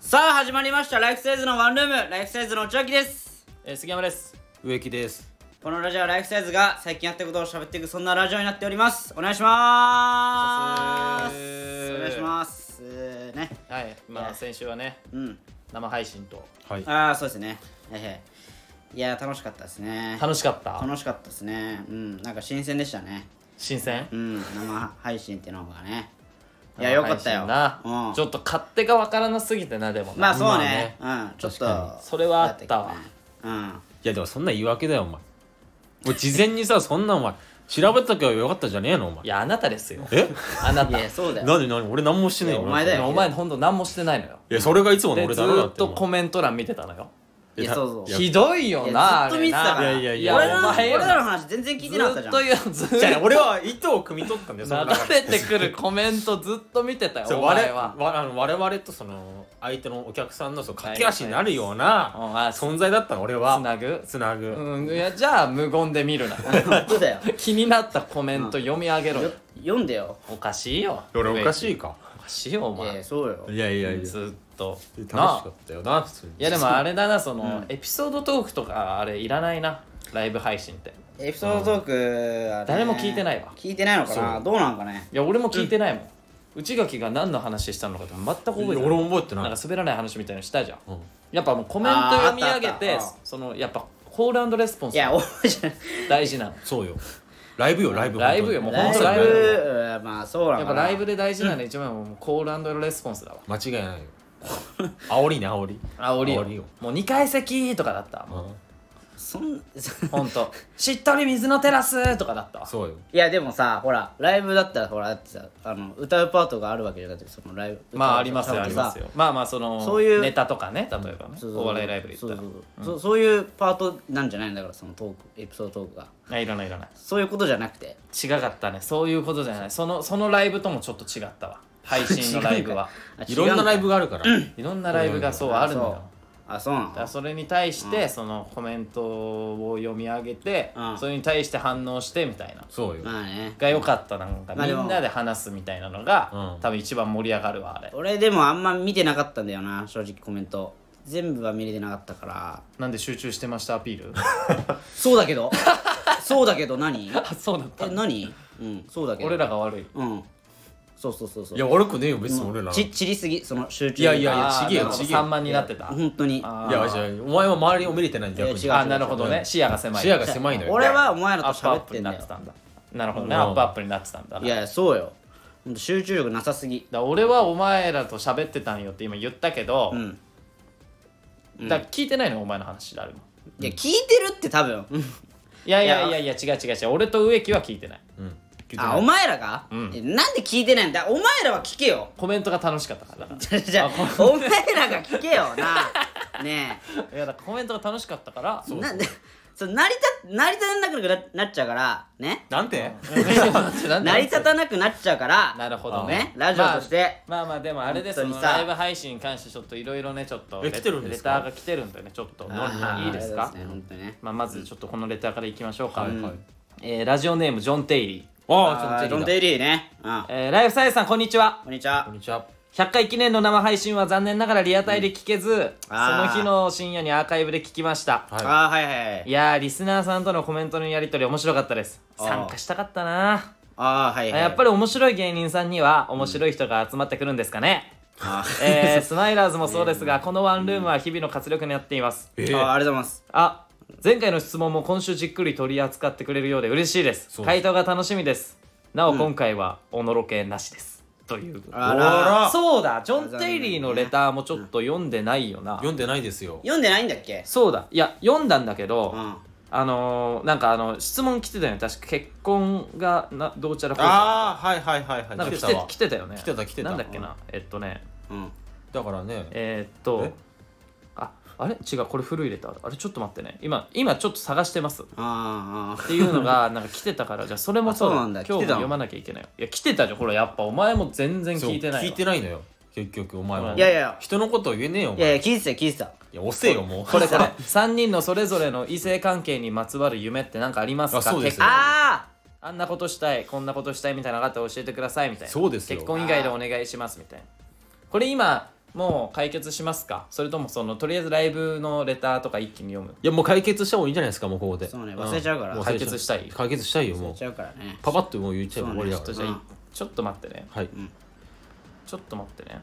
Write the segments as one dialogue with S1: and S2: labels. S1: さあ始まりましたライフサイズのワンルームライフサイズの内脇です
S2: えー杉山です
S3: 植木です
S1: このラジオはライフサイズが最近やったことを喋っていくそんなラジオになっておりますお願いします
S2: お
S1: お願
S2: 願
S1: い
S2: い
S1: し
S2: し
S1: ますね
S2: はいまあ先週はね
S1: うん
S2: 生配信と
S3: はい
S1: ああそうですねはいはいいやー楽しかったですね
S2: 楽しかった
S1: 楽しかったですねうんなんか新鮮でしたね
S2: 新鮮
S1: うん生配信ってのがねいや
S2: 生配信
S1: よかったよ
S2: な
S1: うん
S2: ちょっと勝手がわからなすぎてなでもな
S1: まあそうね,、うんちょっ
S3: 確か
S1: と
S2: それはあったわ
S1: うん
S3: いやでもそんな言い訳だよお前もう事前にさ そんなお前調べとけばよかったじゃねえのお前
S2: いやあなたですよ
S3: え
S2: あなた
S1: いやそうだよ
S3: 何何俺何もしてねえよ
S1: いやお前だよ
S2: お前ほんと何もしてないのよ
S3: いやそれがいつもの
S2: で
S3: 俺
S2: ず
S3: だろだ
S2: ー
S3: っ
S2: ってと
S3: お前
S2: コメント欄見てたのよ
S1: いやそうそう
S3: いや
S2: ひどいよない
S1: やずっと見てたから
S2: あれない
S3: やいやいや
S2: い
S1: 俺
S2: や
S1: ら
S2: お
S1: の
S2: 前
S1: 俺
S2: よ
S1: らの話全然聞いてなかった
S2: ず
S1: じ
S2: っ
S1: ゃん
S2: と言うず
S3: じゃあ
S2: ー
S3: ね
S2: っ
S3: 俺は意図を汲み取ったんだよその中
S2: と
S3: で
S2: 流れてくるコメントずっと見てたよ
S3: そう
S2: お
S3: 我
S2: 前
S3: 々
S2: は
S3: わあの我々とその相手のお客さんのその駆け足になるような
S2: うんあ
S3: 存在だったの俺は
S2: つなぐ
S3: つなぐ
S2: うんいやじゃあ無言で見るな
S1: 本当だよ
S2: 気になったコメント読み上げろよ
S1: よ読んでよ
S2: おかしいよ
S3: 俺おか
S2: い
S3: しいか
S2: おかしいよ
S1: いや
S2: お
S1: い
S2: 前
S1: やそうよ
S3: いやいやいや
S2: ずっと
S3: 楽し
S2: な
S3: か
S2: あ
S3: ったよな普通に
S2: いやでもあれだなその
S1: うん
S2: エピソードトークとかあれいらないなライブ配信ってい
S1: エピソードトークはね
S2: 誰も聞いてないわ
S1: 聞いてないのかな
S3: そう
S1: どうなんかね
S2: や俺も聞いてないもん内垣が何の話したのかって全く覚えて
S3: い
S2: な
S3: や
S2: い
S3: 俺も覚えて
S2: なん
S3: ない
S2: か滑らない話みたいなのしたじゃん
S3: うん
S2: やっぱもうコメント読み上げ
S1: あーあ
S2: て
S1: ったあった
S2: そのやっぱコールレスポン
S1: い
S2: ス
S1: や俺じゃない
S2: 大事なの
S3: そうよライブよライブ
S2: ライブよもう
S1: ラ
S2: 本
S1: イ
S2: 当
S1: ブ
S2: ライブ
S1: うんまあそうな
S2: や
S1: の
S2: っ
S1: か
S2: ぱ
S1: な
S2: ライブで大事なの一番はもうコールレスポンスだわ
S3: 間違いないよ煽りね煽り
S2: 煽りよ
S3: 煽りよ
S2: もう2階席とかだったもう
S1: そん そん
S2: ほん としっとり水のテラスとかだったわ
S3: そうよ
S1: いやでもさほらライブだったらほらだってさあの歌うパートがあるわけじゃなくてそのライブ
S2: まあありますよ
S1: 歌
S2: あ
S1: う
S2: り
S1: とさ
S2: ますよまあまあその
S1: そういう
S2: ネタとかね例えばね
S1: そうそう
S2: お笑いライブで言った
S1: そうそ
S2: ら
S1: うそうそうそういうパートなんじゃないんだからそのトークエピソードトークが
S2: あいらないいらない
S1: そういうことじゃなくて
S2: 違かったねそういうことじゃないそのそのライブともちょっと違ったわ配信のライ ブは
S1: あ
S3: いろんなライ
S1: 違う
S3: ブがあるから
S2: いろんなライブがそうあるのよ
S1: あそうあ
S2: だ
S1: そう
S2: からそれに対してそのコメントを読み上げて
S1: うん
S2: それに対して反応してみたいな
S3: そうよ
S1: なのまあね
S2: が良かったなんか
S1: まあ
S2: み
S1: でも
S2: んなで話すみたいなのが
S3: うん
S2: 多分一番盛り上がるわあれ
S1: 俺でもあんま見てなかったんだよな正直コメント全部は見れてなかったから
S2: なんで集中してましたア ピール
S1: そうだけ どそうだけど何
S2: あそうだった
S1: え何うんそうだけど
S2: 俺らが悪い
S1: うんそうそうそうそう
S3: いや悪くねえよ別に俺ら
S1: ち散りすぎその集中
S3: いやいやいや
S2: あー
S3: ちげえよ
S2: なるほど
S3: ちげえよ
S2: 散漫になってた
S1: 本当に
S2: あ
S3: いやじゃあお前は周りを見れてないんだよ
S1: いや
S3: 逆
S1: 違
S3: に
S1: う
S2: あなるほどね視野が狭い
S3: 視野が狭いのよ
S1: 俺はお前らと
S2: アップア
S1: 喋
S2: ッ
S1: っ
S2: プ
S1: て
S2: に
S1: んだ
S2: な
S1: よ
S2: ってたんだなるほどね
S3: うん
S2: アップアップになってたんだない
S1: やいやそうよほんと集中力なさすぎ
S2: だ俺はお前らと喋ってたんよって今言ったけど、
S1: ん
S2: だから聞いてないのお前の話誰も
S1: いや聞いてるって多分
S2: いやいやいやいや違う違う違う俺と植木は聞いてない
S3: うん聞いてない
S1: あお前らが、えなんで聞いてないんだお前らは聞けよ
S2: コメントが楽しかったからだか
S1: じゃあお前らが聞けよなね
S2: らいやだからコメントが楽しかったから
S1: えなんでそう成り立成り立たなくななっちゃうからね
S3: なんて
S2: 成
S1: 成り立たなくなっちゃうから
S2: なるほど
S1: ねラジオとして、
S2: まあまあでもあれでそ
S1: 本当
S2: の
S1: にさ
S2: ライブ配信に関してちょっといろいろねちょっと
S3: え来てるんですか
S2: レターが来てるんでねちょっと
S1: あー
S2: いいですか
S1: あれね本当にね
S2: まあ、まずちょっとこのレターからいきましょうか、
S3: はいはい
S2: えーラジオネームジョン・テイリー、
S3: あ
S1: あ
S3: あ
S1: ー
S3: ち
S1: ジ
S3: ょ
S1: ョン・
S3: っと
S1: デイリーね、うん、
S2: えーライフサイズさんこんにちは
S1: こんにちは
S3: こんにちは
S2: 100回記念の生配信は残念ながらリアタイで聞けず、その
S1: あー
S2: 日の深夜にアーカイブで聞きました、
S3: はい
S1: ああはいはいはい
S2: いやーリスナーさんとのコメントのやり取り面白かったです
S1: あー
S2: 参加したかったな
S1: ああはいはい
S2: やっぱり面白い芸人さんには面白い人が集まってくるんですかね、
S1: あー
S2: えースマイラーズもそうですがこのワンルームは日々の活力になっています
S3: え
S1: あ
S3: え
S1: ーありがとうございます
S2: あ前回の質問も今週じっくり取り扱ってくれるようで嬉しいです
S3: そう
S2: 回答が楽しみですなお今回はおのろけなしです、という
S1: あ
S3: あら
S2: そうだジョン・テイリーのレターもちょっと読んでないよな
S3: 読んでないですよ
S1: 読んでないんだっけ
S2: そうだいや読んだんだけど、
S1: うん
S2: あのー、なんかあの質問来てたよね確か結婚がなどうちゃらこうちゃら
S3: ああはいはいはいはい
S2: なんか来
S3: 来て
S2: て
S3: たわ
S2: 来てたよね
S3: 来てた来てた
S2: なんだっけなえっとね
S1: うん
S3: だからね
S2: えーっと
S3: え
S2: ああれ違うこれ古いレターあれちょっと待ってね今今ちょっと探してますっ
S1: あーあー
S2: ていうのがなんか来てたからじゃあそれもそう
S1: あそうなんだ
S2: 今日も
S1: 来てたの
S2: 読まなきゃいけないよいや来てたじゃんほらやっぱお前も全然
S3: そう
S2: 聞いてない
S3: 聞
S2: わ
S3: いてないのよ結局お前はい
S1: やいや
S3: 人のことを言えねえよお
S1: いやいや
S3: 前
S1: 聞いてたよ聞いてた
S3: いや遅えよもう
S2: これこれ3人のそれぞれの異性関係にまつわる夢って何かありますか
S3: あそうです
S2: 結婚
S1: あ
S2: あんなことしたいこんなことしたいみたいなのがあったら教えてくださいみたいな
S3: そうですよ
S2: 結婚以外でお願いしますみたいなこれ今もう解決しますかそれともそのとりあえずライブのレターとか一気に読む
S3: いやもう解決した方がいいんじゃないですかもうここで
S1: そうね忘れちゃうから
S3: んも
S2: 解決したい
S3: 解決したいよも
S1: ち
S3: う
S1: ゃうからね
S3: パパッともう言っちゃえば
S1: そう
S3: 終
S1: ね
S3: わり
S2: ちょっとじ
S3: だから
S2: ゃあ、
S1: うん
S2: ちょっと待ってね
S3: はい
S2: ちょっと待ってね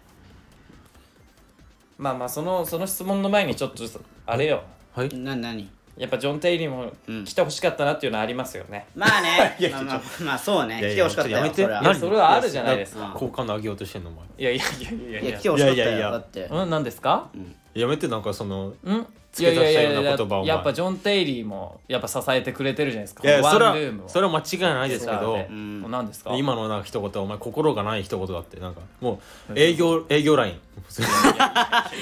S2: まあまあそのその質問の前にちょっとあれよ
S3: はい
S1: な何
S2: やっぱジョン・テイリーも来てほしかったなっていうのはありますよね、
S1: まあね
S3: いや
S1: まあまあまあそうね
S3: い
S1: 来てほ
S3: やいや
S1: しかったよ
S3: ちょっとや
S1: それは
S2: いう
S3: めて
S2: や
S3: ん
S2: それはあるじゃないです
S1: うん
S2: か、
S3: 好感度上げようとしてんのお前
S2: いやいやいやいや
S1: い
S2: い
S1: や
S2: や
S1: 来てほしかった
S3: いやいやい
S1: よ
S3: や
S1: だって
S2: うん何ですか
S3: やめてなんかその
S2: うん
S3: 付け足したようない
S2: やいやいや
S3: 言葉をお前
S2: やっぱジョン・テイリーもやっぱ支えてくれてるじゃないですか
S3: いや
S2: ワ
S3: それは
S2: ンルームを
S3: それは間違いないですけど
S2: ね
S1: ん
S2: もう何ですか
S3: 今のなんか一言お前心がない一言だってなんかもう営業営業ライ ン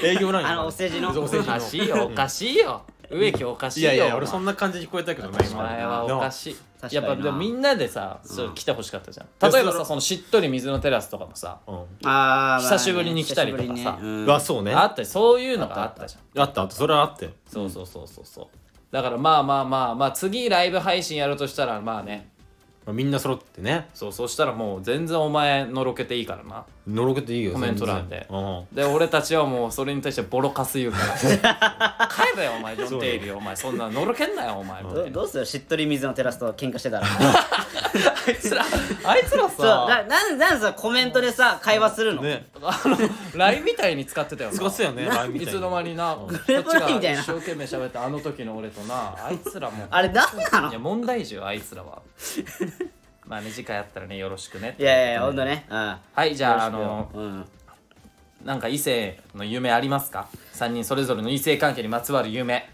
S3: 営業ライン
S1: あのお世辞の
S3: お世
S2: お
S3: 辞
S2: かしい
S3: の
S2: よおかしいよ植木おかし
S3: い
S2: いよ
S3: やいや俺そ
S2: なん
S3: な感じに聞こえたけどね
S2: お
S3: 今
S2: 前はおかしい
S1: 確かに
S2: やっ
S1: な
S2: ぱでもみんなでさ、そう来てほしかったじゃ
S3: や
S2: ん例えば
S3: そ
S2: さ
S3: れ
S2: そのしっとり水のテラスとかもさ
S3: うん
S1: あーまあね
S2: 久しぶりに来たりとかさ
S1: 久しぶりねうん
S3: あそうね
S2: あ
S3: あ
S2: ったりそういうのがあったじゃん
S3: ったあったそれはあって
S2: そうそうそうそうそうだからまあまあまあまあ次ライブ配信やるとしたらまあね
S3: まあみんな揃ってね
S2: そうそうしたらもう全然お前のろけていいからな
S3: のろけていいよ
S2: コメント欄
S3: 全然
S2: で
S3: うん
S2: で俺たちはもうそれに対してボロカス言うから 帰れよお前ジョン・テイリーお前そんなのろけんなよお前みた
S1: ど
S2: いな
S1: どうするしっとり水のテラスと喧嘩してた ら
S2: あいつらあいつら
S1: そうな
S2: さ
S1: なんなんさコメントでさ会話するの
S3: ね
S2: あの LINE みたいに使ってたよな
S3: 使ってたよねラインみ
S2: い
S3: た
S2: つの間になこっ
S1: レ
S2: ち
S1: ボラ
S2: が
S1: インみたいな
S2: 一生懸命喋ったあの時の俺となあいつらもう
S1: あれなんなの
S2: いや問題児よあいつ らはまあね次回やったらねよろしくね
S1: いやいやほんとねうん
S2: はいじゃああの
S1: うん
S2: なんか異性の夢ありますか3人それぞれの異性関係にまつわる夢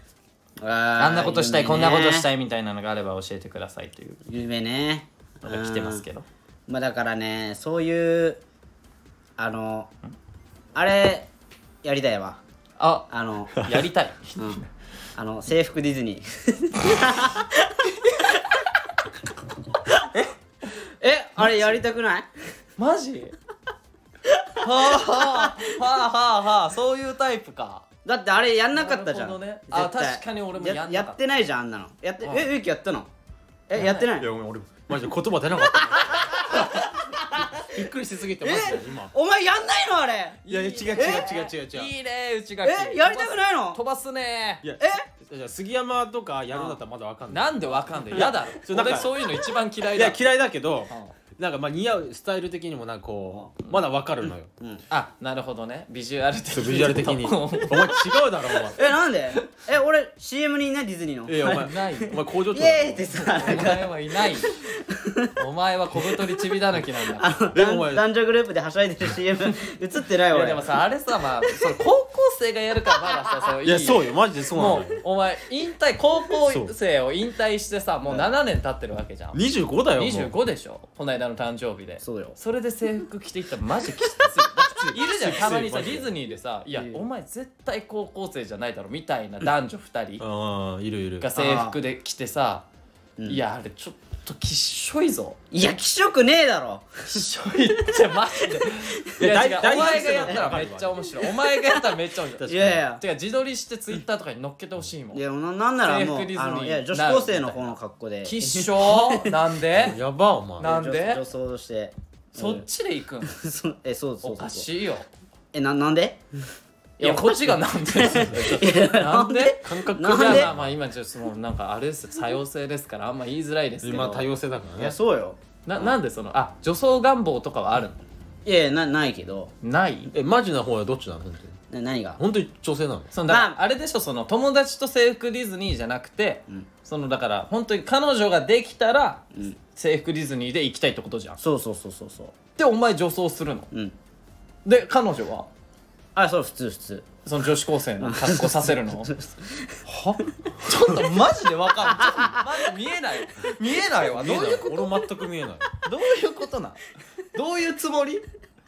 S1: あ
S2: あんなことしたいこんなことした
S1: い
S2: いみたいなのがあれば教えてくださいという
S1: 夢ね
S2: のが来てますけど
S1: まあだからねそういうあのあれやりたいわ
S2: あ
S1: あ の、
S2: やりた い
S1: うん、あの制服ディズニーええあれやりたくない
S2: マジ はあはあはあはあはあそういうタイプか
S1: だってあれやんなかったじゃ
S2: なるほ
S1: ん、
S2: どね
S1: 絶対
S2: あ確かに俺もやんなかった
S1: やってないじゃんあんなのやって
S2: うん
S1: えゆうきやったのえやってない
S3: いやごめん俺マジで言葉出なかったびっくりしすぎてマジで今
S1: お前やんないのあれ
S3: いやいや違う違う違う違う違う
S2: いいね内垣
S1: えやりたくないの
S2: 飛ばすね
S3: いやじゃあ杉山とかやるんだったらまだわかんな
S2: な
S3: い
S2: んでわかんないやだろ
S3: そうなんか
S2: 俺そういうの一番嫌い
S3: い
S2: だ
S3: や嫌いだけどなんかまあ似合うスタイル的にもなんかこうまだわかるのよ
S2: あなるほどねビジュアル的
S3: そうビジュアル的に お前違うだろ お
S1: えなんでえ俺 CM にいないディズニーの
S3: 前いやお前
S2: ない
S3: お前工場
S1: イ
S3: 長
S1: エーイっ
S3: だ
S1: てさなん
S2: お
S1: か
S2: 前はいないお前は小太りちびだらけなんだ
S1: あの
S3: でもお前
S1: 男女グループではしゃいでる CM 映ってない
S2: い
S1: 俺
S2: やでもさあれさまあその高校生がやるからまださそう
S3: ろ
S2: い
S3: いやそう
S2: よ
S3: よマジでそう
S2: も
S3: なの
S2: う
S3: よ
S2: お前引退高校生を引退してさもう7年経ってるわけじゃん
S3: 25だよもう
S2: 25でしょこの間の誕生日で
S1: そうよ
S2: それで制服着ていったらマジきついいるじゃんたまにさ
S3: マ
S2: デ
S3: ジで
S2: ィズニーでさ「いや
S1: うん
S2: お前絶対高校生じゃないだろ」みたいな男女2人
S3: ああいるいる
S2: が制服で着てさ
S1: うん
S2: いやあれちょっときっしょいぞ
S1: いや気色ねえだろ
S2: きっしょいってマジでいや
S3: 大
S2: 違う
S3: 大
S2: お前がやったらめっちゃ面白いお前がやったらめっちゃ面白い
S1: いやいや
S2: てか自撮りしてツイッターとかに載っけてほしいもん
S1: いやななんならもう
S2: 制服ディズニー
S1: あのいや女子高生の方の格好で
S2: きっしょ なんで
S3: やばお前
S2: な
S1: 女
S2: んで
S1: 女装して
S2: そっちで行くん
S1: うんそえそうそうそう
S2: おかしいよ
S1: えななんで
S2: いやこっちがなんで なんで
S3: 感覚
S1: なんで
S2: いやまあまあ今ちょっともうなんかあれですよ多様性ですからあんま言いづらいですけ
S3: 今
S2: ど
S3: 多様性だから
S1: いや
S3: ね
S1: そうよ
S2: ななんでそのあ女装願望とかはあるの
S1: いやいやなないけど
S2: ない
S3: えマジな方はどっちなの本当に
S1: な何が
S3: 本当に女性なの
S2: そのだから
S1: まあ
S2: あれでしょその友達と制服ディズニーじゃなくて、そのだから本当に彼女ができたら、制服ディズニーで行きたいってことじゃん
S1: そうそうそうそうそう
S2: でお前女装するの、
S1: ん
S2: で彼女は
S1: あそう普通普通
S2: その女子高生の格好させるの はちょっとマジでわかんないちょっとマジで見えない見えないわどういうこ
S3: 俺も全く見えない
S2: どういうことなんどういうつもり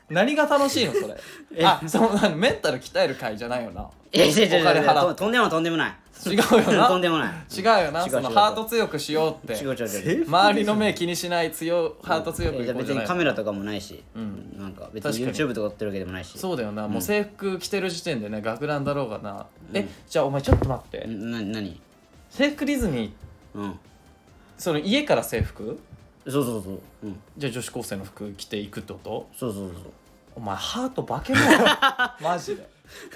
S2: 何が楽しいのそれあそのメンタル鍛える会じゃないよな
S1: え違う違う違う
S2: お金払
S1: と
S2: っ
S1: とんでもないとんでもない
S2: 違うよな
S1: とんでもない
S2: 違うよな
S1: 違う
S2: そ
S1: 違
S2: の
S1: う
S2: ハート強くしよう
S1: 違
S2: って
S1: う違う違う
S2: 周りの目気にしない強ハート強く
S1: い
S2: い
S1: や
S2: こう
S1: 別
S2: じゃな
S1: に
S2: い
S1: カメラとかもないし、なんか別に
S2: 確か
S1: YouTube とか撮ってるわけでもないし
S2: そうだよなもう制服着てる時点でね学ランだろうがなえじゃあお前ちょっと待って
S1: んな何
S2: 制服ディズニー
S1: うん
S2: その家から制服
S1: そうそうそううん
S2: じゃあ女子高生の服着ていくってこと
S1: そうそうそう
S2: お前ハート化け物マジで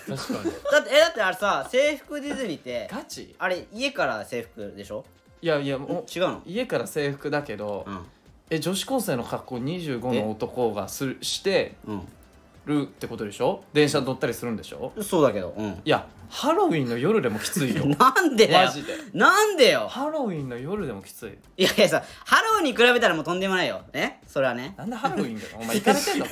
S3: 確かに
S1: だってえだってあれさ制服ディズニーって
S2: ガチ
S1: あれ家から制服でしょ
S2: いやいやもう
S1: 違うの
S2: 家から制服だけど、
S1: うん
S2: え女子高生の格好25の男がするしてるってことでしょ電車乗ったりするんでしょ
S1: うんそうだけどうん
S2: いやハロウィンの夜でもき ついよ
S1: なんでだよ
S2: マジで
S1: なんでよ
S2: ハロウィンの夜でもきつい
S1: いやいやさハロウィンに比べたらもうとんでもないよねそれはね
S2: なんでハロウィンだよお前行かれてんの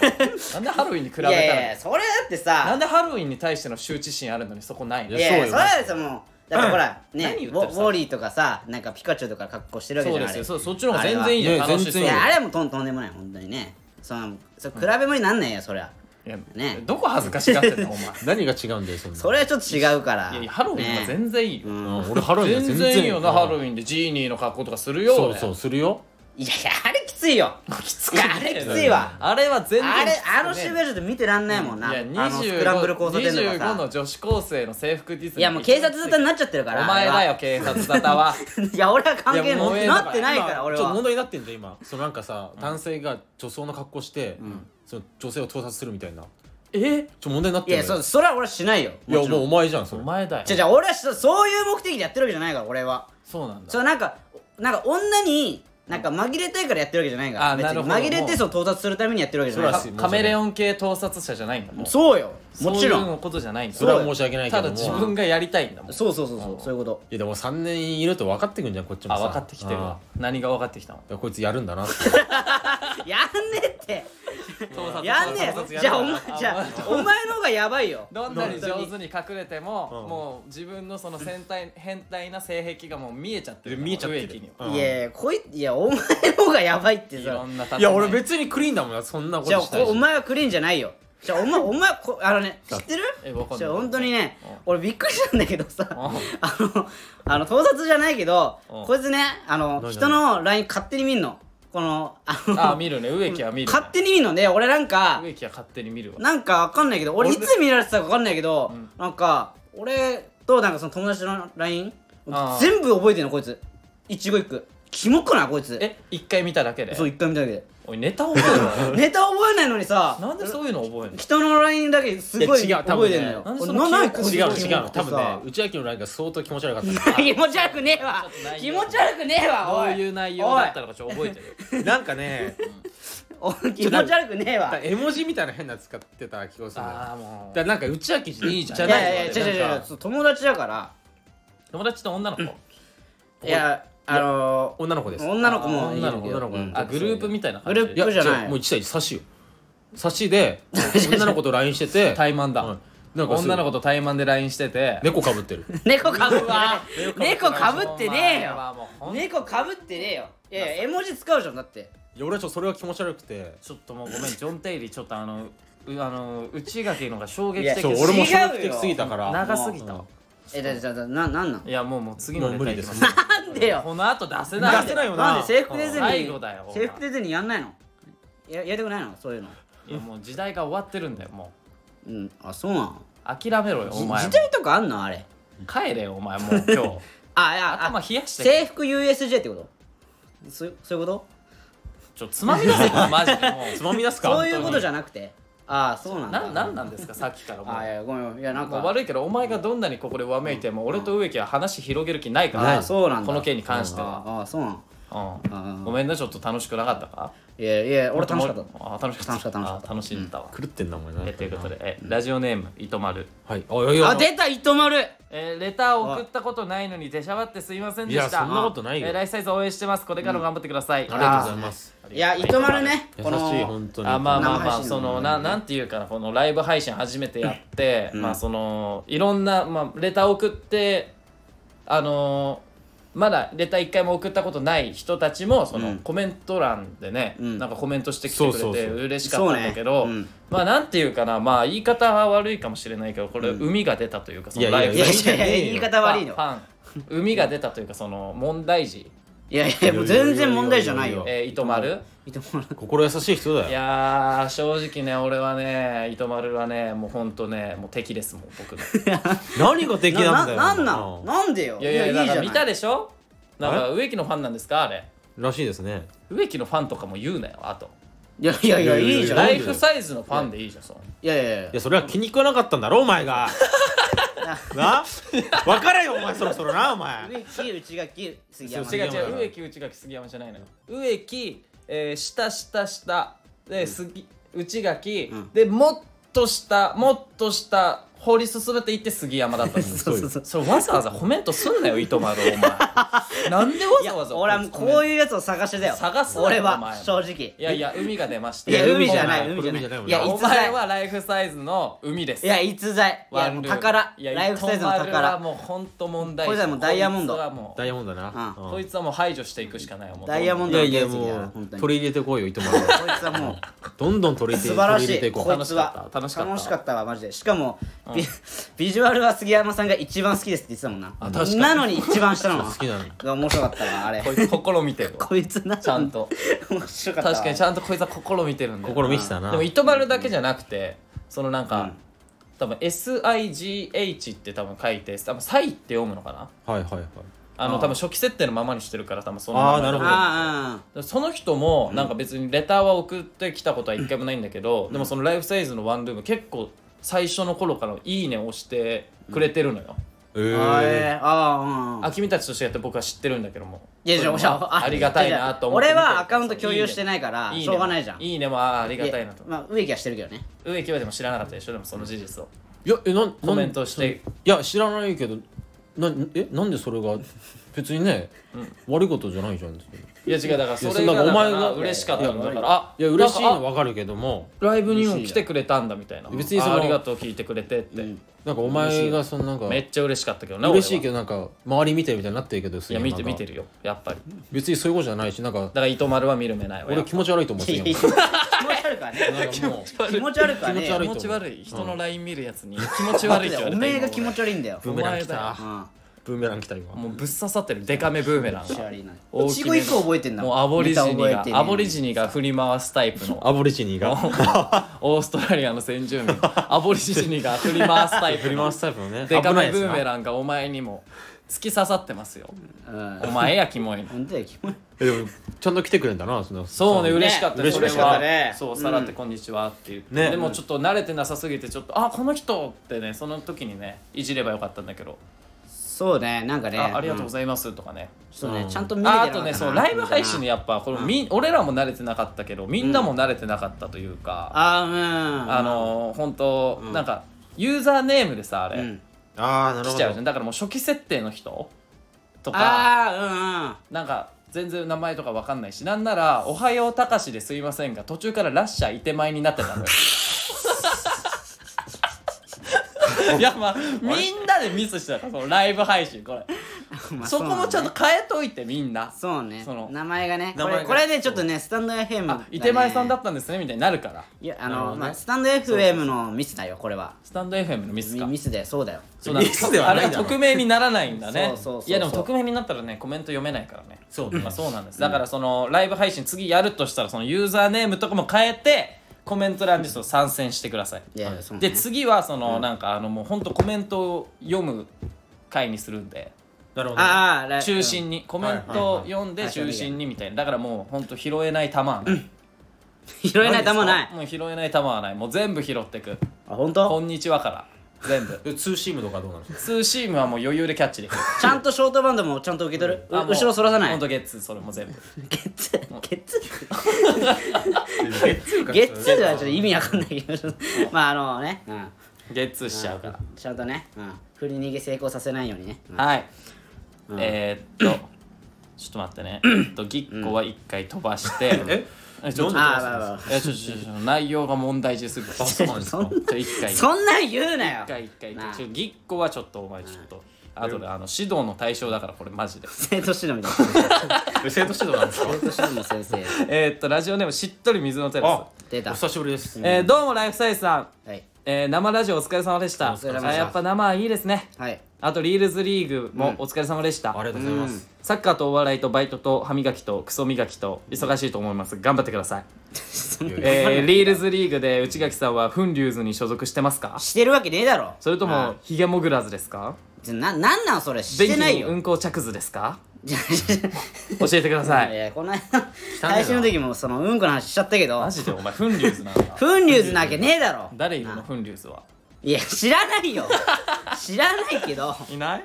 S2: なんでハロウィンに比べたら
S1: いやいやいやそれだってさ
S2: なんでハロウィンに対しての羞恥心あるのにそこないの
S1: いやいや
S3: そう
S1: そ
S3: よ
S1: れはそのだってほらね
S2: 何
S1: ウ
S2: 言
S1: ォ
S2: ってる
S1: ウォーリーとかさなんかピカチュウとか格好してるわけ
S2: そ
S1: じ
S2: う
S1: ゃんあ
S2: です
S1: れ
S2: よそうそっちの方が全然いいじゃん
S3: あれは
S2: 楽しそう
S1: い
S3: ね全然
S1: やあれはもうとんとんでもない本当にねそのそれ比べ物になんないよそりゃ
S2: いや
S1: ね
S2: どこ恥ずかしがってんの お前
S3: 何が違うんだよそんな
S1: それはちょっと違うから
S2: いやいやハロウィンは
S1: ね
S2: 全然いいよ、
S3: うん俺ハロウィンだよ
S2: 全然いいよなハロウ
S3: ン
S2: ィンでジーニーの格好とかするよ
S3: そう
S2: 俺
S3: そうするよ
S1: いやいやあれきついよ
S2: きつ
S1: い
S2: くね
S1: やあれきついわ
S2: あれは全然
S1: あれ
S2: きつくね
S1: あの渋谷ちょっと見てらんないもんな、
S2: いや
S1: あのスクランブル交差点とか
S2: 25の
S1: さ
S2: 女子高生の制服ディズニー
S1: いやもう警察沙汰になっちゃってる
S2: お
S1: から
S2: 前だよ
S1: あ
S2: 警察沙 汰は
S1: れはいや俺は関係
S2: いやもうええのか
S1: なってないから
S3: 今
S1: 俺
S3: ちょっと問
S1: は
S3: 題になってんだよ今そのなんかさ男性が女装の格好して、その女性を盗撮するみたいなちょ
S2: え
S3: っと問題になっ
S1: い
S3: てん
S1: や
S3: だよ
S1: そそれは俺はしないよ
S3: いや
S1: もちろ
S3: も
S1: ん
S3: うお前じゃんそ
S2: お
S3: れ
S2: 前だよ
S1: じゃじゃ俺はしそういう目的でやってるわけじゃないから俺は
S2: そうなん
S1: そ
S2: だ
S1: れなんかなんか女になんか紛れたいからやってるわけじゃないから
S2: あなるほど
S1: 別に紛れてそう到達するためにやってるわけじゃないか
S3: そらしい
S2: カメレオン系盗撮者じゃないんだも
S1: ら
S2: ん
S1: そうよもちろ
S2: そういうんのことじゃないんだ
S3: それは申し訳ないけ
S2: た
S3: ど
S2: だ
S3: も
S2: 自分がやりたいんだもん
S1: そうそうそうそうそういうこと
S3: いやでも3年いると分かってくんじゃんこっちも
S2: あ
S3: さ
S2: 分かってきてる
S3: あ
S2: わ何が分かってきたの
S3: ーいやこいつやるんだなって
S1: やんねえっ
S2: 盗
S1: てやんねえじゃあお前じゃあお前の方がやばいよ
S2: どんなに上手に隠れても、
S3: うん
S2: もう自分のその変態変態な性癖がもう見えちゃってる
S3: 見えちゃって
S2: 植木に
S3: る
S2: は
S3: うん
S1: いやいやこいいやお前の方がやばいって
S2: い
S1: さ
S2: ろんな例え
S3: いや俺別にクリーンだもんなそんなこと
S1: じゃあ
S3: したい
S1: こお
S3: し
S1: 前はクリーンじゃないよじゃあお前お前こあの ね知ってる
S2: えわかん
S1: じ
S2: ない
S1: ゃあ本当にね
S2: うん
S1: 俺びっくりしたんだけどさ
S2: うん
S1: あのあの盗撮じゃないけど
S2: うん
S1: こいつねあの
S3: 何
S1: 人の LINE 勝手に見んのこのあの
S2: あ見るね植木は見る、ね、
S1: 勝手に見んのね俺なんか
S2: 植木は勝手に見るわ
S1: なんかわかんないけど俺い
S2: 俺
S1: つ見られてたかわかんないけどなんか俺となんかその友達の LINE
S2: あー
S1: 全部覚えてんのこいつ一語一句キモくないこいつ
S2: え一回見ただけで
S1: そう一回見ただけで
S2: おい ネタ覚え
S1: ネタ覚えないのにさ
S2: ろなんでそういうの覚えんの
S1: 人の LINE だけすごい
S3: いや違う多
S1: 覚え
S3: 分
S1: て
S3: ね
S1: んのよ。
S2: なんで
S1: な
S2: その
S1: な
S2: 記
S1: いこ
S2: 憶
S1: いつ
S3: 違う違う多分ね
S1: さ
S3: 内秋のラインが相当気持ち悪かった
S1: 気持ち悪くねえわ
S2: ちょっと内
S1: 気
S2: 容
S1: 持ち悪くねえ
S2: ど
S1: わお
S2: う
S1: い
S2: いう内容だったのかちょっと覚えてる
S3: なんかね
S1: おいおい気持ち悪くねえわ
S3: 絵文字みたいな変な使ってた気がするのよ
S2: ああも
S3: だ
S2: う
S3: からなんか内秋じゃいいじ
S2: じ
S3: ゃ
S2: ゃ
S1: い
S2: な
S1: やいや
S2: い
S1: 違う違う
S2: の
S3: な
S1: 違
S3: ん
S1: う
S3: か
S1: そう友達だから
S2: 友達と女の子
S1: いやあの
S3: 女の子です
S1: ー女の子もいる
S3: 女の子
S1: けど
S3: 女の子
S1: うん
S2: あグループみたいな感
S1: グルー
S2: じ
S1: プ
S3: いや
S1: そうじゃない
S3: 違うもう一対一差しよ差しで女の子と LINE して て
S2: 対マンだ、
S3: うんなんかすぐ
S2: 女の子と対マンで LINE してて
S3: 猫かぶってる
S1: 猫かぶわ猫かぶってねえ
S2: お前は
S1: よ
S2: もうほん
S1: 猫かぶってねえよいやいや絵文字使うじゃんだって
S3: いや俺はちょっとそれは気持ち悪くて
S2: ちょっともうごめん、ジョン・テイリー、ちょっとあの、うあの内垣のが衝撃
S1: いや
S2: 的
S3: そう
S2: で
S1: 違う
S2: す
S3: 俺も
S1: よ
S3: 衝撃的すぎたから
S2: 長すぎたわ。
S1: えだだだななんなん
S2: いや、もうもう次
S3: も
S2: の
S3: う
S2: ネ
S3: 無
S2: タ
S3: 理
S2: い
S3: で
S2: き
S3: す
S2: ま
S3: も
S2: す。
S3: う
S1: なんでよ
S2: この後出せない。
S3: 出せないよ
S1: なん
S3: な
S1: で制服ディズニ
S2: 最後だよ
S1: ー制服ディズニーやんないのややりたくないのそういうの
S2: いやもう時代が終わってるんだよ、も
S1: うんあそうなの
S2: う。諦めろよ、お
S1: じ
S2: 前
S1: 時。代とかあんのあれ
S2: 帰れよ、お前、もう今日。
S1: あいやあ
S2: 頭冷やしてけ。
S1: 制服 USJ ってことそそういうこと
S2: ちょ、つまみ出せよ、マジで。も
S3: つまみ出すか
S1: そういうことじ
S3: ゃ
S1: ゃなくてああそうな
S2: うん
S1: だ
S2: な、なんなんですか、さっきからもう。
S1: あいやごめんいやなん
S2: も
S1: か
S2: う悪いけど、お前がどんなにここでわめいても、俺と植木は話広げる気ないか
S1: あ
S2: ら、
S1: あそうなんだ
S2: この件に関しては。
S1: ああそうなの
S2: う
S1: あ
S2: ん。ごめんな、ちょっと楽しくなかったか
S1: いやいや俺楽しかった
S2: あ楽しか
S1: 楽
S2: った
S1: しかった楽しかった
S2: あ楽しんでたわ、
S3: 狂ってんなお前な
S2: えということで、えラジオネーム糸丸
S3: はいあいやいや
S1: あ出た糸丸
S2: えーレターを送ったことないのに出しゃばってすいませんでした
S3: いやそんなことないよ
S2: えーライフサイズ応援してますこれからも頑張ってください、
S3: ありがとうございます
S1: いや糸丸ね
S3: 優し
S1: こ
S3: い
S1: の
S3: 本当に
S2: あまあまあ
S1: 生
S2: ま
S1: 配
S2: あ
S1: 信
S2: そのななんていうかなこのライブ配信初めてやって、まあそのいろんな、まあ、レター送ってあのーまだレター一回も送ったことない人たちもその、
S1: うん
S2: コメント欄でね、
S1: ん
S2: なんかコメントしてきてくれ
S3: そうそ
S2: て
S3: うそう
S2: 嬉しかったんだけど、
S1: そうねうん
S2: まあなんていうかなまあ言い方は悪いかもしれないけどこれ、海が出たというかその
S3: いや
S2: ラ
S3: い
S2: イ
S3: や
S2: ブ
S1: いやい
S2: で
S1: やいや言い方悪いの
S2: パンパン海が出たというかその問題児、
S1: いやいやもう全然問題じゃないよ
S2: えー、糸丸
S1: 糸丸
S3: 心優しい人だ
S2: い
S3: よ
S2: やー正直ね俺はね糸丸はねもうほんとねもう敵ですもん僕のい
S3: 何が敵なんだよ
S1: なんなんなんでよ
S2: やいやだ
S1: い
S2: から
S1: じゃ
S2: 見た
S1: ない
S2: でしょなんか植木のファンなんですかあれ
S3: らしいですね
S2: 植木のファンとかも言うなよあと
S4: いやいやいやいいじゃん
S2: ラ
S4: い
S2: イフサイズのファンでいいじゃんその
S4: やいやいや
S3: いやそれは気に食わなかったんだろお前 がな分からよお前そろそろなお前
S1: 上木内垣杉
S2: 違う
S1: 山
S2: 違う
S3: 杉山
S2: 植木内垣杉山じゃないのよ植木、えー、下下下で杉、内垣、でもっと下もっと下掘り進めていって杉山だったの
S4: そうそうそう
S2: それわざわざ褒めんとすんなよ糸丸お前なんでわ
S1: い
S2: ざ
S1: や
S2: わざ
S1: 俺はもうこう
S2: う
S1: いうやつを探してたよ
S2: 探すな
S1: 俺
S2: お
S1: は
S2: 前
S1: 正直
S2: いやいや海が出ました
S1: いや海じゃない
S3: 海
S1: 海
S3: じ
S1: じ
S3: ゃ
S1: ゃ
S3: な
S1: ないいい
S3: これ海じゃ
S1: や
S3: ない
S2: お
S1: 逸
S2: 前
S1: 材
S2: はライフサイズの海です
S1: いや逸材い
S2: ワ
S1: や
S2: ン
S1: もう
S2: ルーム
S1: 宝
S2: いや
S1: ライフサイズの
S2: 糸丸は
S1: 宝
S2: もう本当問題
S1: こいつはもうダイヤモンド
S2: こいつはもう
S3: ダイヤモンドだな、
S2: こいつはもう排除していくしかないよもう
S1: ダイヤモン
S3: い
S1: ド
S3: や
S1: の
S3: いや
S1: 原石だ
S3: も
S1: よ
S3: う
S1: 本当にこ
S3: 取り入れてこいよ糸丸を
S1: いつは もう
S3: どんどん取り入
S1: 素
S3: れて
S1: 晴らし
S3: 取り入れて
S1: い
S3: いこ
S1: こ
S3: う
S1: いつは
S2: 楽しかった楽しかった
S1: わマジでしかも、ビ ビジュアルは杉山さんが一番好きですって言ってたもんな
S2: あ確かに
S1: なのに一番下 なの
S3: 好きなの
S1: が面白かったなあれ
S2: こいつ心見てる わ
S1: こいつな
S2: ちゃんと
S1: 面白かったわ
S2: 確かにちゃんとこいつは心見てるんだよ
S3: 心見てたな
S2: でも糸丸だけじゃなくてそのなんか、多分 SIGH って多分書いて多分サイって読むのかな
S3: はいはいはい
S2: あの多分初期設定のままにしてるから多分その
S3: あ
S2: まま
S3: ーなるほど
S1: あ
S2: その人もなんか別にレターは送ってきたことは一回もないんだけど、でもそのライフサイズのワンルーム結構最初の頃から「いいね」を押してくれてるのよ、
S3: え
S1: あうんあー
S3: ー
S1: えーあーうん
S2: あ君たちとしてやって僕は知ってるんだけども
S1: いやじゃあじゃ
S2: ありがたいなと思って
S1: 俺はアカウント共有して
S2: な
S1: ない
S2: い
S1: から
S2: いね
S1: しょうがないじゃん
S2: いいねもあーありがたいなと
S1: まあ植木はしてるけどね
S2: 植木はでも知らなかったでしょでもその事実を
S3: いやえなんなん
S2: コメントして
S3: いや知らないけどなえなんでそれが別にね、悪いことじゃないじゃんい
S2: いや違うだから
S3: や
S2: それが
S3: ん
S2: だ
S3: なお
S2: か
S3: 前
S2: ら
S3: が
S2: 嬉しかったんだ
S3: い
S2: か
S3: や
S2: らあ
S3: いや嬉しい
S2: なん
S3: の
S2: か
S3: 分かるけども
S2: あライブにも来てくれたんだみたいな
S3: 別にその
S2: あありがとう聞いてくれてって
S3: なんかお前がそのなんか
S2: めっちゃ嬉しかったけどね
S3: 嬉しいけ
S2: ど
S3: どなんか周り見てるみたいになってるけどい
S2: いや見て見てるよやっぱり
S3: 別にそういうことじゃないしなんか
S2: だから伊藤丸は見る目ないわ
S3: 俺気持ち悪いと思う
S1: いやいや
S3: よ
S1: 気持ち悪くはね
S3: なんかもう
S1: 気持ち悪くはね
S3: 気持ち悪
S2: 気
S3: い
S2: 持ち悪い人の LINE 見るやつに気持ち悪いって言われ
S1: お
S2: た
S1: めえ
S2: 今
S1: が気持ち悪いんだよ
S3: ブーメラン来
S2: お前
S3: た
S2: だ
S1: うん
S3: ブーメラン来た今
S2: もうぶっ刺さってるデカめブーメラン
S1: 気持ち
S2: が
S1: 悪いな
S2: 大
S1: い
S2: き
S1: ち
S2: め
S1: ご一個覚えてんな
S2: もうアボリジニ
S1: ネタ覚え
S2: が
S1: てね
S2: アボリジニが振り回すタイプの
S3: アボリジニが
S2: オーストラリアの先住民アボリジニが振り回すタイプ
S3: 振り
S2: の
S3: 回すタイプのね
S2: デカ
S3: 危
S2: め
S3: ないや
S2: ブ
S3: つ
S2: ーメ
S3: な
S2: ランがお前にも突き刺さってますよ
S1: うん
S2: お前やキモいの
S1: 本当だよキモい
S3: えでもちゃんと来てくれんだなその
S2: そうね
S3: の
S2: 嬉しかった
S3: 嬉しかった
S2: それは
S1: ね
S2: そううんさらってこんにちはって言って、
S3: ね
S2: でもちょっと慣れてなさすぎてちょっとあこの人ってねその時にねいじればよかったんだけど、
S1: そうねなんかね
S2: あありがとうご
S1: ざい
S2: ざいますとかね、
S1: ますそうね
S3: ん
S1: ちゃんと見れてなか
S2: ああ
S1: った
S2: と
S1: な
S2: ねそうライブ配信で
S1: み
S2: やっぱこのみ、俺らも慣れてなかったけどみんなも慣れてなかったというか、
S1: たいなあーうん
S2: あのー、本当、なんかユーザーネームでさあれ、
S1: うん
S3: ああなる
S2: 来
S3: ほ
S2: ちゃうじゃ
S3: ど
S2: んだからもう初期設定の人とか
S1: あ
S2: なんか全然名前とかわかんないしなん なら「おはようたかしですいません」が途中から「ラッシャーいてまい」になってたの よ。いやまあみんなでミスしてたからそのライブ配信これ
S1: うんうんまあ
S2: そこもち
S1: そ
S2: ょっ
S1: うね
S2: と変えといてみんな
S1: そうね
S2: その
S1: 名前がねこ
S3: 名前
S1: れ
S3: が
S1: これねちょっとねスタンド
S2: あ
S1: FM
S2: いてまいさんだ
S1: ね
S2: ったんですねみたいになるから
S1: いやあ
S3: なるほ
S1: の
S3: どね
S1: まあスタンド FM のミスだよこれは
S2: スタンド FM のミス
S1: ミ
S2: か
S1: ミスでそうだよ
S2: そうなんだ
S3: ミスではないだろ
S2: あれ匿名にならないんだね
S1: そうそうそうそう
S2: やでも匿名になったらねコメント読めないからね
S3: そうね
S2: まあ、そうなんですだからそのライブ配信次やるとしたらそのユーザーネームとかも変えてコメント欄にちょっと参戦してください
S1: いやいやそうね
S2: で次はその、なんかあのもうほんとコメントを読む回にするんで
S3: なるほど
S1: ああライブ
S2: 中心にコメントを読んで
S1: はいはいはい
S2: 中心にみたいなだからもうほんと拾えない球はない、
S1: 拾えない球ない
S2: もう拾えない球はないもう全部拾ってく
S1: あ本
S2: こ
S1: 当
S2: んにちはから全部
S3: えツーシームとかどうなの
S2: ツーシームはもう余裕でキャッチできる
S1: ちゃんとショートバンドもちゃんと受け取る
S2: あもう
S1: 後ろそらさな
S2: ほ
S1: い
S2: んとゲッツーそれも全部
S1: ゲッツゲッツ
S3: ゲッツー
S1: ゲッツーはちょっと意味わかんないけど まああのねうん
S2: ゲッツーしちゃうから、
S1: ちゃんとねうん振り逃げ成功させないようにねうん
S2: はい、えー、っと ちょっと待ってね、えっと、ぎっこは一回飛ばして、
S3: え
S2: えちょっと
S1: あーまあまあまあ
S2: えちょちょちょ内容が問題児すぎて
S3: そうなんです
S1: そ
S3: か
S1: んな
S2: ちょ一回一
S1: そんなん言うなよ
S2: 回一回一
S1: な
S2: 回
S1: あ
S2: ちょぎっこはちょっとお前ちょっとあとであの指導の対象だからこれマジで
S1: 生徒指導みたいな
S3: え生徒指導なんですか
S1: 生徒指導の先生
S2: えーっとラジオネームしっとり水のテラ
S3: あ
S2: ス
S1: 出た
S3: お久しぶりです
S2: えー、どうもライフサイズさん、
S1: はい
S2: えー、生ラジオお疲れ様でした
S1: お疲れ様でした
S2: あやっぱ生はいいですね
S1: はい
S2: あとリールズリーグもお疲れ様でした、
S3: ありがとうございます
S2: サッカーとお笑いとバイトと歯磨きとクソ磨きと忙しいと思います頑張ってください、えー、リールズリーグで内垣さんはフンリューズに所属してますか
S1: してるわけねえだろ
S2: それともヒゲモグラズですか
S1: ななんなんそれして
S2: 便器
S1: ない
S2: に
S1: よ
S2: うんこ着図ですか
S1: じゃあじゃ
S2: 教えてくだ
S1: あ
S2: さ
S1: い
S2: い
S1: やこの間
S2: な
S1: 配信の時もそのうんこの話しちゃったけど
S2: マジでお前フンリューズなんだ
S1: フンリューズなわけねえだろ
S2: 誰いるのフンリューズはい
S1: や知らないよ知らないけど
S2: いない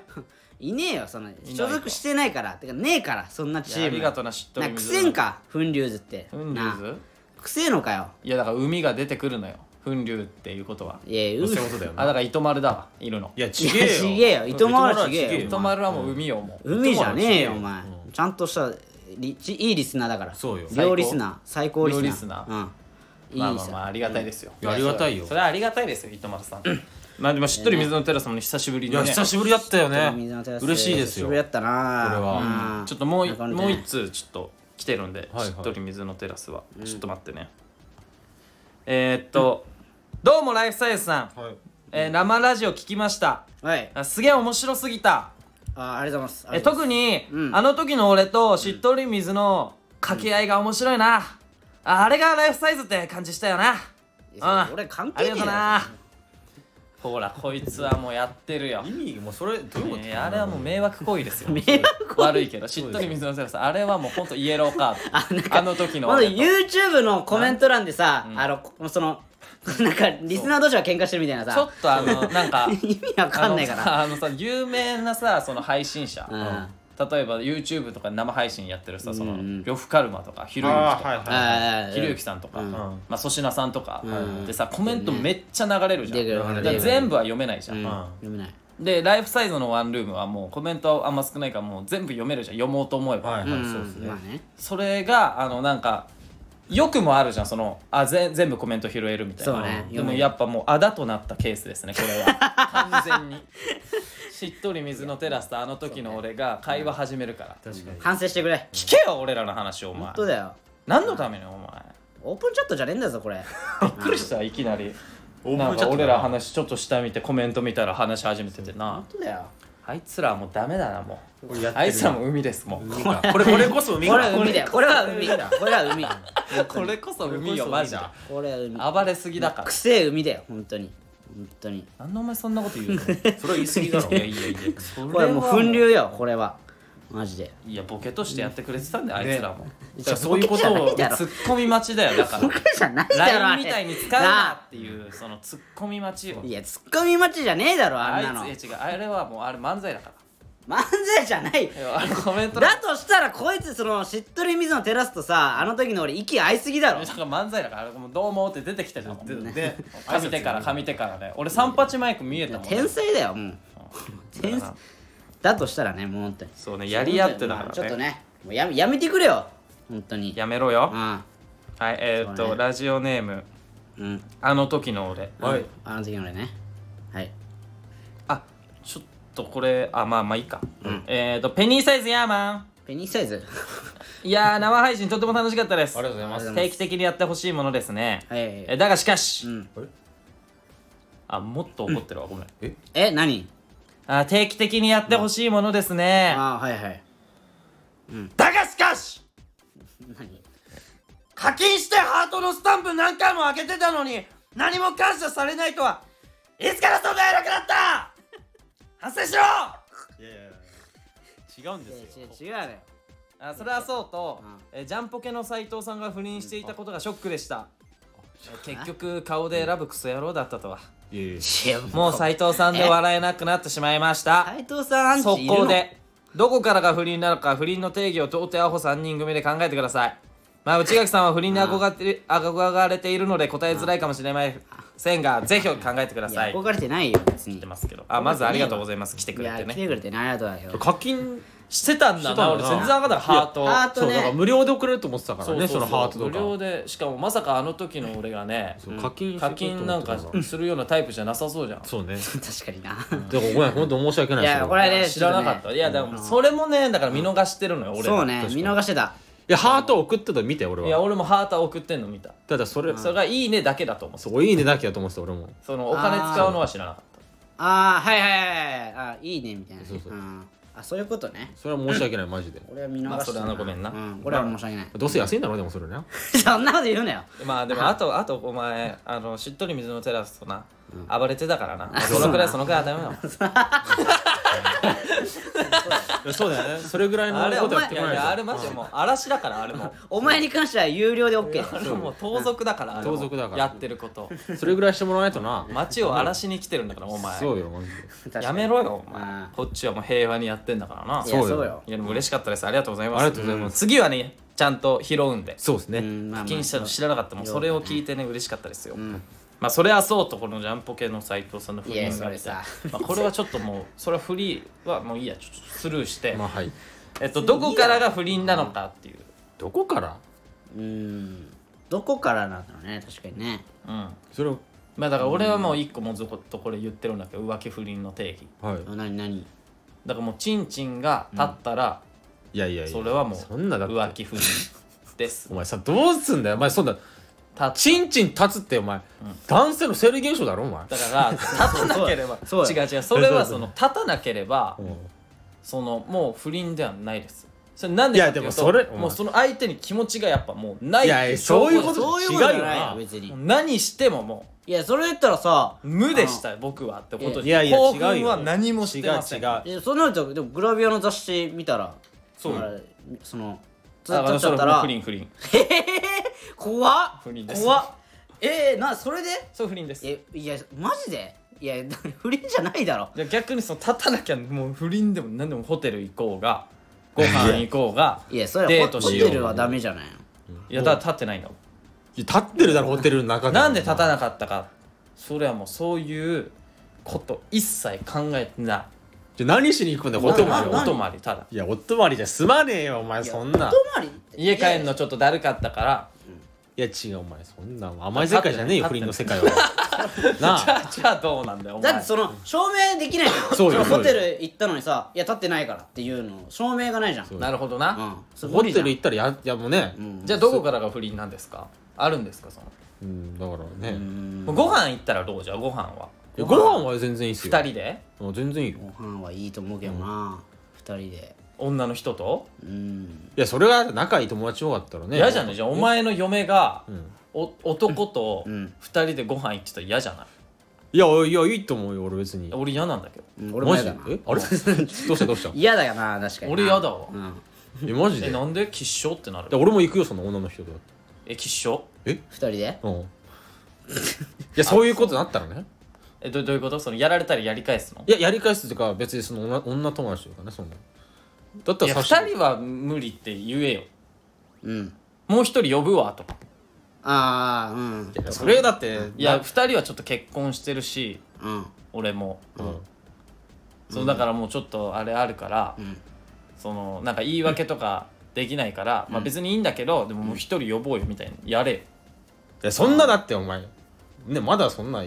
S1: いねえよその
S2: い
S1: 所属してないからてかねえからそんないチ
S2: やあ
S1: ーム
S2: りがとうな知っと
S1: な
S2: る
S1: くせんかフンリューズって
S2: フンリュ
S1: な
S2: ーズ
S1: あくせえのかよ
S2: いやだから海が出てくるのよフンリューっていうことはい
S1: やう
S3: そうい
S1: ん
S3: うことだよ
S2: あ
S3: な
S2: だから糸丸だわいるの
S3: いや
S1: い
S3: ちげ
S1: や
S3: えよ
S1: ちげえよ糸満はちげえよ
S3: 糸
S2: 糸
S3: 満は
S2: 丸はもう海よもう
S1: 海じゃねえよ
S3: うん
S1: お前ちゃんとしたリちいいリスナーだから
S3: そうよ
S1: 両リスナー最高リスナー
S2: 両リスナ
S1: ーうんいい
S2: まあ
S1: リ
S2: まあ
S1: ス
S2: ま
S1: ナ
S2: あありがたいですよ
S3: いやありがたいよ
S2: それはありがたいですよ糸丸さんまあでもしっとり水のテラスもね久しぶり
S3: い
S2: に
S3: や
S2: ね
S3: 久しぶりだったよ
S1: ー
S3: ね嬉しいです
S1: 渋
S3: よ
S1: 谷やったな
S3: これは
S1: うん
S2: ちょっともうい
S1: なかなか
S2: もう
S1: ね
S2: 一通ちょっと来てるんで、
S3: はいはい
S2: しっとり水のテラスは、ちょっと待ってねえー、っと、どうもライフサイズさん、
S3: はい
S2: えー生ラジオ聞きました
S1: はい
S2: あすげえ面白すぎた
S1: あありがとうございますあ
S2: え
S1: りがとうござい
S2: 特に、
S1: うん
S2: あの時の俺としっとり水の掛け合いが面白いな、ああれがライフサイズって感じしたよ
S1: ま
S2: なあ
S1: すいや俺関
S2: あ
S1: 係ねえ
S2: りがと
S1: よ
S2: うなほらこいつはもうやってるよ
S3: 意味もうそれどういうこと
S2: えーあれはもう迷惑行為ですよ
S1: 迷惑
S2: 悪いけどしっとり水のセラさんあれはもうほんとイエロ ーカードあの時の
S1: まだ
S2: 俺と
S1: YouTube のコメント欄でさ、あのこそのなんかリスナー同士が喧嘩してるみたいな
S2: ちょ
S1: さ
S2: っとあのなんか
S1: 意味 わかんないから
S2: あのさあのさ有名なさその配信者、
S1: うん
S2: 例えば YouTube とか生配信やってるさその、
S1: うんうん
S2: 呂布カルマとかひろゆきと
S3: あ
S2: か、
S3: ーはいはい
S1: あ
S2: ひろゆきさんとか、
S1: うん
S2: まあ、粗品さんとか、
S1: うん
S2: でさコメントめっちゃ流れるじゃん、
S1: 出てくる
S2: だから全部は読めないじゃ、
S1: うんん
S3: ん
S1: 読めない
S2: でライフサイズのワンルームはもうコメントあんま少ないからもう全部読めるじゃん読もうと思えば、
S3: はいはい
S1: ん
S3: そうですね
S1: まあね
S2: それがあのなんかよくもあるじゃんそのあぜ全部コメント拾えるみたいな
S1: そうね
S2: でもやっぱもうあだとなったケースですねこ れは完全にしっとり水のテラスとあの時の俺が会話始めるから、
S3: 確かに
S1: 反省してくれ
S2: 聞けよ俺らの話をお前
S1: 本当だよ
S2: 何のためにお前
S1: オープンチャットじゃねえんだぞこれ
S2: びっくりしたいきなり
S3: オープン
S2: なん
S3: チ
S2: か
S3: ャット
S2: 俺ら話ちょっと下見てコメント見たら話し始めててな
S1: 本当だよ
S2: あいつらはもうダメだなもう
S3: これやってるな
S2: あいつらも海ですも ん
S3: 海かこれこれこそ海
S1: これ
S3: か
S1: は海だよこれは海だよ これは海
S2: これこそ海よマジで
S1: これは海
S2: 暴れすぎだから
S1: くせえ海だよ本当に本当に
S2: なんでお前そんなこと言う の
S3: それは言い過ぎだろ
S2: いやいやいやそれ
S1: これはもう噴流よこれはマジで
S2: いやボケとしてやってくれてたんだよ、あいつらも
S3: だからそういうこと
S1: ボケ
S3: を
S1: じゃないだろ
S2: ツッコミ待ちだよだか
S1: これじゃないだ
S2: ら
S1: ろあ
S2: LINE
S1: れ
S2: みたいに使う
S1: な
S2: な
S1: あ
S2: っていうそのツッコミ待ちを
S1: いやツッコミ待ちじゃねえだろあ
S2: あ
S1: んなの
S2: いついや違うあれはもうあれ漫才だか
S1: 漫才じゃない
S2: らいやあれコメント
S1: だとしたらこいつそのしっとり水のテラスとさあの時の俺息合いすぎだろ
S2: だから漫才だからあれもうどうもって出てきたじゃんで上手から上手からね俺三八マイク見えたもん
S1: 天才だよもう天才だとしたらねもう本当に
S2: そうねやり合ってたから
S1: ま
S2: ね
S1: あちょっとねもうやめやめてくれよ本当に
S2: やめろよ
S1: あ
S2: はいえーっ
S1: そう
S2: と
S1: ね
S2: ラジオネーム
S1: あうん
S2: あの時の俺
S3: はい
S1: あの時の俺ねはい
S2: あちょっとこれあまあまあいいか、えっ、とペニーサイズヤーマン
S1: ペニーサイ ズ
S2: いやー生配信とっても楽しかったです
S3: ありがとうございます
S1: ありがとうございます
S2: 定期的にやってほしいものですね、
S1: はいはいはい
S2: えだがしかし、
S1: うん
S2: あもっと怒ってるわ、ごめん
S1: え何
S2: あ定期的にやってほしいものですね、
S1: あはいはい
S2: だがしかし
S1: 何
S2: 課金してハートのスタンプ何回も開けてたのに何も感謝されないとはいつからそんな偉くなった反省しろ
S3: いやいやいや違うんですよ
S1: 違うよ
S2: あそれはそうと、
S1: うん
S2: えジャンポケの斉藤さんが不倫していたことがショックでした、え結局顔で選ぶクソ野郎だったとは、
S3: いやいや
S1: いやも
S2: も
S1: う
S2: う斉藤さんで笑えなくなってしまいました
S1: 斎藤さんアン
S2: 速
S1: チいるの
S2: 攻でどこからが不倫なのか不倫の定義を到底アホ3人組で考えてくださいまあ内垣さんは不倫に憧れてる憧れているので答えづらいかもしれませんがぜひ考えてくだ
S1: い
S2: さ
S1: や
S2: い言っ
S1: 憧れてないよ別に
S2: てますけどあまずありがとうございます来てくれて
S1: いや来て
S2: ね
S1: くれてねありがとうだよ
S3: 課金
S2: してたんだな俺
S3: してた
S2: 全然
S3: んだな
S2: 分かんないハート
S1: ハート
S3: そう
S1: ね
S3: だから無料で送れると思ってたからねそのハート
S2: 無料
S3: とか
S2: でしかもまさかあの時の俺がね
S3: そう課金
S2: 課金なんかするようなタイプじゃなさそうじゃん
S3: そうね
S1: 確かにな
S3: だからごめん本当申し訳ない
S1: い
S3: です
S1: やこれはね
S2: 知らなかったいやでもそれもねだから見逃してるのよ俺ら
S1: そうね見逃してた
S3: いやハート送ってたの見て俺
S2: いや
S3: は
S2: 俺もハート送ってんの見た
S3: ただそれ
S2: それがいいねだけだと思う
S3: そういいねだけだと思ってた俺も
S2: そのお金使うのは知らなかっ
S1: ああはいはいはいはいあいいねみたいなね
S3: そうそう
S1: うんあそういうことね
S3: それは申し訳ないマジで
S1: 俺は見逃してた
S2: まあそれはなごめんな
S1: うん俺は申し訳ない
S3: どうせ安いんだろでもそれね
S1: そんなこと言うなよ
S2: たまあでもあとあとお前あのしっとり水のテラスとな暴れてたからなそのくらいそのくらい当たり前だもん
S3: そうだよねそれぐらいの
S2: あれ
S3: こ
S2: お
S3: とやっ
S2: 前
S3: て
S2: い
S3: こ
S2: や
S3: ないい
S2: やあ
S3: と
S2: れマジでもう嵐だからあれも
S1: お前に関しては有料で OK
S2: あれもう盗賊だからあれも
S3: 盗賊だから
S2: やってること
S3: それぐらいしてもらわないとな
S2: 街を荒らしに来てるんだからお前
S3: そうよマジで
S2: やめろよお
S1: う
S2: 前
S1: ん
S2: こっちはもう平和にやってんだからない
S1: や
S3: そうよ
S1: そうよ
S2: いやでも嬉しかったですありがとうございます
S3: ありがとうございます
S2: 次はねちゃんと拾うんで
S3: そうですね、
S1: うんまあまあ
S2: 課金したの知らなかったもんそれを聞いてね嬉しかったですよまあそれはそうとこのジャンポ系の斎藤さんのフリー
S1: いや
S2: ズ
S1: そ
S2: があっ
S1: れ
S2: て
S1: さ
S2: まあこれはちょっともうそれはフリーはもういいやちょっとスルーして
S3: まあはい
S2: えっとどこからが不倫なのかっていう
S3: どこから
S1: うんどこからなんだろうね確かにね
S2: うん
S3: それを
S2: まあだから俺はもう一個もずっとこれ言ってるんだけど浮気不倫の定義
S3: はい
S1: 何何
S2: だからもうチンチンが立ったら
S3: いやいやいや
S2: それはもう
S3: そんなだって
S2: 浮気不倫です
S3: お前さどうすんだよお前そんな
S2: 立つ
S3: チンチン立つってお前、男性の生理現象だろお前
S2: だから立たなけれ ば
S1: そうそう
S2: 違う違うそれはその立たなければそのもう不倫ではないですそれなんでかっていうと
S3: いやでもそれ
S2: もうその相手に気持ちがやっぱもうない
S3: いやいやそういうこと
S1: そういうことじゃないよ別に
S2: もう何してもも
S1: いやそれ言ったらさ
S2: う無でした僕はってこと
S3: いやいや
S2: 興
S3: 違う
S2: 奮
S3: よ
S2: は何もしてません
S3: 違う違う
S1: いやそうなるとでもグラビアの雑誌見たら
S2: そう
S1: だからそのずっ
S2: だか
S1: と
S2: ら
S1: 立っちゃっ
S2: それ
S1: た
S2: も
S1: ら
S2: 不倫不倫
S1: 怖っ
S2: 不倫です
S1: 怖っえー、なそれで
S2: そう不倫です
S1: えいやマジでいや 不倫じゃないだろ
S2: じゃあ逆にその立たなきゃもう不倫でも何でもホテル行こうがご飯行こうが
S1: いやそれは
S2: デー
S1: ホ
S2: ト
S1: ホ
S2: しよう
S1: テルはダメじゃないの
S2: いやだから立ってないんだもん
S3: 立ってるだろホテルの中で
S2: なんで立た
S3: い
S2: なかったかそれはもうそういうこと一切考えてな
S3: じゃあ何しに行くんだよ
S2: い
S3: お泊ま
S1: な
S3: り
S1: な
S2: お
S3: を
S2: 泊まりただ
S3: いやお泊まりじゃ済まねえよお前そんな
S1: 泊まり
S2: 家帰るのちょっとだるかったから
S3: いや違うお前そんな甘い世界じゃねえよ不倫の世界はな
S2: じ
S3: あ
S2: ゃあじゃあどうなんだよお前
S1: だってその証明できないじゃん
S3: そうよ
S1: のホテ
S3: そう
S1: ル行ったのにさ「いや立ってないから」っていうの証明がないじゃんう
S2: なるほどな、
S1: んそれ
S3: ホ
S1: 無理じ
S3: テ
S1: ゃん
S3: ル行ったらやいやもうね、
S2: じゃあどこからが不倫なんですかあるんですかその、
S3: うん、だからね、
S2: ご飯行ったらどうじゃご飯は
S3: ご飯は全然いいっすよ
S2: 2人で
S3: 人全然いいよ
S1: ご飯はいいと思うけどな二人で
S2: 女の人と
S1: うん
S3: いやそれが仲いい友達よかったらね
S2: 嫌、じゃないじゃあお前の嫁が、
S3: ん
S2: お男と
S1: ん
S2: 2人でご飯行ってたら嫌じゃない
S3: いやいやいいと思うよ俺別に
S2: 俺嫌なんだけど
S1: うん俺も嫌だな
S3: マジえあれ どうしたどうした
S1: 嫌だよな確かにな
S2: 俺嫌だわ
S1: うん
S3: えマジで
S2: え
S3: いや
S2: なんで吉祥ってなる
S3: 俺も行くよその女の人と
S2: え吉祥
S1: 二人で
S3: うんいやそういうことになったらね
S2: えどどういうことそのやられたらやり返すの
S3: いややり返すというか別にその女女友達というかねそんなだった
S2: いや
S3: ら
S2: 2
S3: さし
S2: 人は無理って言えよ
S1: うん
S2: もう1人呼ぶわとか
S1: ああうん
S3: いやそれだって
S2: いや2人はちょっと結婚してるし
S1: うん
S2: 俺も、
S3: ん
S2: そうだからもうちょっとあれあるから、
S1: ん
S2: そのなんか言い訳とかできないから、まあ別にいいんだけどでももう1人呼ぼうよみたいなやれよ
S3: いやそんなだってお前ねまだそんな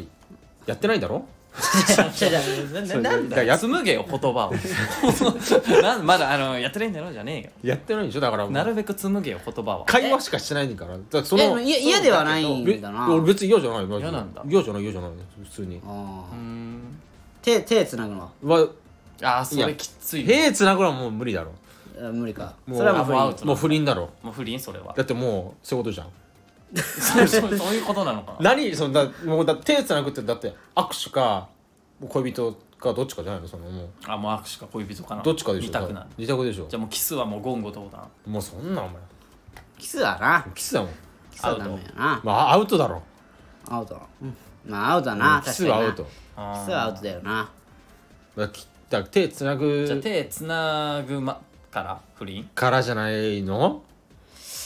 S3: やってないだろ
S1: じゃじゃなななん
S3: だ
S1: だ
S3: からや
S2: 紡げよ言葉 をなんまだあのやってないんだろうじゃねえよ
S3: やってないでしょだから
S2: なるべく紡げよ言葉は
S3: 会話しかしてないんだからだからそ
S1: えで
S3: の
S1: もいや嫌ではないんだな
S3: べ俺別に嫌じゃないマジで
S2: 嫌なんだ
S3: 嫌じゃない嫌じゃない普通に
S1: あ
S2: うー
S1: ー
S2: ん
S1: 手手つなぐのは
S3: は
S2: ああそれきついね
S3: 平つなぐのはもう無理だろ
S1: あ無理か
S3: もう
S1: それは
S2: あもうア
S1: も
S2: ウ
S1: う
S2: ト
S3: もう不倫だろ
S2: もう不倫それは
S3: だってもうそういうことじゃん
S2: そう そうそういうことなのかな
S3: 何そのだもうだ手つなぐってだって握手か恋人かどっちかじゃないのそのもう
S2: あもう握手か恋人かな
S3: どっちかでしょ
S2: 二択なの
S3: 二択でしょ
S2: じゃあもうキスはもう言語道断
S3: もうそんなんお前
S1: キスだな
S3: キスだもん
S1: キスはダメやな
S3: まあアウトだろ
S1: アウトうんまあアウトだな確
S3: キ
S1: か
S3: ス
S1: にな
S3: はアウト
S1: キ
S2: あ
S1: スはアウトだよな
S3: だからきだから手つな
S2: ーじゃあ
S3: ぐ
S2: 手つなぐまから不倫
S3: からじゃないの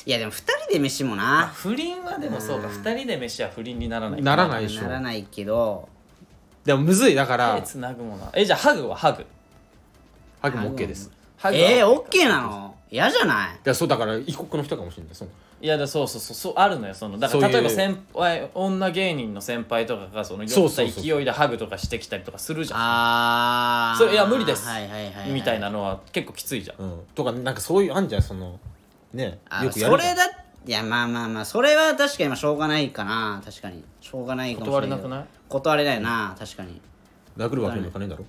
S1: いやでも二人で飯もな
S2: 不倫はでもそうか二人で飯は不倫にならない
S3: なら
S2: い
S3: ないでしょ
S1: ならないけど
S3: でもむずいだから
S2: 手つなぐもなえじゃあハグはハグ
S3: ハグも OK です
S2: ハグは
S1: えー、オッケーなの嫌じゃない
S3: いやそうだから異国の人かもしれないそう
S2: いやだそうそうそうそうあるのよそのだか
S3: そ
S2: ら
S3: ういう
S2: 例えば先輩女芸人の先輩とかがその酔
S3: そう
S2: っ
S3: そ
S2: た
S3: うそう
S2: 勢いでハグとかしてきたりとかするじゃん
S1: あー
S2: それいや無理です
S1: はいはいはい、は
S2: みたいなのは結構きついじゃん
S3: うんとかなんかそういうあんじゃんそのね
S1: あ
S3: よくや
S1: そ
S3: るじ
S1: れ
S3: ゃん
S1: だいやまあまあまあそれは確かにまあしょうがないかな確かにしょうがないかもしれないけど
S2: 断れなくない
S1: 断れないな確かに
S3: 殴るわけにもいかねえだろ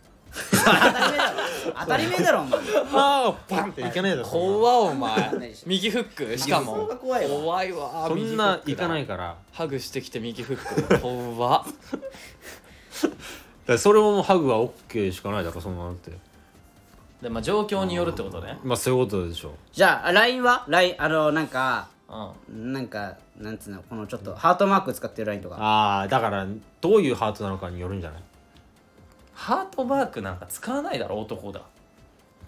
S1: 当たり前だろ当たり前だろお前
S3: ああバンっていけねえだろ
S2: 怖お前右フックしかも
S1: いやそこが怖いわ
S2: いわ
S3: そん
S2: 右フ
S3: な
S2: ック
S3: い
S2: だ
S3: かないから
S2: ハグしてきて右フック怖っ
S3: らそれももうハグは OK しかないだろそんなのって
S2: でまあ状況によるってことね
S3: まあそういうことでしょ
S1: じゃあ LINE は LINE あのなんか
S2: うん
S1: なんかなんつうのこのちょっとハートマーク使ってる LINE とか
S3: ああだからどういうハートなのかによるんじゃない
S2: ハートマークなんか使わないだろ男だ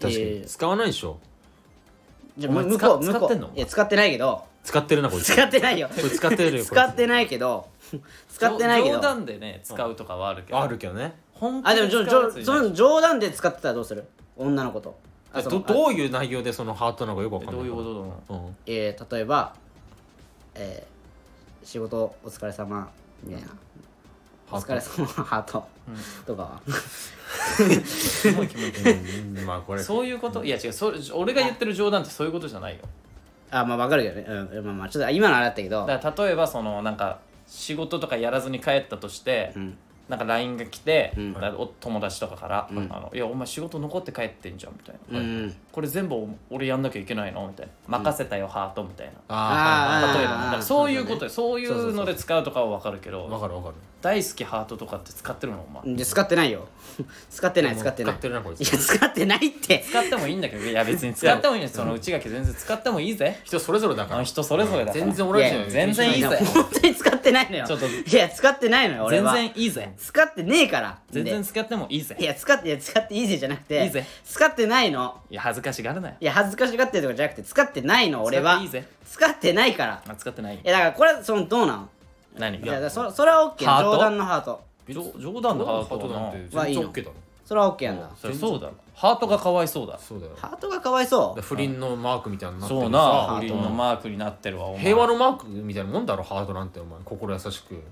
S3: 確か
S1: いやいやい
S3: に
S1: や
S3: 使わないでしょ
S1: じゃ
S2: お
S1: あ
S2: 前
S1: 向こう
S2: 使
S1: 向
S2: 使
S1: こ
S2: ってんの
S1: ういや使ってないけど
S3: 使ってるなこいつ
S1: 使ってないよ
S3: これ使ってるよこれ
S1: 使ってないけど 使ってないけ
S2: 冗
S1: ど
S2: 談でね使うとかはあるけど
S3: あるけどね
S2: 本当
S1: あ
S2: に
S1: でもじょじ
S2: 使うや
S1: ょ
S2: ついない
S1: その冗談で使ってたらどうする女の子とあそ
S3: ど
S1: の
S3: どういう内容でそのハートなのかよくわかん
S2: え
S3: ない
S2: どういうことだろ
S3: と、うん、
S1: えー例えば、えー仕事お疲れ様みたいな、お疲れ様ハートとかは、
S2: うキモいキモいキモい
S3: うんまあこれ
S2: そういうこといや違うそれ俺が言ってる冗談ってそういうことじゃないよ
S1: あまあわかるけどね、うん、まあまあちょっと今のあれだったけど
S2: だから例えばそのなんか仕事とかやらずに帰ったとして、なんか LINE が来て、だお友達とかから、あの「いやお前仕事残って帰ってんじゃん」みたいな、
S1: うん
S2: これ全部お俺やんなきゃいけないのみたいな「任せたよ、ハート」みたいな
S3: あ
S1: あー
S2: 例えばねだからそういうことそういうので使うとかは分かるけ
S3: あわ
S2: ど
S3: かるわかる
S2: 大好きハートとかって使ってるのお前
S1: で使ってないよ 使ってない使ってない
S3: 使ってるなこい
S1: いや
S3: つ
S1: 使ってないって
S2: 使ってもいいんだけどいや別に使ってもいいねその内垣全然使ってもいいぜ
S3: 人それぞれだ
S2: あ
S3: か
S2: の
S3: ら
S2: 人それぞれだから
S3: 全然俺らじゃ
S1: い
S3: な
S1: や
S3: い
S2: 全然いいぜ
S1: 本当に使ってないのよ
S2: ちょっと
S1: いや使ってないのよ俺
S2: 全
S1: は
S2: 然いいぜ
S1: 使ってねえから
S2: 全然
S1: で
S2: 使ってもいいぜ
S1: いや使っていや使っていいぜじゃなくて
S2: いいぜ
S1: 使ってないの
S2: いや恥ずかしがるなよ
S1: いや恥ずかしがってるとかじゃなくて使ってないの俺は
S2: 使っていいぜ
S1: 使ってないから
S2: あ使ってない
S1: いやだからこれはそのどうなの
S2: 何
S1: いやだか
S2: が
S1: らそそれは OK
S2: ハート
S1: 冗談のハート
S2: 冗冗談のハートだな
S1: まあいいの
S3: 全然 OK だろ
S1: それは OK なんだ
S2: それそうだろハートがかわいそうだ
S3: そうだよだ
S1: ハ
S3: か
S1: ートがかわいそ
S3: ら不倫のマークみたいになってる
S2: そ
S3: さ
S2: う
S3: ハ
S2: な
S3: ー
S2: 不
S3: ト
S2: 倫のマークになってるわお前
S3: 平和のマークみたいなもんだろハートなんてお前心優しく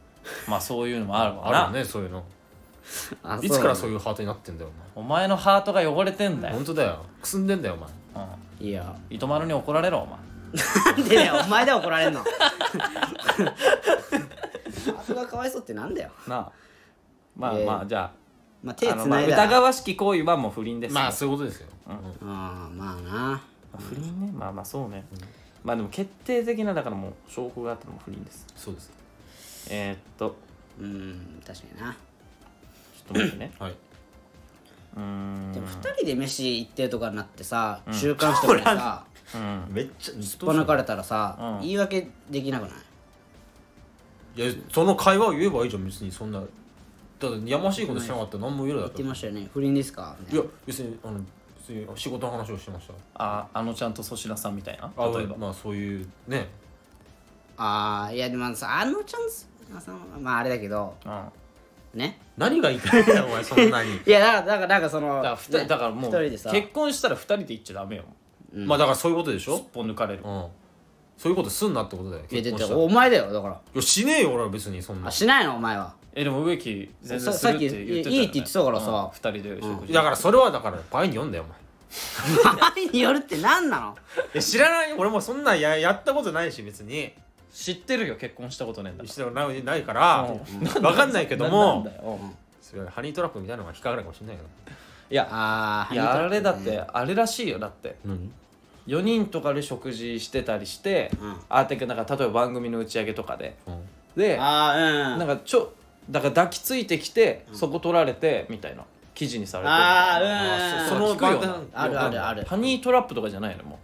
S2: まあそういうのもあるわ
S3: あるよ
S2: な、
S3: ねそういうの
S1: うあ
S3: いつからそうういうハートになってんだよ
S2: お前のハートが汚れてん
S3: お
S2: だ
S3: 前
S2: よ、
S3: 本当だよくすんでんだよお前
S2: うん、
S1: いや
S2: 糸丸に怒られろお前
S1: なんでだよお前で怒られんの ハートがかわいそうってなんだよ
S2: なあまあ
S1: いやいや
S2: まあじゃ
S1: まあ
S2: あ
S1: 手
S2: あの
S1: つ
S2: ま
S1: な
S2: あ
S1: いだ
S2: 疑わしき行為はもう不倫ですよ
S3: まあそういうことですようん
S1: あーまあな
S2: 不倫ねまあまあそうね、まあでも決定的なだからもう証拠があったのも不倫です
S3: そうです
S2: えー、っと
S1: うん確かにな
S2: ちょっと待ってね
S3: はい
S2: ー
S3: う
S2: ん
S1: でも2人で飯行ってるとかになってさ中間してから さ
S2: うん
S3: めっちゃすっ
S1: 突っぱなかれたらさ
S2: うん
S1: 言い訳できなくない
S3: いやその会話を言えばいいじゃん別にそんなだってやましいことしなかったら何も言えるだ
S1: 言って
S3: ろ
S1: ましたよね不倫ですかみた
S3: い
S1: い
S3: や
S1: な
S3: 別にあの別に仕事の話をしてました
S2: ああのちゃんと粗品さんみたいな
S3: あ
S2: 例えば
S3: まあそういうね
S1: ああいやでもさあのチャンスまああれだけど
S2: うん
S1: ね
S3: 何が言いたいんだよお前そんなに
S1: いやだからだからなんかその
S2: だから二人だからもう
S1: 一人でさ
S2: 結婚したら2人で行っちゃダメよ
S3: まあだから そういうことでし
S2: すっ
S3: ょ
S2: ぽ抜かれる
S3: うんそういうことすんなってことだよ
S1: いや
S3: 結婚
S1: だ
S3: し
S1: ったて
S3: らい
S1: お前だよだから
S3: やしねえよ俺は別にそんな
S1: あしないのお前は
S2: えでも植木全
S1: さ
S2: 然するっ
S1: さっき
S2: て言ってた
S1: いいいいって言ってたからさ
S2: 2人で食事
S3: だからそれはだから場合に読んだよお前
S1: 前によるって何なの
S3: え知らないよ俺もそんなんややったことないし別に
S2: 知ってるよ結婚したことねえんだか
S3: してないないから分かんないけ
S2: ら
S3: ど
S2: ななん
S3: も
S2: だよ
S3: それはハニートラップみたいなのが引っかかるかもしれないけど
S2: いや
S1: ああ
S2: いやあれだってあれらしいよだって
S3: 何
S2: 4人とかで食事してたりして、
S1: ん
S2: あてかなんか例えば番組の打ち上げとかでで
S1: ああ
S2: な
S1: うん
S2: んかちょだから抱きついてきて、そこ取られてみたいな記事にされてる
S1: あ
S3: あ
S1: あ
S3: そ
S1: うん
S3: の場
S2: 聞くよ
S3: 合
S2: な
S1: あるあるある
S2: ハニートラップとかじゃないのも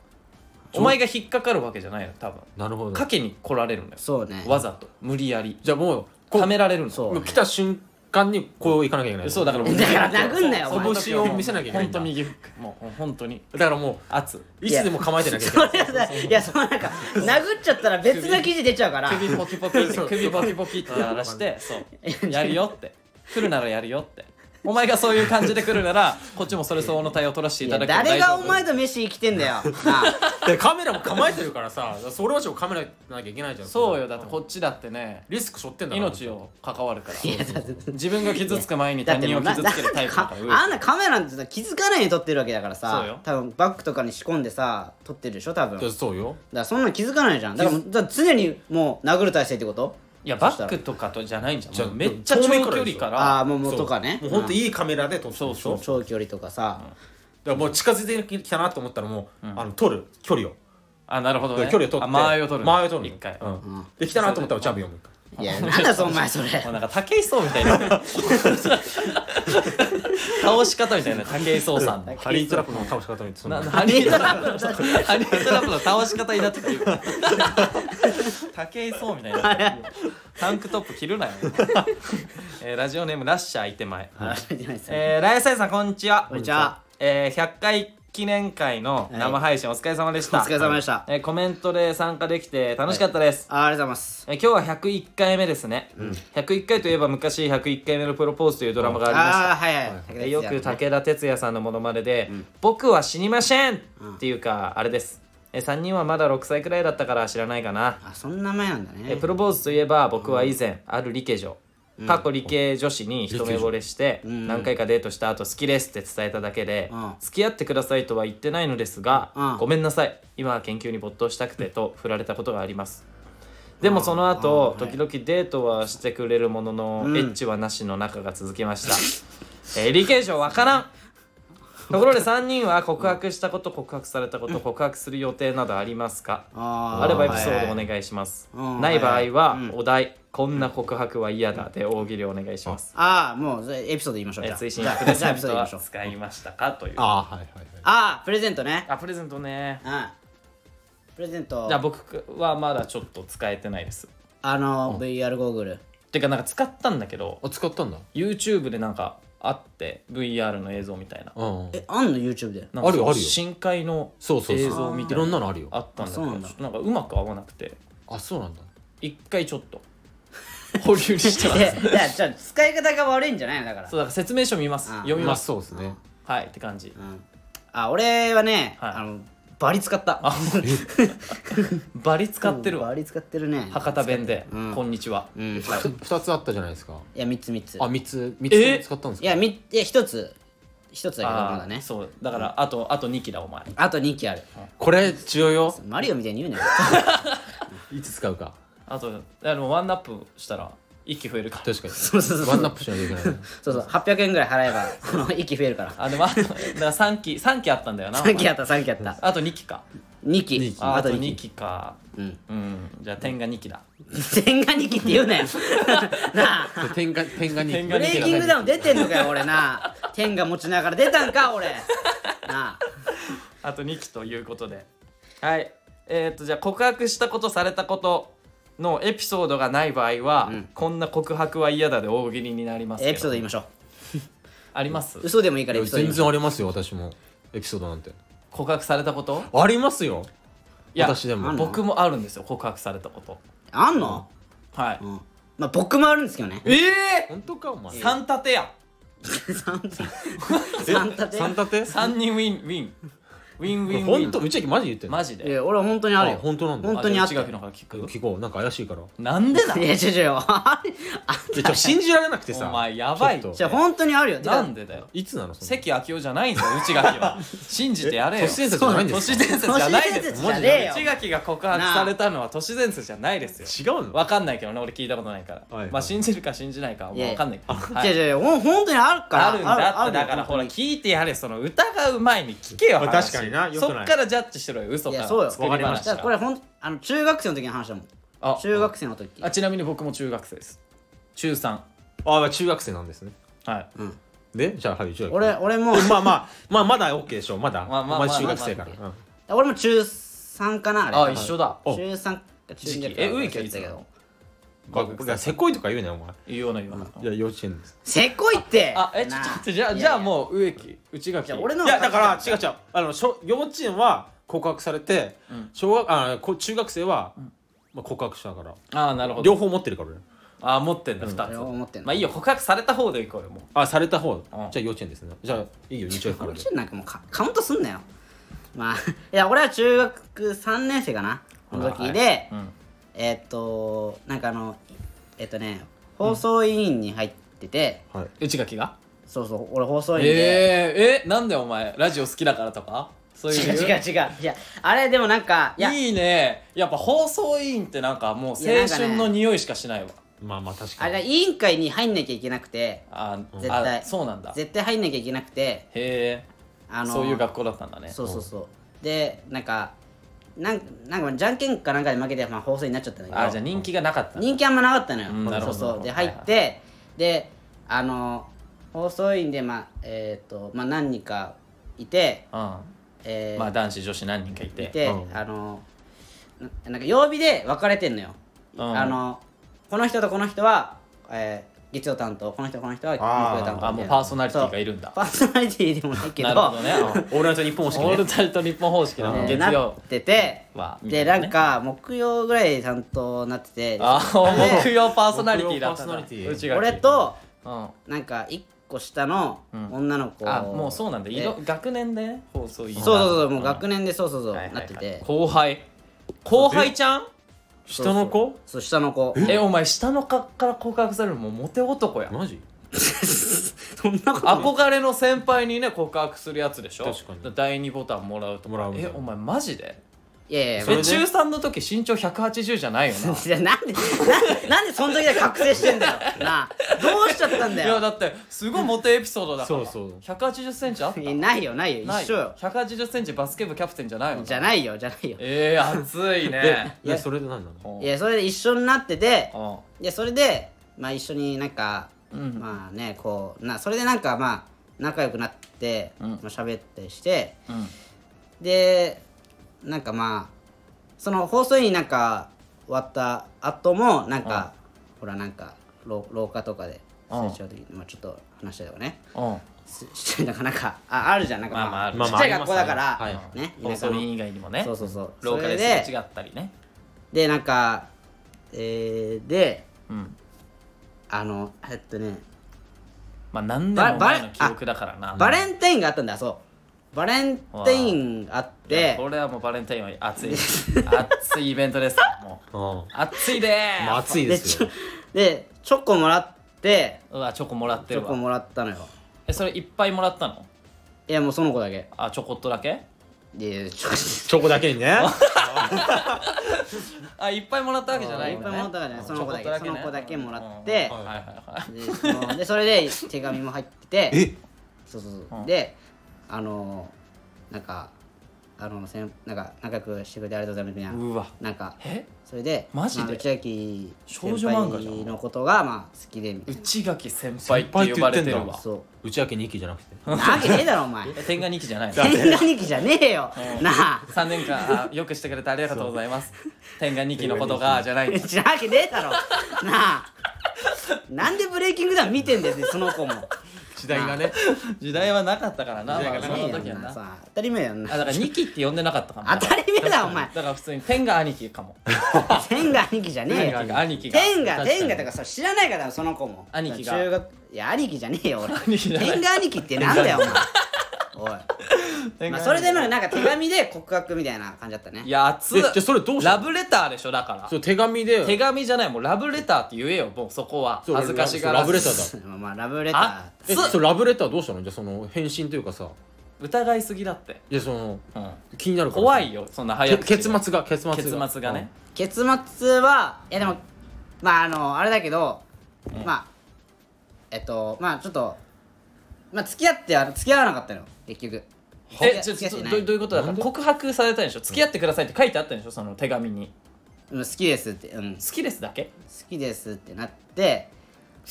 S2: うお前が引っかかるわけじゃないの多分
S3: なるほど
S2: かけに来られるんだよ
S1: そうね
S2: わざと無理やり
S3: じゃあもうこ
S2: はめられるの
S1: そう
S3: もう来た瞬間にこう行かなきゃいけない
S2: そうだからもう
S1: だから殴んなよ
S2: そう
S1: お前
S2: そう
S3: 拳を見せなきゃいけないん
S2: 本
S3: だ
S2: 当右フックもう本当に
S3: だからも
S2: 圧
S3: ういつでも構えてなきゃいけ
S1: そ
S3: ない
S1: れはさいやそのなんか殴っちゃったら別の記事出ちゃうから
S2: 首ポキポキって首ポキポキってやらしてそうやるよって来るならやるよってお前がそういう感じで来るならこっちもそれ相応の対応を取らせていただくから
S1: 誰が
S2: 大
S1: お
S2: 丈夫
S1: 前と飯生きてんだ よなあ
S3: でカメラも構えてるからさそれはちょっとカメラなきゃいけないじゃん
S2: そうよだってこっちだってね
S3: リスク背負ってんだから
S2: 命を関わるから
S1: いやだって
S2: 自分が傷つく前に
S1: だ
S2: 他
S1: って
S2: 人
S1: も
S2: を
S1: うな
S2: 傷つけるタイプだ
S1: な
S2: か
S1: ん
S2: ら上
S1: かあんなカメラなんてさ気づかないように撮ってるわけだから
S2: そう
S1: さ
S2: よ
S1: 多分バッグとかに仕込んでさ撮ってるでしょ多分
S3: だ
S1: だ
S3: って
S1: か
S3: そうよ
S1: らそんなん気づかないじゃんだからもうだから常にもう殴る体勢ってこと
S2: いやバックとかとじゃないんじ
S3: じ
S2: ゃ
S3: ゃあ
S2: んめっちゃ長距離か
S1: あ
S2: ら
S1: あもうもうとかね
S3: そうもうほんといいカメラで撮ってるでし
S2: そ
S3: ょ
S2: う
S1: 長距離とかさ、
S3: だからもう近づいてきたなと思ったらもう、あの取る距離を
S2: あなるほど
S3: だから
S2: ね
S3: 距離を取って
S2: あ間合いを取る
S3: 間合いを取る
S2: 一回
S3: うんできたなと思ったらジャブ読む一回
S1: いやなんだそお前 それ
S2: もうなんか武井壮みたい な倒し方みたいな武井壮さんの
S3: ハリートラップの倒し方にそ
S2: な
S3: の
S2: ハリー・トラップハリー・トラップの倒し方になってる 武井壮みたいなタンクトップ着るなよ、えーラジオネームラッシャーいて前、
S1: あじゃないです
S2: えー、ライサイさんこんにちは
S1: こんにちは
S2: えー、100回記念会の生配信お疲れ様でした、
S1: お疲れ様でした
S2: えーコメントで参加できて楽しかったです、
S1: あありがとうございます
S2: えー今日は101回目ですね、101回といえば昔101回目のプロポーズというドラマがありました
S1: ああはいはい
S2: えーよく
S1: 竹
S2: 武田鉄矢さんのものまねで、僕は死にません!」っていうか、あれですえ3人はまだ6歳くらいだったから知らないかな、
S1: あそんな前なんだね
S2: えプロポーズといえば僕は以前、ある理系女過去理系女子に一目惚れして何回かデートした後好きですって伝えただけで
S1: うん
S2: 付き合ってくださいとは言ってないのですが
S1: うん
S2: ごめんなさい今は研究に没頭したくてと振られたことがありますでもその後時々デートはしてくれるもののエッチはなしの仲が続きました、 えー理系女わからんところで3人は告白したこと告白されたこと告白する予定などありますか
S1: あ
S2: あればエピソードお
S1: ね
S2: 願いします。
S1: うん
S2: ない場合
S1: う
S2: は
S1: ん
S2: お題、こんな告白は嫌だで大喜利お願いします。
S1: ああもうエピソード言いましょう
S2: え
S1: じ
S2: ー
S1: ゃあ
S2: 推進
S1: じゃあ
S2: プレ
S1: じゃ
S2: ゼ
S1: あエ
S2: ン
S1: ピソード
S2: ト
S1: 言い
S2: は
S1: ましょう
S2: 使いましたかという。
S3: あーはいはいはい
S1: ああプレゼントね
S2: あ、プレゼントね。
S1: うんプレゼント
S2: じゃあ僕はまだちょっと使えてないです。
S1: あの VR ゴーグル
S2: てかなんか使ったんだけど、
S3: あ使ったんだ
S2: YouTube でなんかあって、VR の映像みたいな。
S3: うんうん
S1: えあんの YouTube で
S2: なんか
S3: あるよあるよ
S2: 深海の
S3: そうそう
S2: 映
S3: そ
S2: 像
S3: う
S2: み
S3: い
S2: たい
S3: ろ
S2: なん
S3: なのあるよ
S2: あったんだけ
S1: あそう
S2: ど、
S1: なんだ
S2: ちょっとなんかうまく合わなくて、
S3: あそうなんだ
S2: 一回ちょっと保留にして ま
S1: え
S2: す。
S1: じゃあじゃあ使い方が悪いんじゃないのだから
S2: そうだから説明書見ます。
S1: あ
S2: 読み
S3: まあ
S2: ます。
S3: そうですね
S2: はいって感じ。
S1: うんあ俺はね
S2: はい
S1: あのバリ使った
S2: あバリ使ってるわ
S1: バリ使ってるね
S2: 博多弁で「
S1: うん
S2: こんにちは
S1: うんい
S3: 二つあったじゃないですか
S1: や3つ3つ
S3: あ三つ三つとも使ったんです
S1: い
S3: か
S1: やみいや1つ1つ」だけどま
S2: あ
S1: だ
S2: あ
S1: ね
S2: そうだからあとあと2期だお前
S1: あと2機ある
S3: これ重要よ
S1: マリオみたいに言うね
S3: いつ使うか
S2: あとあのワンナップしたら1期増えるから
S3: 確かに
S1: そうそうそう
S3: ワンナップしないといけないね
S1: そうそう800円ぐらい払えばこの1機増えるから
S2: あでもあとだから3期三期あったんだよな
S1: 3機あった3機あった
S2: あと2期か
S1: 2機
S3: 二機
S2: あ
S1: あ
S2: あ
S1: と
S2: と
S1: 2
S2: 2
S1: 機
S2: 期か
S1: うん
S2: うんじゃあ点が2期だ
S1: 千賀にきって言う なよなあ
S3: 天下天下に
S2: 天下
S1: ブレイキングダウン出てんのかよ俺な天が持ちながら出たんか俺なあ
S2: あと2期ということではいえっとじゃあ告白したことされたことのエピソードがない場合は、こんな告白は嫌だで大喜利になりますけど
S1: エピソード言いましょう
S2: あります
S1: 嘘でもいいからエピソード言い
S3: 全
S1: ましょ
S3: 然ありますよ私もエピソードなんて
S2: 告白されたこと
S3: ありますよ
S2: いや
S3: 私で
S1: あん
S3: も
S1: の
S2: 僕もあるんですよ告白されたこと
S1: うあんの
S2: はい、
S1: うんまあ僕もあるんですけどね
S2: ええ
S3: 本当かお前
S2: 三立てや
S1: 三立て
S3: 三立て
S2: 三人ウィンウィンウィンウィンウィ
S3: 本
S2: ン
S3: 当うちはマジで言ってんの
S2: マジ
S1: い
S2: で
S1: や俺は本当にあるよ
S3: あ本当なんだ
S1: 本当にあった
S2: じゃ内垣の方から聞く
S3: 聞こうなんか怪 しいから
S2: なんでだ
S1: いやちょちょあれあ
S3: いやちょ信じられなくてさ
S2: お前やばい
S3: ちょっと
S1: じゃ本当にあるよてか
S2: なんでだよ
S3: いつなのその
S2: 関明夫じゃないんですよ内垣は信じてやれよ
S3: 都市伝説じゃないんで
S2: 都
S3: す
S2: 市
S3: か
S2: 伝説じゃない
S1: 都
S2: で
S1: 市伝
S2: す
S1: 説じゃねえよ
S2: 内垣が告白されたのは都市伝説じゃないですよ
S3: 違うの
S2: わかんないけどね俺聞いたことないから、
S3: はいはい
S2: まあ信じるか信じないかはもうわかんないけど、はい
S1: いやいやいやほん本当にあるから
S2: あるんだってだからほら
S1: い
S2: 聞いてやれその疑う前に聞けよ
S3: まあ
S2: 話
S3: 確かにな良く
S2: そ
S3: な
S2: っ
S3: い
S2: からジャッジしろよ嘘か
S1: やそうよ
S2: 作り話
S3: わかりま
S1: だからこれほんあの中学生の時の話だもん
S2: あ
S1: 中学生の時
S2: あちなみに僕も中学生です中3
S3: あまあ中学生なんですね
S2: はい
S3: でじゃあはい中学
S1: 俺俺も
S3: まあまあまあまだ OK でしょまだ
S2: まあまあ
S3: お前中学生から
S2: まあ
S3: うん
S1: 俺も中3かなあれ
S2: あ一緒だ
S3: お
S1: 中3か中2
S2: 時期え植木はいつ
S1: だ
S2: だ
S1: けど
S3: まあこれせこいとか言うねお前
S2: 言うような言わない
S3: や幼稚園です
S1: せこいって
S2: あえちょっと待ってじゃあじゃあもう植木内垣
S1: じゃあ俺の
S3: いやだから違う違うあの小幼稚園は告白されて小学あこ中学生はまあ告白したから
S2: ああなるほど
S3: 両方持ってるから俺
S2: あ持ってんだ2つ
S1: 両方持ってんだ
S2: まあいいよ告白された方でいこうよも
S3: あされた方
S2: ん
S3: じゃあ幼稚園ですねじゃあいいよ日曜日から
S1: 幼
S3: で
S1: 稚園なんかもうカカウントすんなよまあ いや俺は中学3年生かなこの時で、
S2: ううん
S1: えーっとなんかあのえっとね放送委員に入ってて、
S3: はい
S2: 内垣が
S1: そうそう俺放送委員で、
S2: えー、えなんでお前ラジオ好きだからとかそういう理由
S1: 違う違う違ういやあれでもなんかいや
S2: いいねやっぱ放送委員ってなんかもう
S1: いやな
S2: 青
S1: んかね
S2: 春の匂いしかしないわ
S3: まあまあ確
S1: あ
S3: か
S1: れ
S3: に
S1: が委員会に入んなきゃいけなくて
S2: あ
S1: 絶
S2: あ
S1: 対
S2: そうなんだへ
S1: 絶対入んなきゃいけなくて
S2: え
S1: あの
S2: そういう学校だったんだね
S1: そうそうそうでなんかなんなんかまあじゃんけんかなんかで負けて、まあ、放送になっちゃったんだけど
S2: あじゃあ人気がなかった
S1: 人気あんまなかったのよ、
S2: うんなる
S1: そ
S2: ほ
S1: う
S2: ど
S1: そうで
S2: なる
S1: 入
S2: ほど
S1: って、であの放送委員でまあえっ、とまあ何人かいて
S2: う
S1: え
S2: ん
S1: ー
S2: まあ男子女子何人かいて
S1: いて、
S3: うん
S1: あのななんか曜日で分かれてんのよ、
S2: うん
S1: あのこの人とこの人は、えー月曜担当この人とこの人は木
S3: あー
S1: 曜担当
S2: あ
S1: み
S2: も
S1: たいな
S2: うパーソナリティがいるんだ
S1: パーソナリティでもないけど
S2: なるほどねうん
S3: オールナイト日本式
S2: オール
S3: ね
S2: タイト日本方式なの
S1: ね
S2: 月
S1: な
S2: 曜
S1: ってて
S2: はみた
S1: で
S2: いな
S1: な
S2: ね
S1: んか木曜ぐらい担当になってて
S2: あ
S1: で
S2: 木曜パーソナリティだった
S3: 木曜パーソナ
S2: な
S3: リティ
S2: うちが
S1: 俺と
S2: うんあ
S1: なんか一個下の
S2: うん
S1: 女の子、
S2: もうそうなんだ
S1: で
S2: 色学年で放送いい
S1: そうそうそうもう学
S2: 年
S1: 年でそうそうそうなってて
S2: 後輩後輩ちゃん
S1: そうそ
S3: 下
S1: う
S3: の子
S1: そう下の子
S2: えお前下の子から告白されるのもうモテ男や
S3: マジ
S1: そんなことない
S2: 憧れの先輩にね告白するやつでしょ
S3: 確かに
S2: 第2ボタンもらうと
S3: もらうみたい
S2: え
S3: な
S2: お前マジで
S1: いやいや
S3: そ
S2: え
S3: れで
S2: 中3の時身長180じゃないよな
S1: いや なんでななんでその時で覚醒してんだよなあどうしちゃったんだ
S2: いや
S1: よ
S2: だってすごいモテエピソードだから
S3: そうそう
S2: 1 8 0ンチあった
S1: いやないよないよ
S2: ない
S1: 一緒よ
S2: 1 8 0ンチバスケ部キャプテンじゃないの
S1: じゃないよじゃないよ
S2: えー、熱いね
S3: えそれで何なの
S2: うん
S1: いやそれで一緒になってて
S2: うん
S1: いやそれでまあ一緒になんか、
S2: うん
S1: まあねこうなそれでなんかまあ仲良くなって、
S2: うん
S1: まあ喋ったりして
S2: うん
S1: でなんかまあその放送委員なんか終わった後もなんか、ほらなんか廊廊下とかで
S2: うん
S1: 成長的に、まあ、ちょっと話したりとかね
S2: うん
S1: ししてなんかなんかああるじゃんなんか、
S2: まあまあある
S1: ちっちゃい学校だから、
S3: まあまああります
S1: ね
S2: 放
S1: 田舎
S2: 送
S1: の
S2: 委員以外にもね
S1: そうそうそう
S2: 廊下
S1: それ
S2: ですれ違ったりね
S1: でなんかえー、で
S2: うん
S1: あのえっとね
S2: まあ何年も
S1: バレ
S2: 前の記憶だからな
S1: バレンタインがあったんだそうバレンタインがあっ
S2: いや
S1: て
S2: これはもうバレンタインは熱い熱いイベントですもう
S3: うん
S2: 熱いでー
S3: まあ暑い
S1: で
S3: で
S1: ち
S3: す
S1: ょ
S3: よ
S1: でチョコもらって
S2: うわチョコもらっ
S1: チ
S2: て
S1: ョ
S2: る
S1: コ
S2: わ
S1: もらったのよ
S2: えそれいっぱいもらったの
S1: いやもうその子だけ
S2: あちょこっとだけ
S1: でチョ
S3: チョコだけに ね
S2: あいっぱいもらったわけじゃないよね
S1: いっぱいもらったわけじゃないその子だけ
S2: ちょこっね
S1: その子だけもらって
S2: うんうんはいはいはい
S1: コでそ のでそれで手紙も入ってて
S3: え
S1: そうそう
S2: う
S1: そ
S2: ん
S1: うであのなんかあのせんなんか仲良くしてくれてありがとうございますみたいな
S2: うわ
S1: なんか
S2: え
S1: それで
S2: マジで
S1: まあ内垣
S2: 少
S1: 先
S2: 女漫画じゃん
S1: 輩のことがまあ好きでみたい
S2: 内垣先輩って呼ばれてる
S1: な
S2: わ
S1: そう
S3: 内明二期じゃなくて
S1: なわけねえだろお前
S2: え天下二期じゃ ないの
S1: 天下人気じゃねえよなあ
S2: 3年間あよくしてくれてありがとうござい ます天下二期のことがじ ゃないの
S1: じゃなわけねえだろなあなんでブレイキングダウン見てんだよその子も
S3: 時代がね
S2: 時代はなかったからな
S3: 時代
S2: ま
S3: が
S2: あそ
S3: なかった
S2: の
S1: ねえ
S2: 時
S1: よ
S2: はな
S1: な
S2: あ
S1: さあ当たり前やん
S2: だ
S1: な
S2: から二期って呼んでなか ったかも
S1: 当たり前だお前
S2: だから普通に天下兄貴かも
S1: 天下人気じゃねえ
S2: 天
S1: よ
S2: 下が兄貴が
S1: 天下
S2: 確かに
S1: 天下とかさ知らないからその子も
S2: 兄貴が
S1: 中学いや兄貴じゃねえよ俺
S2: 兄貴じゃない
S1: 天下兄貴ってなんだよお前おい、
S2: 天
S1: ま
S2: 下
S1: あ、
S2: 兄貴
S1: それでのなんか手紙で告白みたいな感じだったね
S2: いや熱
S3: え
S2: っ
S3: じゃあそれどうした
S2: ラ
S3: の
S2: ブレターでしょだから
S3: そう手紙で
S2: 手紙じゃないもうラブレターって言えよもうそこは
S3: そう
S2: 恥ずかしがら
S3: ラブレターだ
S1: そう まあまあラブレ
S2: あ
S1: タ
S3: え
S2: そう
S3: それラブレターどうしたのじゃあその返信というかさ
S2: 疑いすぎだって、
S3: いやその
S2: うん、
S3: 気になるから
S2: 怖いよそんな早
S3: け
S2: く
S3: 結末が結末が
S2: 結末がね、
S1: ー結末はいやでもまああのあれだけど、まあえっとまあちょっとまあ付き合っては付き合わなかったのよ結局
S2: え
S1: 付
S2: ちょ
S1: き合
S2: ち
S1: って
S2: ょ
S1: な
S2: ど
S1: いう
S2: どういうことだから
S3: なんで
S2: 告白されたんでしょ付き合ってくださいって書いてあったんでしょその手紙に
S1: うん好きですってうん好
S2: 好きですだけ
S1: きですってなって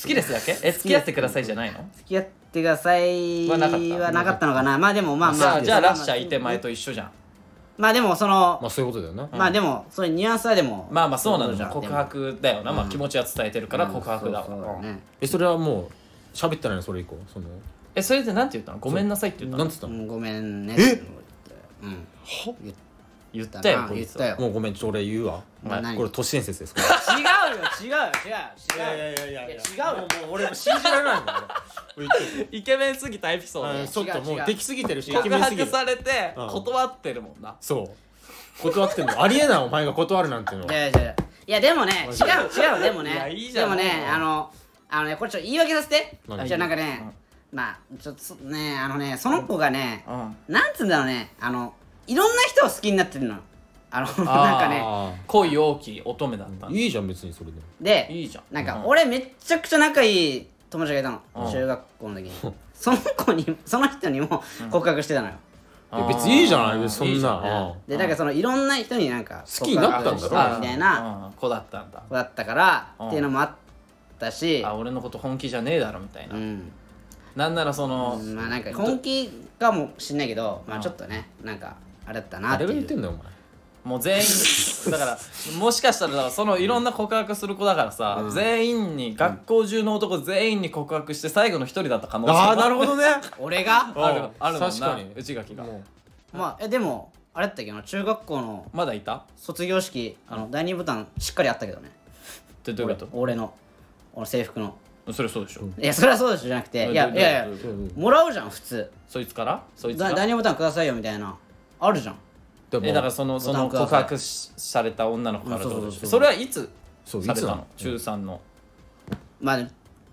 S2: 好きですだけえ付き合ってくださいじゃないの
S1: 付き合ってください
S2: はなかった
S1: はなかったのかなまあでもまあ
S2: じゃ
S1: まあ
S2: あじゃあ
S1: ま
S2: ラッシャーいて前と一緒じゃん
S1: まあでもその
S3: まあそういうことだよな
S1: まあでもそういうニュアンスはでも
S2: まあまあそうな
S1: じゃ
S2: の告白だよな、まあ気持ちは伝えてるから告白だわ、
S1: そうそうね
S3: えそれはもう喋ってないのそれ以降その
S2: えそれでなんて言ったのごめんなさいって言った
S3: なん
S2: の
S3: つった
S1: う
S3: の
S1: んごめんねえうん言っ
S2: 言ったたよ
S1: な
S2: こ
S1: 言
S2: い
S1: っ
S2: つ
S1: た
S2: は
S1: よ
S3: もうごめんちょ俺言うわ
S1: お前何
S3: これ都市伝説ですこれ
S1: 違うよ違うよ違うよ違うよ
S3: いや
S1: いや違うよ
S3: もう俺も信じられないもん俺俺言ってる
S2: イケメンすぎたエピソ
S3: あ
S2: ー
S3: の
S2: ド
S3: ちょっとも
S1: 違う違
S3: う
S1: う
S3: できすぎてるしイケ
S2: 告
S3: メンすぎ
S2: 白
S3: る
S2: されて
S3: うん
S2: 断ってるもんな
S3: そう断ってんのありえないお前が断るなんていうの
S1: い
S3: は
S1: やいやいやいやでもね違う違うでも
S2: いや
S1: ね
S2: いいじ
S1: で
S2: ゃん
S1: もねあのあのねこれちょっと言い訳させて
S3: 何
S1: じゃあなんかねまあちょっとそねあのねその子がね
S2: うん
S1: なんつうんだろうねあのいろんな人を好きになってるのあの
S2: あー
S1: なんかね
S3: あ
S2: 恋多き乙女だった
S3: あ
S2: んだ
S3: いいじゃん別にそれで
S1: で
S2: いいじゃん
S1: なんか
S2: うん
S1: 俺めっちゃくちゃ仲いい友達がいたの
S2: うん
S1: 中学校の時にその子にその人にも告白してたのよ
S3: いや別にいいじゃ
S2: あ
S3: な
S2: ー
S3: い別にそんなうん
S1: でなんかそのいろんな人になんか
S3: 好きになったんだろ
S1: 告白
S2: あー
S1: したみたいな
S2: うん子だったんだ
S1: 子だったから
S2: うん
S1: っていうのもあったし
S2: あ俺のこと本気じゃねえだろみたいな、
S1: うん
S2: なんならその、
S1: まあなんか本気かもしんないけどまあちょっとねなんかあれだったなって
S3: 誰が
S1: い
S3: 言って
S1: うん
S3: だよ
S2: もう全員 だからもしかしたらだからそのいろんな告白する子だからさ、全員に学校中の男全員に告白して最後の一人だった可能
S3: お
S2: 性
S3: 前
S2: も
S3: ああなるほどね
S1: 俺が
S2: あるあるもんな
S3: 確かに
S2: 内垣が
S3: も
S1: まあえでもあれだったっけど中学校の
S2: まだいた
S1: 卒業式あの第二ボタンしっかりあったけどね
S2: ってどういうこ
S1: 俺の俺制服の
S2: とそれそうでしょ、
S1: いやそれはそうでしょじゃなくていやいやいや
S3: ううん
S1: もらうじゃん普通
S2: そいつからそいつか
S1: だ
S2: ら
S1: 第二ボタンくださいよみたいなあるじゃん
S3: でも
S2: えだからその
S1: ボ
S2: そ
S1: タン
S2: の
S1: ください
S2: 告白しされた女の子からどうでしょ
S1: うんそうそうそうそう
S2: それはいつ
S3: そう
S2: された
S3: いつな
S2: の
S3: の
S2: 中3の
S1: まあでも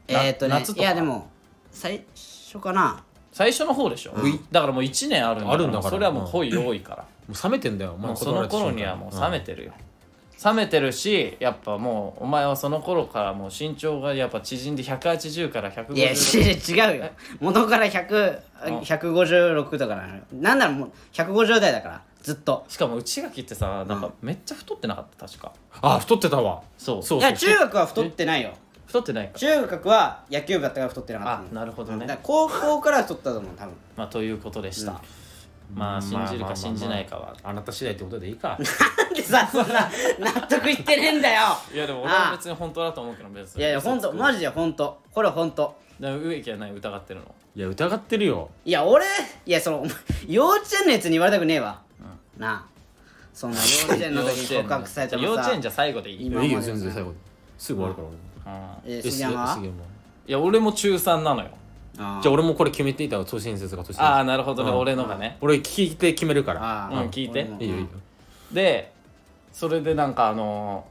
S1: えっとね
S2: 夏と
S1: い
S2: か
S1: やでも最初かな
S2: 最初の方でしょ、だからもう1年あるんだから
S3: あるんだから
S2: それはもう恋多いから、
S3: もう冷めてんだよお前
S2: もうその頃にはもう冷め
S3: て
S2: てるよ、冷めてるしやっぱもうお前はその頃からもう身長がやっぱ縮んで180から150
S1: い やし違うよ元から100
S2: ん
S1: 156とかなのよなんならもう150代だからずっと
S2: しかも内垣ってさなんかめっちゃ太ってなかった確か
S3: あ太ってたわ
S2: そう
S3: そう
S1: いや中学は太ってないよ
S2: 太ってないか
S1: 中学は野球部だったから太ってなかった
S2: あ
S1: の
S2: なるほど
S1: うんだから
S2: ね、
S1: 高校からは太ったと思う多分
S2: まあ、ということでした、まあ信じるか信じないかは
S3: あなた次第ってことでい いか
S1: なんでさそんな納得いってねえんだよ
S2: いやでも俺は別に本当だと思うけど別に
S1: いやいやほんとマジでほんとこれほんと
S2: だから植木は何疑ってるの
S3: いや疑ってるよ
S1: いや俺いやそのお前幼稚園のやつに言われたくねえわ、なあそんな幼稚園の時に告白されてもさ
S2: 幼稚園じゃ最後でいい
S1: 今
S3: い
S1: ま
S3: いよ
S1: で
S3: 全然最後すぐ終わるから
S2: うん
S1: え
S3: 俺
S1: ー杉山
S3: 杉
S1: はい
S2: や俺も中3なのよ
S1: あ
S3: じゃあ俺もこれ決めていたわ都心説が都心
S2: あ
S3: 説
S2: あなるほどね
S3: うん
S2: 俺のがね
S3: 俺聞いて決めるから
S1: あ
S2: うん聞いて
S3: いいよいいよ
S2: でそれでなんかあの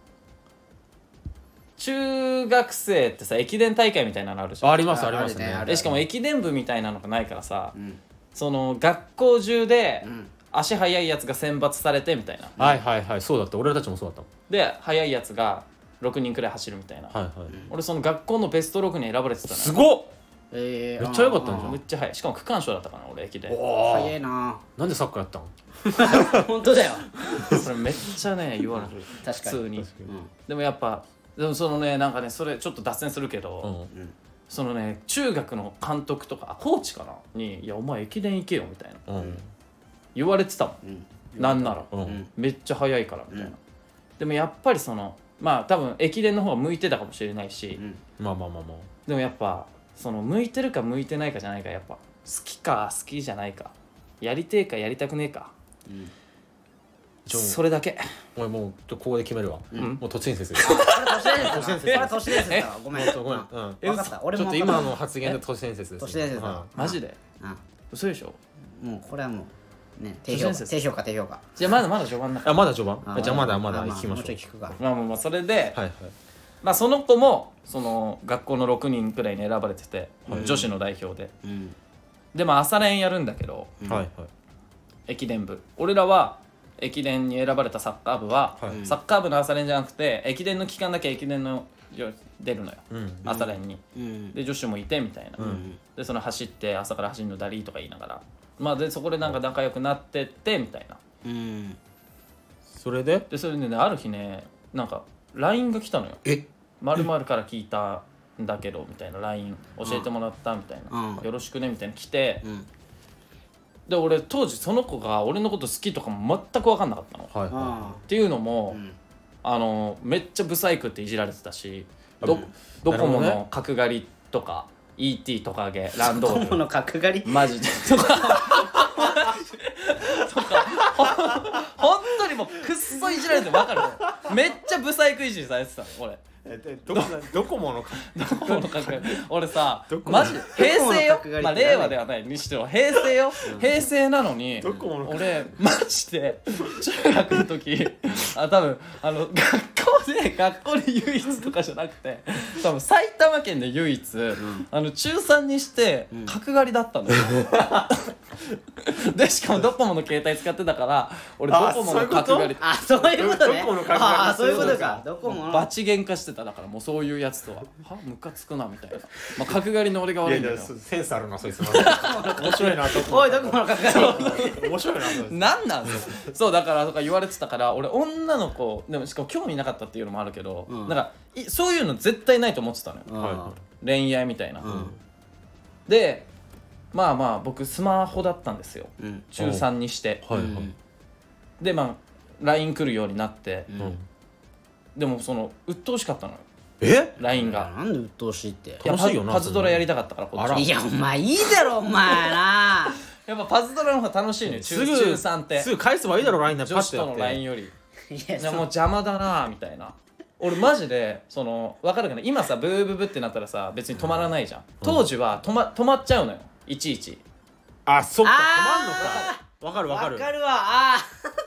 S2: ー中学生ってさ駅伝大会みたいなのあるじゃ
S3: あ
S2: ん
S3: ありますあります
S1: あるねあ
S3: ね
S1: る
S2: でしかも駅伝部みたいなのがないからさ、
S1: ん
S2: その学校中で
S1: ん
S2: 足速いやつが選抜されてみたいな
S3: はいはいはいそうだった俺たちもそうだっ
S2: で速いやつが6人くらい走るみたいな、
S3: たもんはいはい
S2: 俺その学校のベスト6に選ばれてたの
S3: す
S2: よ
S3: ごっ
S1: え
S3: めっちゃ良かったんじゃん
S2: むっちゃ速いしかも区間賞だったかな俺駅伝
S1: 早いな
S3: なんでサッカーやったん
S1: 本当だよ
S2: それめっちゃね言われる
S1: 確かに
S2: 普通に
S3: 確かに
S2: でもやっぱでもそのねなんかねそれちょっと脱線するけど、
S3: うん
S2: そのね中学の監督とかあコーチかなに「いやお前駅伝行けよ」みたいな
S3: うん
S2: 言われてたもん、なんなら、
S3: うん
S2: めっちゃ速いからみたいな、でもやっぱりそのまあ多分駅伝の方が向いてたかもしれないし、
S1: ん
S3: まあまあまあまあ
S2: でもやっぱその向いてるか向いてないかじゃないかやっぱ好きか好きじゃないかやりてえかやりたくねえか、
S3: じゃあ
S2: それだけ
S3: お前もうちょここで決めるわもう都心説
S1: これ都市伝説だなこれ都市伝説だ わごめん
S3: ごめんうん
S1: 分かった俺
S3: ちょ
S1: も
S3: っと
S1: 分か
S3: 今
S1: っ
S3: の発言で都市伝説です
S1: 都市伝説だ
S3: うん
S2: マジで
S1: たあ
S2: 嘘でしょ
S1: もうこれはもうね低
S2: 都市
S1: 評
S2: 伝
S1: 価
S2: 説
S1: 低評価低評価
S2: じゃあまだまだ序盤だから
S3: あまだ序盤
S1: あ
S3: じゃあまだま
S1: あ
S3: だ行き
S1: も
S3: まし
S1: うち
S3: ょ
S1: ょ
S3: う
S1: い聞くか
S2: まあまあまあそれで、
S3: はいはい
S2: まあ、その子もその学校の6人くらいに選ばれてて、女子の代表で
S1: うん
S2: でまあ朝練やるんだけど
S3: はい
S2: 駅伝部俺らは駅伝に選ばれたサッカー部は、
S3: はい
S2: サッカー部の朝練じゃなくて駅伝の期間だけ駅伝のよ出るのよ、
S3: うん
S2: 朝練に
S1: うん
S2: で女子もいてみたいな、でその走って朝から走るのだりとか言いながらまあでそこでなんか仲良くなってってみたいな
S1: うん
S3: それで
S2: でそれでねある日ねなんか LINE が来たのよ
S3: え
S2: まるから聞いたんだけどみたいな LINE 教えてもらったみたいな、
S1: うん
S2: よろしくねみたいな来て、
S1: ん
S2: で俺当時その子が俺のこと好きとかも全く分かんなかったの、っ
S3: はいは
S1: あ
S2: ていうのも、
S1: ん
S2: あのめっちゃブサイクっていじられてたしど,、
S3: うん
S2: ドコモ
S3: なるほどね
S2: の角刈りとか ET トカゲランド
S1: あ
S2: ー
S1: こ
S2: ル
S1: の角刈り
S2: マジでとかとかほん本当にもうくっそいじられてる分かるめっちゃブサイクいじりされてたの俺。
S3: いどどこものか
S2: この角刈り俺さ
S3: どこ
S2: マジで
S1: どこ
S2: 平
S1: の
S2: 成よ
S1: 角刈りって、
S2: まあ、令和ではないにしても平成よ平成なのに
S3: どこもの角
S2: 俺 マジで中学の時あ多分あの学校で学校で唯一とかじゃなくて多分埼玉県で唯一、あの中3にして角刈りだったんだよ、でしかもドコモの携帯使ってたから俺ドコモの角刈り
S1: あそういうことね
S3: ドコモの考え方
S1: ああそういうことかドコモの
S2: バチ喧嘩してただからもうそういうやつとははムカつくなみたいな、まあ、角刈りの俺が
S3: いや
S2: 悪いん
S3: い
S2: だ
S3: や
S2: よ
S3: そセンスあるなそいつ な面白いなと
S1: おいドコモの角刈り
S3: 面白いなそいつ
S2: なんなんですそうだからとか言われてたから俺女の子でもしかも興味なかったっていうのもあるけど、
S1: うん
S2: なんかいそういうの絶対ないと思ってたのよ、
S1: あ
S2: 恋愛みたいな、
S1: ーうん
S2: でまあまあ僕スマホだったんですよ
S1: うん
S2: 中3にして
S3: はいは
S1: う
S3: い
S1: ん
S2: でまあ LINE 来るようになって、
S1: うん
S3: うん
S2: でもその鬱陶しかったのよ
S3: え
S2: LINE が、
S1: なんで鬱陶しいって
S2: や
S3: 楽しいよな
S2: パパズドラやりたかったからこっち
S3: あ
S2: や
S3: ら
S1: いやお前いいだろお前な
S2: っぱパズドラの方が楽しいのよ中中3って
S3: すぐ返せばいいだろ LINE でパ
S2: 女
S3: ッ
S2: 子
S3: て
S2: と
S3: やっ
S2: の
S3: て
S2: LINE より
S1: いや
S2: いや
S1: そ
S2: もう邪魔だなみたいな俺マジでその分かるかな今さブーブブってなったらさ別に止まらないじゃん、当時は止ま止まっちゃうのよいちいち
S3: あそっか
S1: あ
S3: 止まんのかわかるわか
S1: わ
S3: る
S1: かるわあ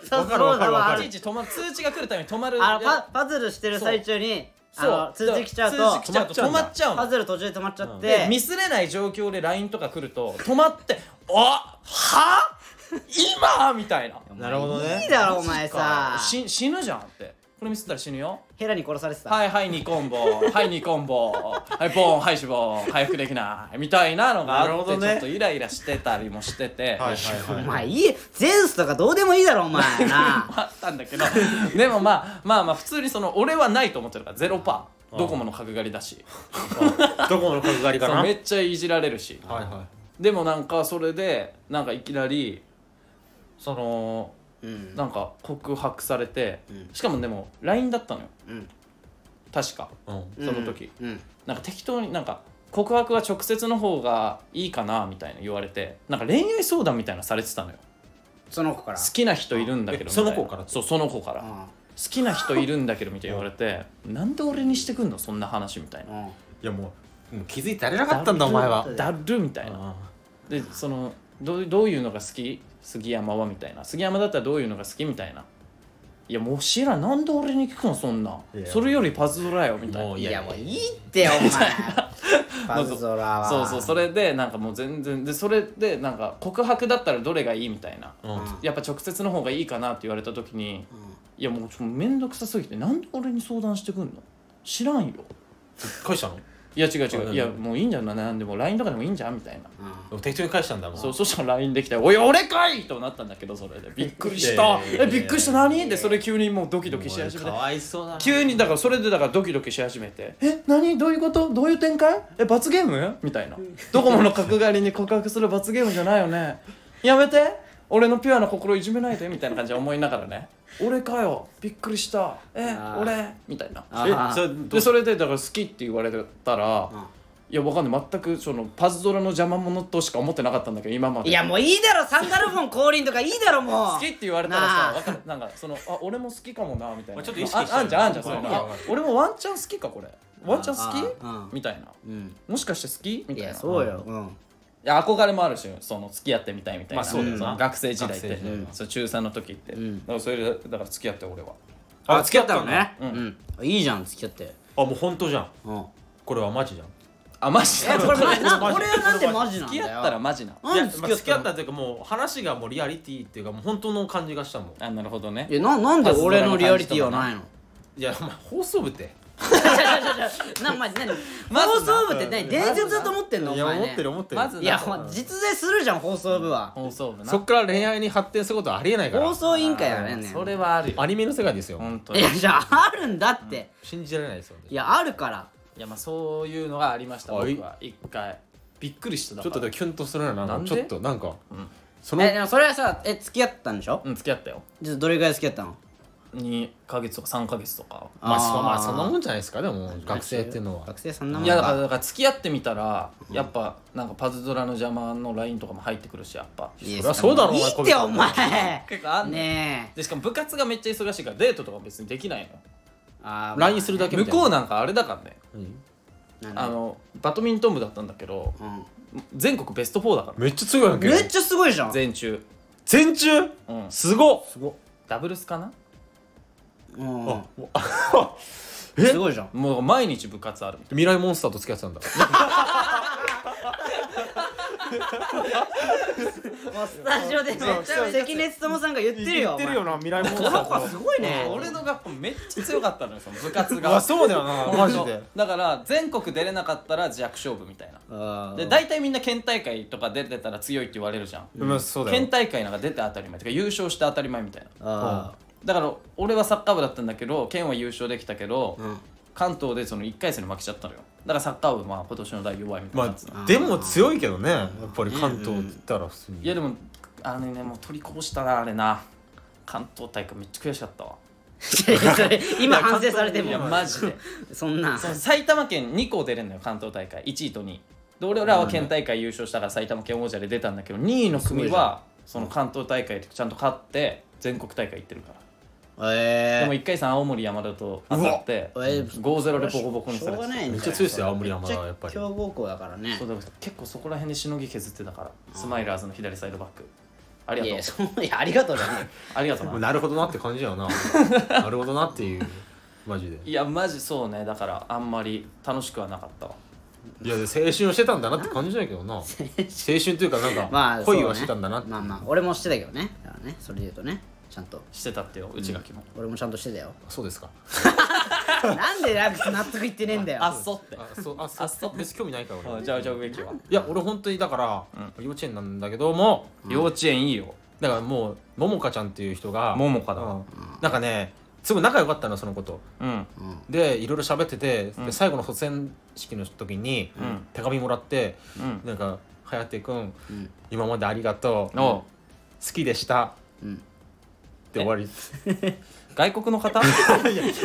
S1: ーそう
S3: わかるわかるわか
S2: い
S3: る
S2: ちいち止ま通知が来るために止まる
S1: あのパパズルしてる最中にあの通知来ちゃう
S2: 通知
S1: と
S2: 来ちゃうと止まっちゃう
S1: パ
S2: の
S1: ズル途中で止まっちゃっ
S2: で
S1: て
S2: ミスれない状況で LINE とか来ると止まって 「あは今!」みたいな
S3: なるほどね
S1: いいだろお前さ
S2: し死ぬじゃんってこれミスったら死ぬよ
S1: ヘラに殺されてた
S2: はいはいニコンボはいニコンボはいボーンはい死亡回復できないみたいなのが
S3: な
S2: あ
S3: る
S2: っ
S3: ほ
S2: て、ち
S3: ど
S2: ょっ
S3: ね
S2: とイライラしてたりもしてて、
S3: はいはい
S1: お
S3: はい
S1: 前いいゼウスとかどうでもいいだろお前な
S2: あったんだけど でもまあまあまあ普通にその俺はないと思ってるからゼロパードコモの角刈りだし
S3: どこの角刈り か
S2: そ
S3: な
S2: う
S3: は
S2: め
S3: い
S2: っちゃいじられるし
S3: は
S2: でもなんかそれでなんかいきなりその
S1: うん
S2: なんか告白されて、
S1: ん
S2: しかもでも LINE だったのよ
S1: うん
S2: 確か
S3: いうん
S2: その時
S1: うん
S2: なんか適当になんか告白は直接の方がいいかなみたいな言われてなんか恋愛相談みたいなのされてたのよ
S1: その子から
S2: 好きな人いるんだけど
S3: え
S2: みたいな
S3: その子から
S2: そうその子から好きな人いるんだけどみたいな言われてなんで俺にしてくんのそんな話みたいな
S1: うんうん
S3: いやもうもう気づいてられなかったんだお前は
S2: だるみたいな
S3: あ
S2: でそのどうどういうのが好き杉山はみたいな杉山だったらどういうのが好きみたいないやもう知らんなんで俺に聞くのそんない
S3: や
S2: それよりパズドラよみたいな
S3: もう
S1: い
S3: いや
S1: や
S3: いや
S1: もういいってお前パズドラは
S2: そうそうそれでなんかもう全然でそれでなんか告白だったらどれがいいみたいな
S3: ーうん
S2: やっぱ直接の方がいいかなって言われた時に、いやもうちょっと面倒くさすぎてなんで俺に相談してくんの知らんよ
S3: 返したの
S2: いや違う違
S3: あ
S2: ういやもういいんじゃんなんでも LINE とかでもいいんじゃんみたいな、
S1: うん
S3: でも適当に返したんだもん
S2: そうそしたら LINE できて「おい俺かい!」となったんだけどそれでびっくりし
S3: い
S2: た
S3: やいやいや
S2: えびっくりした何でそれ急にもうドキドキし始め
S3: か
S2: て
S3: わいそうだな
S2: 急にだからそれでだからドキドキし始めて「え何どういうことどういう展開え罰ゲーム?」みたいな「ドコモの角刈りに告白する罰ゲームじゃないよねやめて俺のピュアな心いじめないで」みたいな感じで思いながらね「 俺かよびっくりしたえ
S1: あー
S2: 俺」みたいな
S1: あ
S3: え
S1: ー
S3: それど
S2: でそれでだから好きって言われたら
S1: うん
S2: いやわかんない全くそのパズドラの邪魔者としか思ってなかったんだけど今まで
S1: いやもういいだろサンダルフォン降臨とかいいだろもう
S2: 好きって言われたら
S1: な
S2: さ
S1: あ
S2: わかるなんかそのあ俺も好きかもなみたいな
S3: まあちょっと意識してる
S2: ああんじゃんあんじゃんそういう
S3: わか
S2: の
S3: る
S2: あ
S3: わかる
S2: 俺もワンチャン好きかこれワンチャン好き
S1: あああ
S2: みたいな
S1: うん
S2: もしかして好きみ
S1: い
S2: たいな
S1: やそうようん
S2: いや憧れもあるしその付き合ってみたいみたいな、
S3: まあそうだよな
S2: の学生時代って
S3: 学生時代は
S2: そう中3の時って、
S1: ん
S2: だからそれでだから付き合って俺は
S3: あ
S1: あ付き合ったの
S3: 付き合っ
S1: ねうんいいじゃん付き合って
S3: あもう本当じゃん
S1: うん
S3: これはマジじゃん
S2: あマジ
S1: え
S2: だ
S1: これマジな
S3: これマジ
S1: これはなんでマジなんだ
S2: 付き
S1: よ
S2: 合ったらマジな
S1: なんで付き合ったの
S3: いやまあというかもう話がもうリアリティっていうかもう本当の感じがしたもん
S2: あなるほどね
S1: いやななんで俺のリアリティはないの
S3: いやお前放送部って
S1: なまじ 何
S2: ま
S1: 放
S2: ずな
S1: 送部って何伝説だと思ってんのお
S3: いや
S1: 前
S3: 思っ
S1: ね
S3: てる思ってる
S2: まず
S1: いやほん実在するじゃん放送部は
S2: 放送部な
S3: そっから恋愛に発展することはありえないから
S1: 放送委員会やねんねん
S2: それはあるよ
S3: アニメの世界ですよ
S2: 本当
S1: い
S2: に
S1: やじゃああるんだって
S3: 信じられないですよ
S1: いやあるから
S2: いやまあそういうのがありました
S3: あい
S2: 僕は一回びっくりしただ
S3: ちょ
S2: か
S3: っ
S2: ら
S3: とでもキュンとするななん
S2: なん
S3: か
S2: で
S3: ちょっとなんかその
S1: えでもそれはさえ付き合ったんでしょ
S2: うん付き合ったよ
S1: ちょっとどれぐらい付き合ったの
S2: 2ヶ月とか3ヶ月とか
S3: まあそ
S1: あー
S3: まあそんなもんじゃないですかでも学生っていうのは
S1: 学生そんないもん
S2: やだからだから付き合ってみたらやっぱなんかパズドラの邪魔のラインとかも入ってくるしやっぱ
S1: いや
S3: そりゃそうだろ
S1: いい
S3: お前
S1: ってお前
S2: 結構あんね
S1: ねえ
S2: でしかも部活がめっちゃ忙しいからデートとかも別にできない
S1: あーまあ
S3: LINE するだ
S2: の
S3: けみ
S2: 向
S3: たいな
S2: こうなんかあれだからね
S3: うん
S1: なんだ
S2: あのバドミントン部だったんだけど
S1: うん
S2: 全国ベスト4だから
S3: めっちゃ強いわけ
S1: めっちゃすごいじゃん
S2: 全中
S3: 全中
S2: うん
S3: すごっ
S1: すご
S2: ダブルスかな
S1: うん
S3: あ え
S1: すごいじゃん
S2: もう毎日部活ある
S3: 未来モンスターと付き合ってたんだ
S1: もうスタジオでめっちゃ関根勤さんが言ってるよ
S3: 言ってるよ
S1: な
S3: な未来モンスタ
S1: なん
S3: ー
S1: か
S3: と
S1: すごいね
S2: 俺の学校めっちゃ強かったのよその部活
S3: あ
S2: が
S3: そうだよなマジで
S2: だから全国出れなかったら弱小部みたいな
S1: あー
S2: で大体みんな県大会とか出てたら強いって言われるじゃん、
S3: うんそうだよ
S2: 県大会なんか出て当たり前とか優勝して当たり前みたいな
S1: あ
S2: だから俺はサッカー部だったんだけど県は優勝できたけど、
S1: ん
S2: 関東でその1回戦に負けちゃったのよだからサッカー部まあ今年の代弱いみたいな
S3: ま
S2: やつ、
S3: あでも強いけどねやっぱり関東って言ったら普通
S2: いや
S3: に
S2: でもあのねもう取りこぼしたなあれな関東大会めっちゃ悔しかったわ
S1: ー それ今反省されて
S2: いや
S1: も
S2: マジで
S1: そんな
S2: その埼玉県2校出れんのよ関東大会1位と2位で俺らは県大会優勝したから埼玉県王者で出たんだけど2位の組はその関東大会でちゃんと勝って全国大会行ってるからで
S1: え
S2: も1回戦青森山田と当たって
S1: うわえー
S2: 5-0でボコボコにされて
S1: しょうがない
S2: た
S1: ね
S3: めっちゃ強いっすよ青森山田はやっぱり
S1: 強豪校だからね
S2: そうだから結構そこら辺でしのぎ削ってたからスマイラーズの左サイドバックありが
S1: い
S2: とう
S1: やそういやありがとうじゃない
S2: ありがとうな
S3: なるほどなって感じやななるほどなっていうマジで
S2: いやマジそうねだからあんまり楽しくはなかったわ
S3: いやで青春をしてたんだなって感じだけどな青春というかなん
S1: ま
S3: か
S1: あ
S3: 恋
S1: そう
S3: は
S1: ね
S3: してたんだなって
S1: まあまあ俺もしてたけどねだからねそれで言うとねちゃんと
S2: してたってよ内垣も、
S1: 俺もちゃんとしてた よ
S3: そうですか
S1: なんでラックス納得いってねえんだよ
S2: あっそって
S3: あそうあ
S2: あそう
S3: 別に興味ないから
S2: あ
S3: 俺
S2: じゃあじゃあ植木はい
S3: や俺本当にだから、幼稚園なんだけども
S2: 幼稚園いいよ
S3: だからもうももかちゃんっていう人が
S2: ももかだ
S3: うんなんかねすごい仲良かったのそのこと
S2: うん
S3: でいろいろ喋ってて、で最後の卒園式の時に、
S2: ん
S3: 手紙もらって、
S2: うん
S3: なんか「颯君、今までありがとう」
S2: お
S3: 好きでした」
S1: うん
S3: って終わり
S2: 外国の方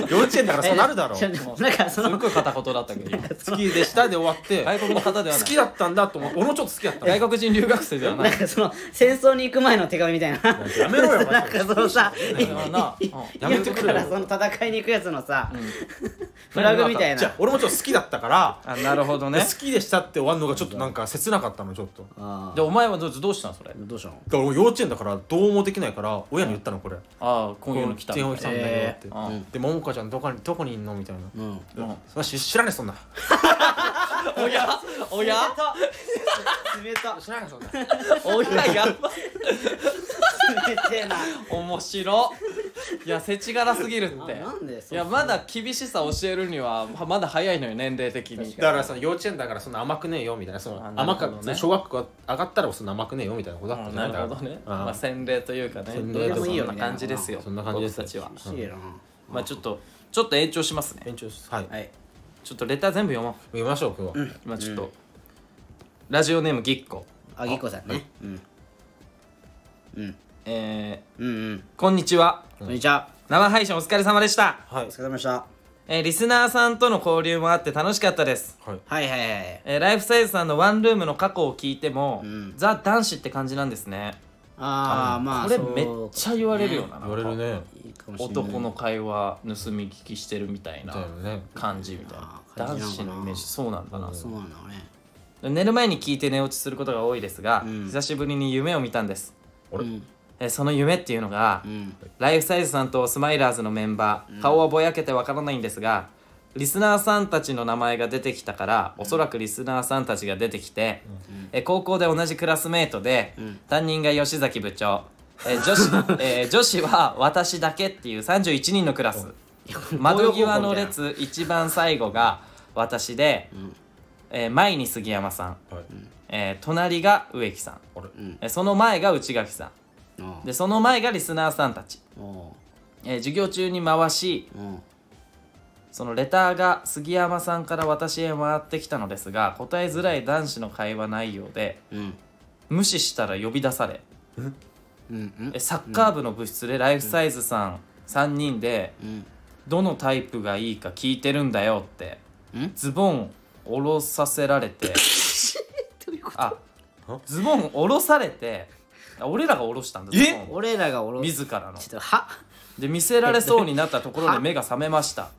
S3: 幼稚園だからそうなるだろ
S1: えちょ
S3: う
S1: ちょなんかそ
S2: す
S1: の
S2: ごい片言だったけど今
S3: 好きでしたで終わって
S2: 外国の方では
S3: 好
S2: な
S3: き
S2: い
S3: だったんだと思って俺もちょっと好きだった
S2: 外国人留学生ではな
S1: ないんかその戦争に行く前の手紙みたいな
S3: やめろよマジで
S1: なんかそのさ
S2: だなうん
S3: やめてくれ
S1: 今
S3: よ
S1: からその戦いに行くやつのさ、フラグみたい
S3: じゃあ
S1: な
S3: 俺もちょっと好きだったから
S2: あなるほど
S3: で
S2: ね
S3: 好きでしたって終わるのがちょっとなんか切なかったのちょっとだか
S1: あ
S2: でお前はどどうしたのそれ
S1: ーどうしたの
S3: ら俺幼稚園だからどうもできないから親に言ったのこれ
S2: ああこういうの来た
S3: 電話来たんだよって
S2: えーうん
S3: で「ももかちゃんどこにどこにいんの?」みたいな
S1: うん
S2: うん
S3: 「そんな知知らねえそんな
S2: おやおや
S1: 冷た
S3: 知らねえそんな
S2: おややば
S1: 冷てえな
S2: 面白いやせちがらすぎるって
S1: あなんでそ
S2: いうやまだ厳しさ教えるにはままだ早いのよ年齢的に
S3: だからその幼稚園だからそんな甘くねえよみたいなその
S2: あなる
S3: 甘
S2: ほど
S3: か
S2: ね
S3: その小学校上がったらそんな甘くねえよみたいなことだっ
S2: あ
S3: たん
S2: な
S3: だ
S2: るほ
S3: よ
S2: どね
S3: だから
S2: まあ洗礼というかね
S3: 洗
S1: 礼でもいいよ
S2: そんな感じですよ
S3: そんな感じです
S2: 僕たちは
S1: 厳しいな、
S2: まあちょっとちょっと延長しますね
S3: 延長しはい
S1: は
S3: 読
S1: い
S2: ちょっとレター全部読もう
S3: みましょう今日は
S2: 今ちょっと、ラジオネームぎっこ
S1: あぎっこさんねうん
S2: え
S1: うんうん
S2: ー、こんにちは
S1: こんにちは
S2: 生配信お疲れ様でした、
S3: はい
S1: お疲れ様でした
S2: えーリスナーさんとの交流もあって楽しかったです、
S3: はい
S1: はいはいはい
S2: えーライフサイズさんのワンルームの過去を聞いても、
S1: ん
S2: ザ男子って感じなんですね
S1: ああまあ
S2: これ
S1: そう
S2: めっちゃ言われるよな,、
S3: 言われるね
S1: いいかもしれない
S2: 男の会話盗み聞きしてるみたい
S3: み
S2: な
S3: たいなね
S2: 感じみたいな
S1: あー感
S2: 男
S1: じなのかな
S2: 子のイメージそうなんだな、
S1: そうなんだろうね
S2: 寝る前に聞いて寝落ちすることが多いですが、
S1: うん
S2: 久しぶりに夢を見たんです
S3: あれ
S1: ん
S2: えーその夢っていうのが、
S1: うん
S2: ライフサイズさんとスマイラーズのメンバー、顔はぼやけてわからないんですがリスナーさんたちの名前が出てきたから、おそらくリスナーさんたちが出てきて、えー高校で同じクラスメートで、担任が吉崎部長、えー女子えー女子は私だけっていう31人のクラス窓際の列一番最後が私で、えー前に杉山さん、
S3: はい
S2: えー隣が植木さん、
S3: あれ
S2: えーその前が内垣さん
S1: あ
S2: でその前がリスナーさんたち、
S1: あお
S2: えー授業中に回し
S1: ううん
S2: そのレターが杉山さんから私へ回ってきたのですが答えづらい男子の会話内容で
S1: うん
S2: 無視したら呼び出され
S1: うん
S2: えサッカー部の部室でライフサイズさん3人で
S1: うん
S2: どのタイプがいいか聞いてるんだよって
S1: ん
S2: ズボン下ろさせられてあ
S3: あ
S2: ズボン下ろされてあ俺らが下ろしたんだズ
S3: え
S2: ボンを
S1: 俺らがおろちょ
S2: 自らの
S1: っとは
S2: で見せられそうになったところで目が覚めました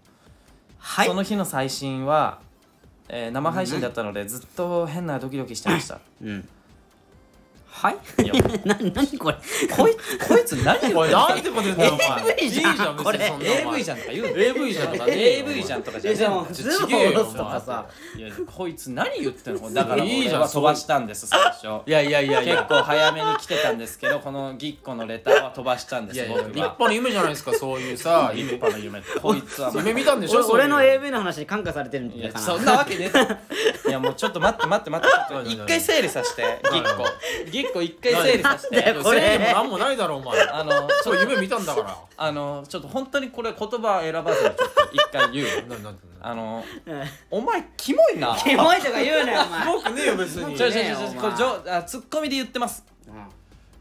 S1: はい
S2: その日の最新は、 えー生配信だったのでずっと変なドキドキしてました、
S1: うんはい
S2: いや
S1: な何これ
S2: こいつこいつ何言
S3: こ
S2: っ
S3: れ
S2: てんの
S3: なんてこと言うんだよお前
S1: AV
S2: いいじゃん別に
S1: これ
S2: そんなお前
S3: AV じゃんとか言うの
S2: AV じゃんと か AV じゃんとかじゃ
S1: いやでも
S2: ち
S1: ズボン
S2: 違えよ
S1: 下ろすとか さ
S2: お前いやこいつ何言ってんのだから
S3: いいじゃん
S2: 俺は飛ばしたんです最初
S3: いやいやいやい
S2: 結
S3: や
S2: 構早めに来てたんですけどこのぎっこのレターは飛ばしたんで
S3: い
S2: す
S3: やいや立
S2: 僕は
S3: 派な夢じゃないですかそうい うさ
S2: 立
S3: 夢
S2: 派な夢こいつは
S3: 夢見たんでしょ
S1: 俺俺の
S3: そういう
S1: AV の話に感化されてるん
S2: い
S1: じゃ
S2: や
S1: か
S2: そん
S1: な
S2: なわけね えいやもうちょっと待って待って待ってちょっと一回整理させ てぎっこぎっこ一回整理させ
S1: なんだ
S2: て
S1: よ
S3: こ
S1: こ
S3: れ
S1: れ
S3: でも何もないだろお前
S2: あのち
S3: そ
S2: ょ
S3: う夢見たんだから
S2: あのちょっと本当にこれ言葉選ばずにちょっと一回言うよ
S3: ななんて
S2: あの
S1: うん
S2: お前 キモいな
S1: キモいとか言うなよお 前
S3: 僕ねえよ別に
S2: ちょ
S1: ね
S2: ち
S1: お
S2: ょちょちょ
S1: 前
S2: これじょあツッコミで言ってます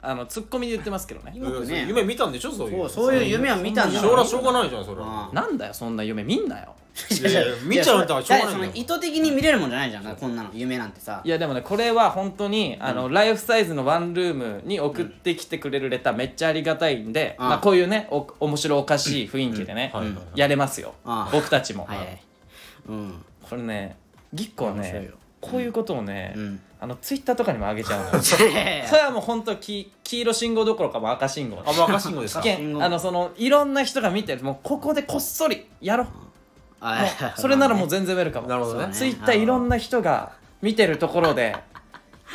S2: あのツッコミで言ってますけどね
S1: キモくね
S3: 夢見たんでしょそういう
S1: そうそういう夢は見たんだ
S3: しょうがしょうがないじゃんそれ
S1: あ
S2: なんだよそんな夢見んなよ
S3: いやいや見ちゃうんだからしょうがないんだ
S1: だ
S3: よ
S1: ってその意図的に見れるもんじゃないじゃんだからこんなの夢なんてさ
S2: いやでもねこれは本当にあの、ライフサイズのワンルームに送ってきてくれるレターめっちゃありがたいんで、
S1: うん
S2: まあ、こういうねお面白おかしい雰囲気でね、
S3: うんはいはいはい
S2: やれますよ、
S1: うん
S2: 僕たちも、
S1: はいはいうん
S2: これねぎっこは
S1: 面白い
S2: ね
S1: よ
S2: こういうことをね、
S1: うん
S2: あのツイッターとかにも上げちゃうのよ そ
S1: いやいやいや
S2: れはもう本当き黄色信号どころかもう赤信号
S3: あもう赤信号ですか
S2: 危
S1: 信
S2: 険
S1: 号
S2: あのそのいろんな人が見てるもうここでこっそりやろう
S1: あ
S2: もうそれならもう
S1: ま
S2: 全然ウェルカム
S3: なるほどね
S2: ツイッターいろんな人が見てるところで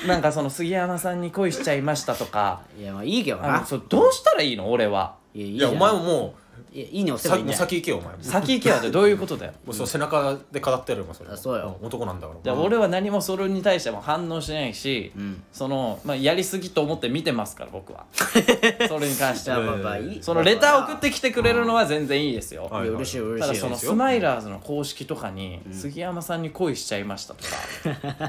S2: なんかその杉山さんに恋しちゃいましたとか
S1: あねいやまあいいけど
S2: あの
S1: な
S2: そうどうしたらいいの俺はい
S1: やいい
S3: い
S1: じゃ
S3: や
S1: ん
S3: お前もも
S1: いやいいね
S3: う
S1: 押せ
S3: さ
S1: ばいいん
S3: もう
S1: じゃない
S3: 先行けよお前も
S2: 先行けよってどういうことだよ
S3: うそう背中で語ってやるよお前それ
S1: あそうよ
S3: ん男なんだから
S2: じゃあ俺は何もそれに対しても反応しないし、
S1: ん
S2: その、まあ、やりすぎと思って見てますから僕はそれに関して
S1: じゃあまあ
S2: は
S1: まあいい
S2: そのレター送ってきてくれるのは全然いいですよ、
S3: はい
S1: や嬉しい嬉
S2: た
S1: しい
S2: だその
S1: よ
S2: スマイラーズの公式とかに杉山さんに恋しちゃいましたとか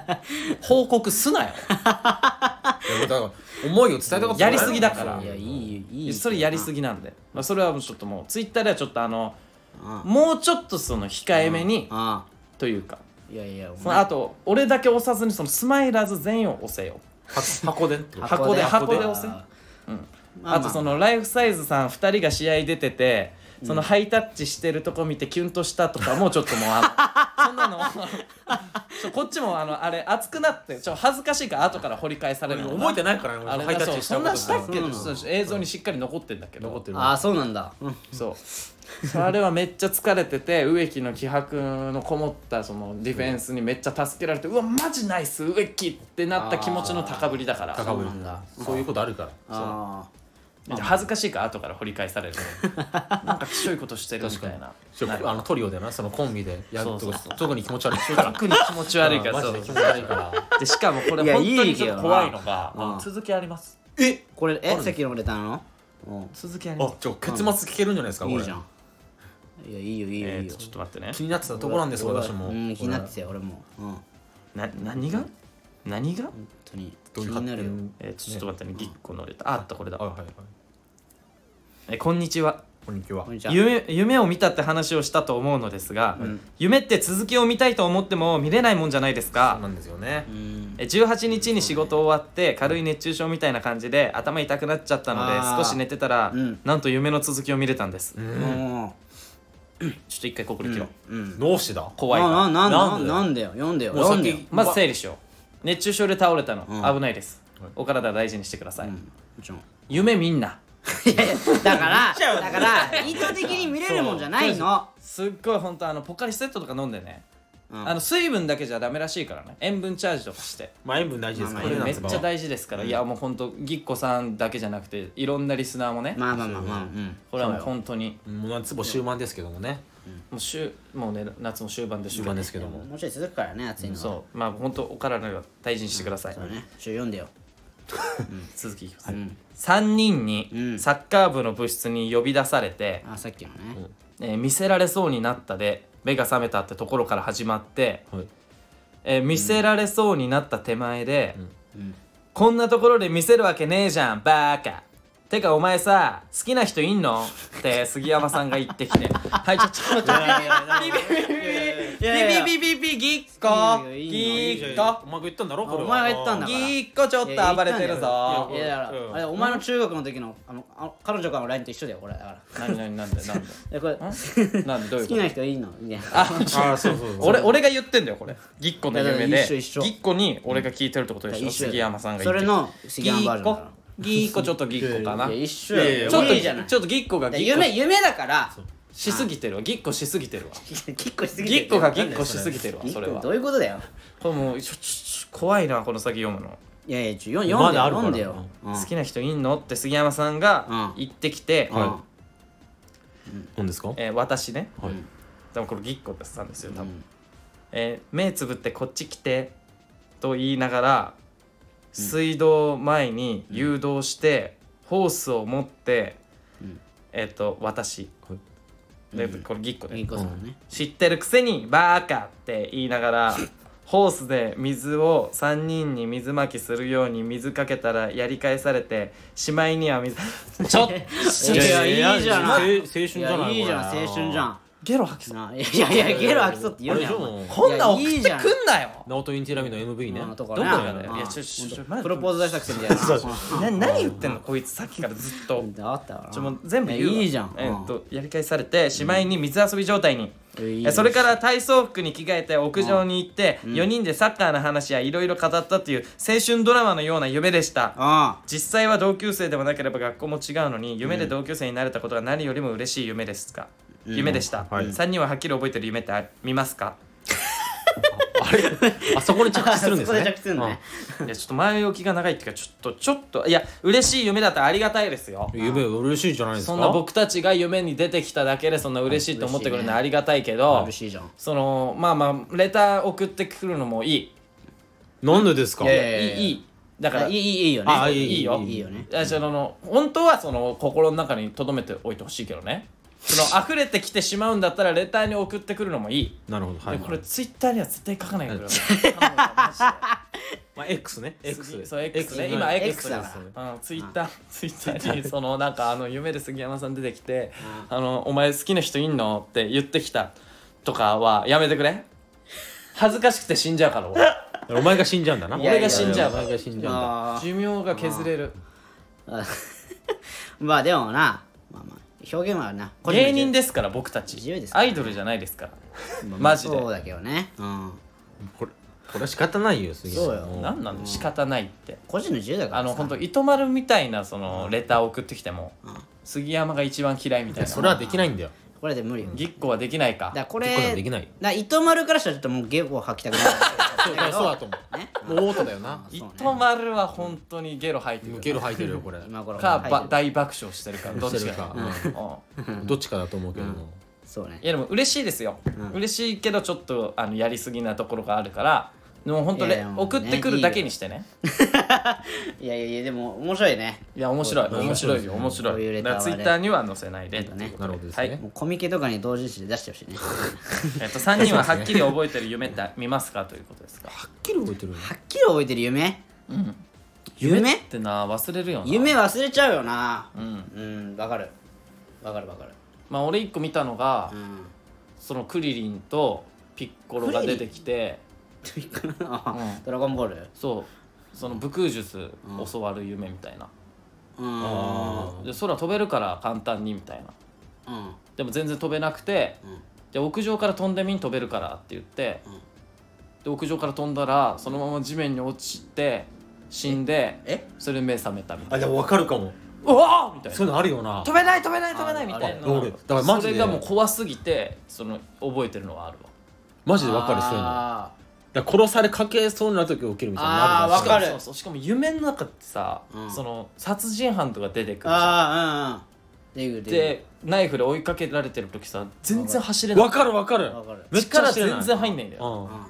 S2: 報告すなよ
S3: いや俺だから思いを伝えたかった
S2: やりすぎだから
S1: いやいいいい
S2: それやりすぎなんで、まあ、それはもうちょっともうツイッターではちょっとあの
S1: あ
S2: もうちょっとその控えめに
S1: あ
S2: というか
S1: いやいやお
S2: そのあと俺だけ押さずにそのスマイラーズ全員を押せよ
S3: 箱箱でってこと
S2: 箱で箱で押せ
S1: あ
S2: あとそのライフサイズさん2人が試合出ててそのハイタッチしてるとこ見てキュンとしたとかもちょっともう あのそんなのちょこっちもあのあれ熱くなってちょ恥ずかしいから後から掘り返されるの
S3: 覚えてないからね
S2: あれ
S3: 俺ハイタッ
S2: そう
S3: チした
S2: そ
S3: こ
S2: ん
S3: と
S2: なしたっけ
S1: うん
S2: そうそう映像にしっかり残ってんだけど
S3: 残ってる
S1: あーそうなんだうん
S2: そう それはめっちゃ疲れてて植木の気迫のこもったそのディフェンスにめっちゃ助けられてうわマジナイス植木ってなった気持ちの高ぶりだから
S3: 高
S1: そ
S3: ぶる
S1: うなんだ
S3: そういうことあるから
S1: あ
S2: 恥ずかしいから後から掘り返される なんかきしょいことしてるみたいな
S3: そう
S2: なる
S3: あのトリオでなそのコンビでやると
S2: そう
S3: か
S2: そうそう
S3: 特に気持ち悪いから
S2: 特に気持ち悪いから
S3: マジ
S2: そ
S3: で
S2: う
S3: 気持ち悪いから
S2: でしかもこれ
S1: いや
S2: 本当
S1: い
S2: に
S1: いけ
S2: ち
S1: ど
S2: ょっ
S1: な
S2: と怖いのが
S1: うん
S2: 続きあります
S3: え
S1: ーこれえさっきのレターのうん
S2: 続きありま
S3: あ
S2: す
S3: ちょ結末聞けるんじゃないですかこ
S1: いい
S3: れ
S1: じゃんいやいいよいいよ
S2: え
S1: いい
S2: ー
S1: よ
S2: とちょっと待ってね
S3: 気になってたとこなんです
S1: 俺は
S3: 私も
S1: うん気になってたよ俺もうん本
S2: な何が何が
S1: 当に気
S3: どういう
S1: になるよ
S2: えーとちょっと待ってねぎっこのレターああったこれだ
S3: はいはいはい
S2: えーこんにちは
S3: こんにちは
S1: こんにちは
S2: 夢夢を見たって話をしたと思うのですが、
S1: ん
S2: 夢って続きを見たいと思っても見れないもんじゃないです
S3: そうな
S2: か
S3: んですよね
S1: うん
S2: え18日に仕事終わって軽い熱中症みたいな感じで頭痛くなっちゃったの
S1: あー
S2: で少し寝てたら、
S1: うん
S2: なんと夢の続きを見れたんです、ちょ
S1: も
S2: っと一回ここで切ろう、
S1: ううん
S3: どうしてだ
S2: 怖いから
S1: なななん
S3: な
S1: ん
S3: で
S1: なんだよ読んでよ
S3: もう先
S1: 読んでよ
S2: まず整理しよう熱中症で倒れたの、
S1: うん
S2: 危ないですお体大事にしてください、
S1: うんもちろん
S2: 夢みんない
S1: やいやだからだから意図的に見れるもんじゃないの
S2: すっごい本当あのポカリスエットとか飲んでね、
S1: うん
S2: あの水分だけじゃダメらしいからね塩分チャージとかして
S3: まあ塩分大事ですか
S1: ま
S3: ら
S1: あ
S2: こ
S1: ま
S2: れ
S1: あ
S2: めっちゃ
S3: 事
S2: 大事ですから、いやもうほんとぎっこさんだけじゃなくていろんなリスナーもね、
S1: まあまあまあまあうん
S2: これはもう本当に
S3: もう夏も終盤ですけどもね
S2: もう週もうね夏も終盤で終
S3: 終盤ですけども
S1: もうちょい続くからね暑いのは
S2: そうまあほんとお体には大事にしてください、
S1: そうねちょ読んでよ
S2: 続きいきます、
S1: ん
S2: 3人
S1: う
S2: に
S1: ん
S2: サッカー部の部室に呼び出されて、
S1: あさっきのね
S2: えー見せられそうになったで目が覚めたってところから始まって、
S3: はい
S2: えー見せられそうになった手前で、こんなところで見せるわけねえじゃんバーカてかお前さ好き な人いんのって杉山さんが言ってきてはいちょちょちょビビビビビビピ
S1: やいや
S2: ピピピピギッコ
S1: い
S2: ギ
S1: いよいい
S2: ッ
S3: お
S2: コ
S3: 前が言ったんだろこれは
S1: お前が言ったんだ
S2: ギッコちょっと暴れてる
S1: い
S2: ぞ
S1: やいやだか
S3: う
S1: ら
S3: ん
S1: あれお前の中学の時のあのあの彼女からの LINE と一緒だよこれだから
S2: 何何なんでなんで
S1: いやこれ
S2: んなんでどういう
S1: 好き
S2: こと
S1: な人いいのみたいな
S2: あ
S3: ああそうそ うそう
S2: 俺俺が言ってんだよこれぎっこの夢
S1: いや
S2: で
S1: 一緒一緒
S2: ぎっこに俺が聞いてるってことでしょ
S1: 一緒
S2: 杉山さんが言
S1: そ
S2: っ
S1: れ
S2: てる
S1: の杉山バージョンだか
S2: ぎっこぎっこちょっとぎっこからない
S1: や
S2: ち
S1: 一緒
S3: いやいや
S1: よ
S2: ょっと
S1: いいじゃない
S2: ちょっとぎっこが
S1: いや
S2: ぎっこ
S1: 夢夢だから
S2: しすぎてるわぎっこしすぎてるわ
S1: ぎっこしすぎて
S2: ぎっこがぎっこしすぎてるわ
S1: ぎっ
S2: そ
S1: こ
S2: れは
S1: どういうことだよ
S2: これもうちょちょちょ怖いなこの先読むの
S1: いやいやちょ読ん
S3: まだあるか
S1: 読
S3: ら
S1: んでよ読んでよ
S2: 好きな人いんのって杉山さんが
S1: うん
S2: 言ってきて
S1: うんうん
S3: 何ですかはい
S2: えー私ね
S3: はい
S2: でもこれぎっこだったんですよ多分えー目つぶってこっち来てと言いながら水道前に誘導して、ホースを持って、
S1: うん
S2: えっ、と私で
S1: うん
S2: これぎっこで、
S1: ぎっこさんね
S2: 知ってるくせにバーカって言いながらホースで水を3人に水まきするように水かけたらやり返されてしまいには水 ちょっ
S1: いやい
S3: い
S1: や
S3: や
S1: いい
S3: い
S1: じゃ
S3: や
S1: ない
S3: 青青春じゃない
S1: いやいいじゃん
S3: これ
S1: 青春じゃん
S2: ゲロ吐きそう
S1: ないやいやいやゲロ吐きそうって言うなよお前
S3: あれでも
S2: こんなん送
S1: いやいい
S2: って
S1: じ
S2: く
S1: ゃん
S2: んなよ
S3: ナオトインティラミの MV ね
S1: うんとか
S2: どこ
S1: ね
S2: がだよ
S1: うん
S2: いやちょちょち
S1: ほ
S2: ょ
S1: んと
S2: 待って
S1: プロポーズ大作戦みたいな
S2: な何言ってんのこいつさっきからずっと
S1: うんあったわな
S2: ちょもう全部言うわ
S1: いやいいじゃん
S2: えっとやり返されてしまいに水遊び状態に、
S1: うんいい
S2: えそれから体操服に着替えて屋上に行って、4人でサッカーの話やいろいろ語ったという青春ドラマのような夢でした
S1: あ
S2: 実際は同級生でもなければ学校も違うのに夢で同級生になれたことが何よりも嬉しい夢ですか、夢でした、
S3: はい
S2: 3人ははっきり覚えてる夢ってあ見ますか
S3: あそこに着地するんです
S1: そこで
S3: ね
S1: 着地するのね
S2: いやちょっと前置きが長いっていうかちょっとちょっといや嬉しい夢だったらありがたいですよ
S3: うん夢嬉しいじゃないですか
S2: そんな僕たちが夢に出てきただけでそんな嬉しいと思ってくれるのはありがたいけ
S1: あ
S2: ど
S1: 嬉しいじゃん
S2: そのまあまあレター送ってくるのもいい
S3: なんでですか
S1: いやい
S2: い
S1: や
S2: いいいだから
S1: い
S2: いい
S1: いいいいいよね
S3: あいい
S1: いい
S2: いいよ
S1: よいいよね
S2: あその本当はその心の中に留めておいてほしいけどねその溢れてきてしまうんだったらレターに送ってくるのもいい
S3: なるほどはい
S2: でこれツイッターには絶対書かないでくれよ
S3: まあ X ね X
S2: そう X ね
S3: はい
S2: 今 X
S1: X だ
S2: だ
S1: か
S2: うんツイッターツイッターにそのなんかあの夢で杉山さん出てきて「あのお前好きな人いんの?」って言ってきたとかはやめてくれ恥ずかしくて死んじゃうから俺
S3: お前が死んじゃうんだな。
S1: やいやいや
S2: 俺が死んじゃう
S3: お
S2: から
S3: 前が死んじゃうんだ。
S1: あー
S2: 寿命が削れる
S1: まあでもなまあまあ表現はな
S2: 芸人
S1: で
S2: ですから僕たち
S1: 自由ですから
S2: アイドルじゃないですからマジで
S1: そうだけどねうん
S3: これ、これは仕方ないよ、杉
S1: そうよ
S3: も
S2: 何なの仕方ないって
S1: 個人の自由だから
S2: あの
S1: さ
S2: 本当糸丸みたいなそのレターを送ってきても杉山が一番嫌いみたい
S3: それ
S2: な
S3: はできないんだよ。
S1: これで無理よだか
S2: ぎっこはできないから
S1: こ
S3: 結構で
S1: れ
S3: もできないよ
S1: だから糸丸からしたらちょっともうゲボ吐きたくなる
S3: そう だそうだと思う。
S1: ね
S3: もうオートだよな。
S1: そうね
S2: 糸丸は本当にゲロ吐いてる
S3: 受ける吐いてるよ、これ。
S1: 今頃
S2: か
S1: 吐いて
S2: ば
S1: る
S2: 大爆笑してるからどっ
S3: し
S2: ち
S3: て
S2: か
S3: るか
S2: うんうん
S3: どっちかだと思うけども。
S1: そうね
S2: いやでも嬉しいですよ、嬉しいけどちょっとあのやりすぎなところがあるからもう本当
S1: いやい
S2: ね
S1: やもうね
S2: 送ってくるだけにしてね
S1: いやいやいやでも面白いね
S2: いや面白い
S1: そう
S2: 面白いよ面
S1: こ
S2: 白
S1: ういう
S2: い
S1: レター
S2: だ
S1: は
S2: から
S1: ね
S2: ツイッターには載せないでっていう
S1: ね
S3: なるほどですね。
S1: もうコミケとかに同人誌で出してほし いねは
S2: えっと3人ははっきり覚えてる夢って見ますかということですか
S3: はっきり覚えてるよね。
S1: っきり覚えてる夢夢
S2: ってな忘れるよな
S1: 夢忘れちゃうよなうんうんわかるわかるわかる
S2: まあ俺一個見たのが
S1: うん
S2: そのクリリンとピッコロが出てきて
S1: あドラゴンボールう
S2: そうその武空術教わる夢みたいな、
S1: ーん
S2: で空飛べるから簡単にみたいな
S1: うん
S2: でも全然飛べなくて、
S1: ん
S2: で屋上から飛んでみん飛べるからって言って、で屋上から飛んだらそのまま地面に落ちて死んで
S1: え
S2: それで目覚めたみたい
S3: あ、でもわかるかも。
S2: なうわーみたいな
S3: そういうのあるよな。
S2: 飛べない飛べない飛べないみたいな
S3: あ俺だからマジで
S2: それがもう怖すぎてその覚えてるのはあるわ
S3: マジでわかる、そういうの。
S1: あ
S3: だから殺されかけそうになるとき起きるみたいな。
S1: あーわかる
S2: そうそうしかも夢の中ってさ、
S1: うん
S2: その殺人犯とか出てく
S1: ー
S2: るじゃん
S1: あーうんうん出てくる出て
S2: でナイフで追いかけられてる時さ全然走れ
S3: る
S2: ない
S3: わかるわかる
S1: わかる。
S3: めっちゃ
S2: 力
S3: 知ら
S2: 全然入んないんだよ
S3: うん。
S2: あ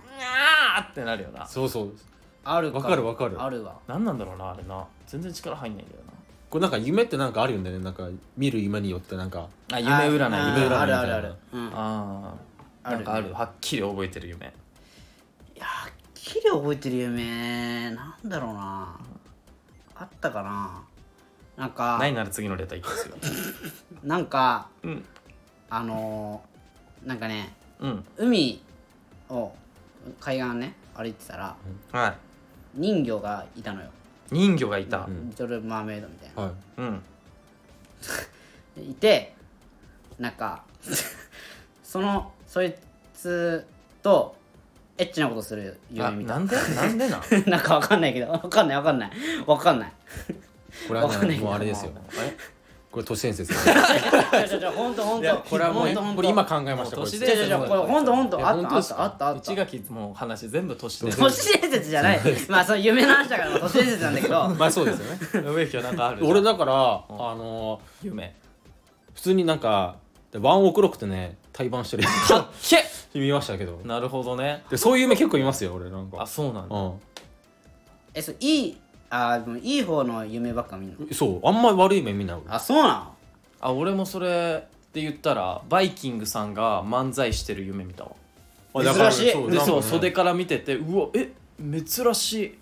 S2: ーってなるよな
S3: そうそう。
S1: ある
S3: わかるわかる
S1: あるわ
S2: 何なんだろうなあれな全然力入んないんだよ
S3: これなんか夢ってなんかあるよね。なんか見る夢によってなんか。
S2: なあ夢占
S1: あ
S2: い
S1: ー
S2: 夢占い
S1: あるあるあるうん
S2: ああなんかあるはっきり覚えてる夢
S1: いやはっきり覚えてる夢なんだろうなあったかななんか
S2: ないなら次のレターいきますよ
S1: なんか
S2: うん
S1: あのー、なんかね
S2: うん
S1: 海を海岸ね歩いてたら
S2: は
S1: 人魚がいたのよ
S2: い人魚がいた
S1: リトル・マーメイドみたいな
S3: はい
S2: うん
S1: でいてなんか そのそいつとエッチなことする夢
S2: あ
S1: 見た
S2: なんでなんでなん
S1: なんかわかんないけどわかんないわかんないわかんない
S3: これは
S1: わかんない
S3: ね
S1: けど
S3: もうあれですよ
S2: え
S3: これ都市伝説です
S1: ちょちょ本当本
S3: いや
S1: 当
S3: これはも
S1: ほんとほん
S3: う
S1: と
S3: これ今考えました
S2: もう都
S3: こ
S2: 市
S3: れ
S1: ちょ
S2: 伝
S1: ちょ
S2: 説
S1: ちょこれ本当本当あったあったあったあったあ
S2: 内
S1: った
S2: 垣もう話全部都市伝
S1: 都
S2: 説
S1: 市伝説じゃないまあそう夢の話だからまあ都市伝説なんだけど
S3: まあそうですよね
S2: 植木はなんかある
S3: 俺だからあの
S2: 夢
S3: 普通になんかワンオクロックってね対バンしてる
S2: かっけ
S3: 見ましたけど
S2: なるほどね
S3: でそういう夢結構見ますよ俺なん
S2: あ
S3: か
S2: そうなんだ
S3: う
S1: えそういいあでもいい方の夢ばっか見んの
S3: んそうあんまり悪い夢見ない俺
S1: あそうな
S2: あ俺もそれって言ったらバイキングさんが漫才してる夢見たわ
S1: 珍
S3: だから
S1: しい
S3: そう
S2: で
S3: なんか
S2: そう
S3: ね
S2: 袖から見ててうわえ珍しい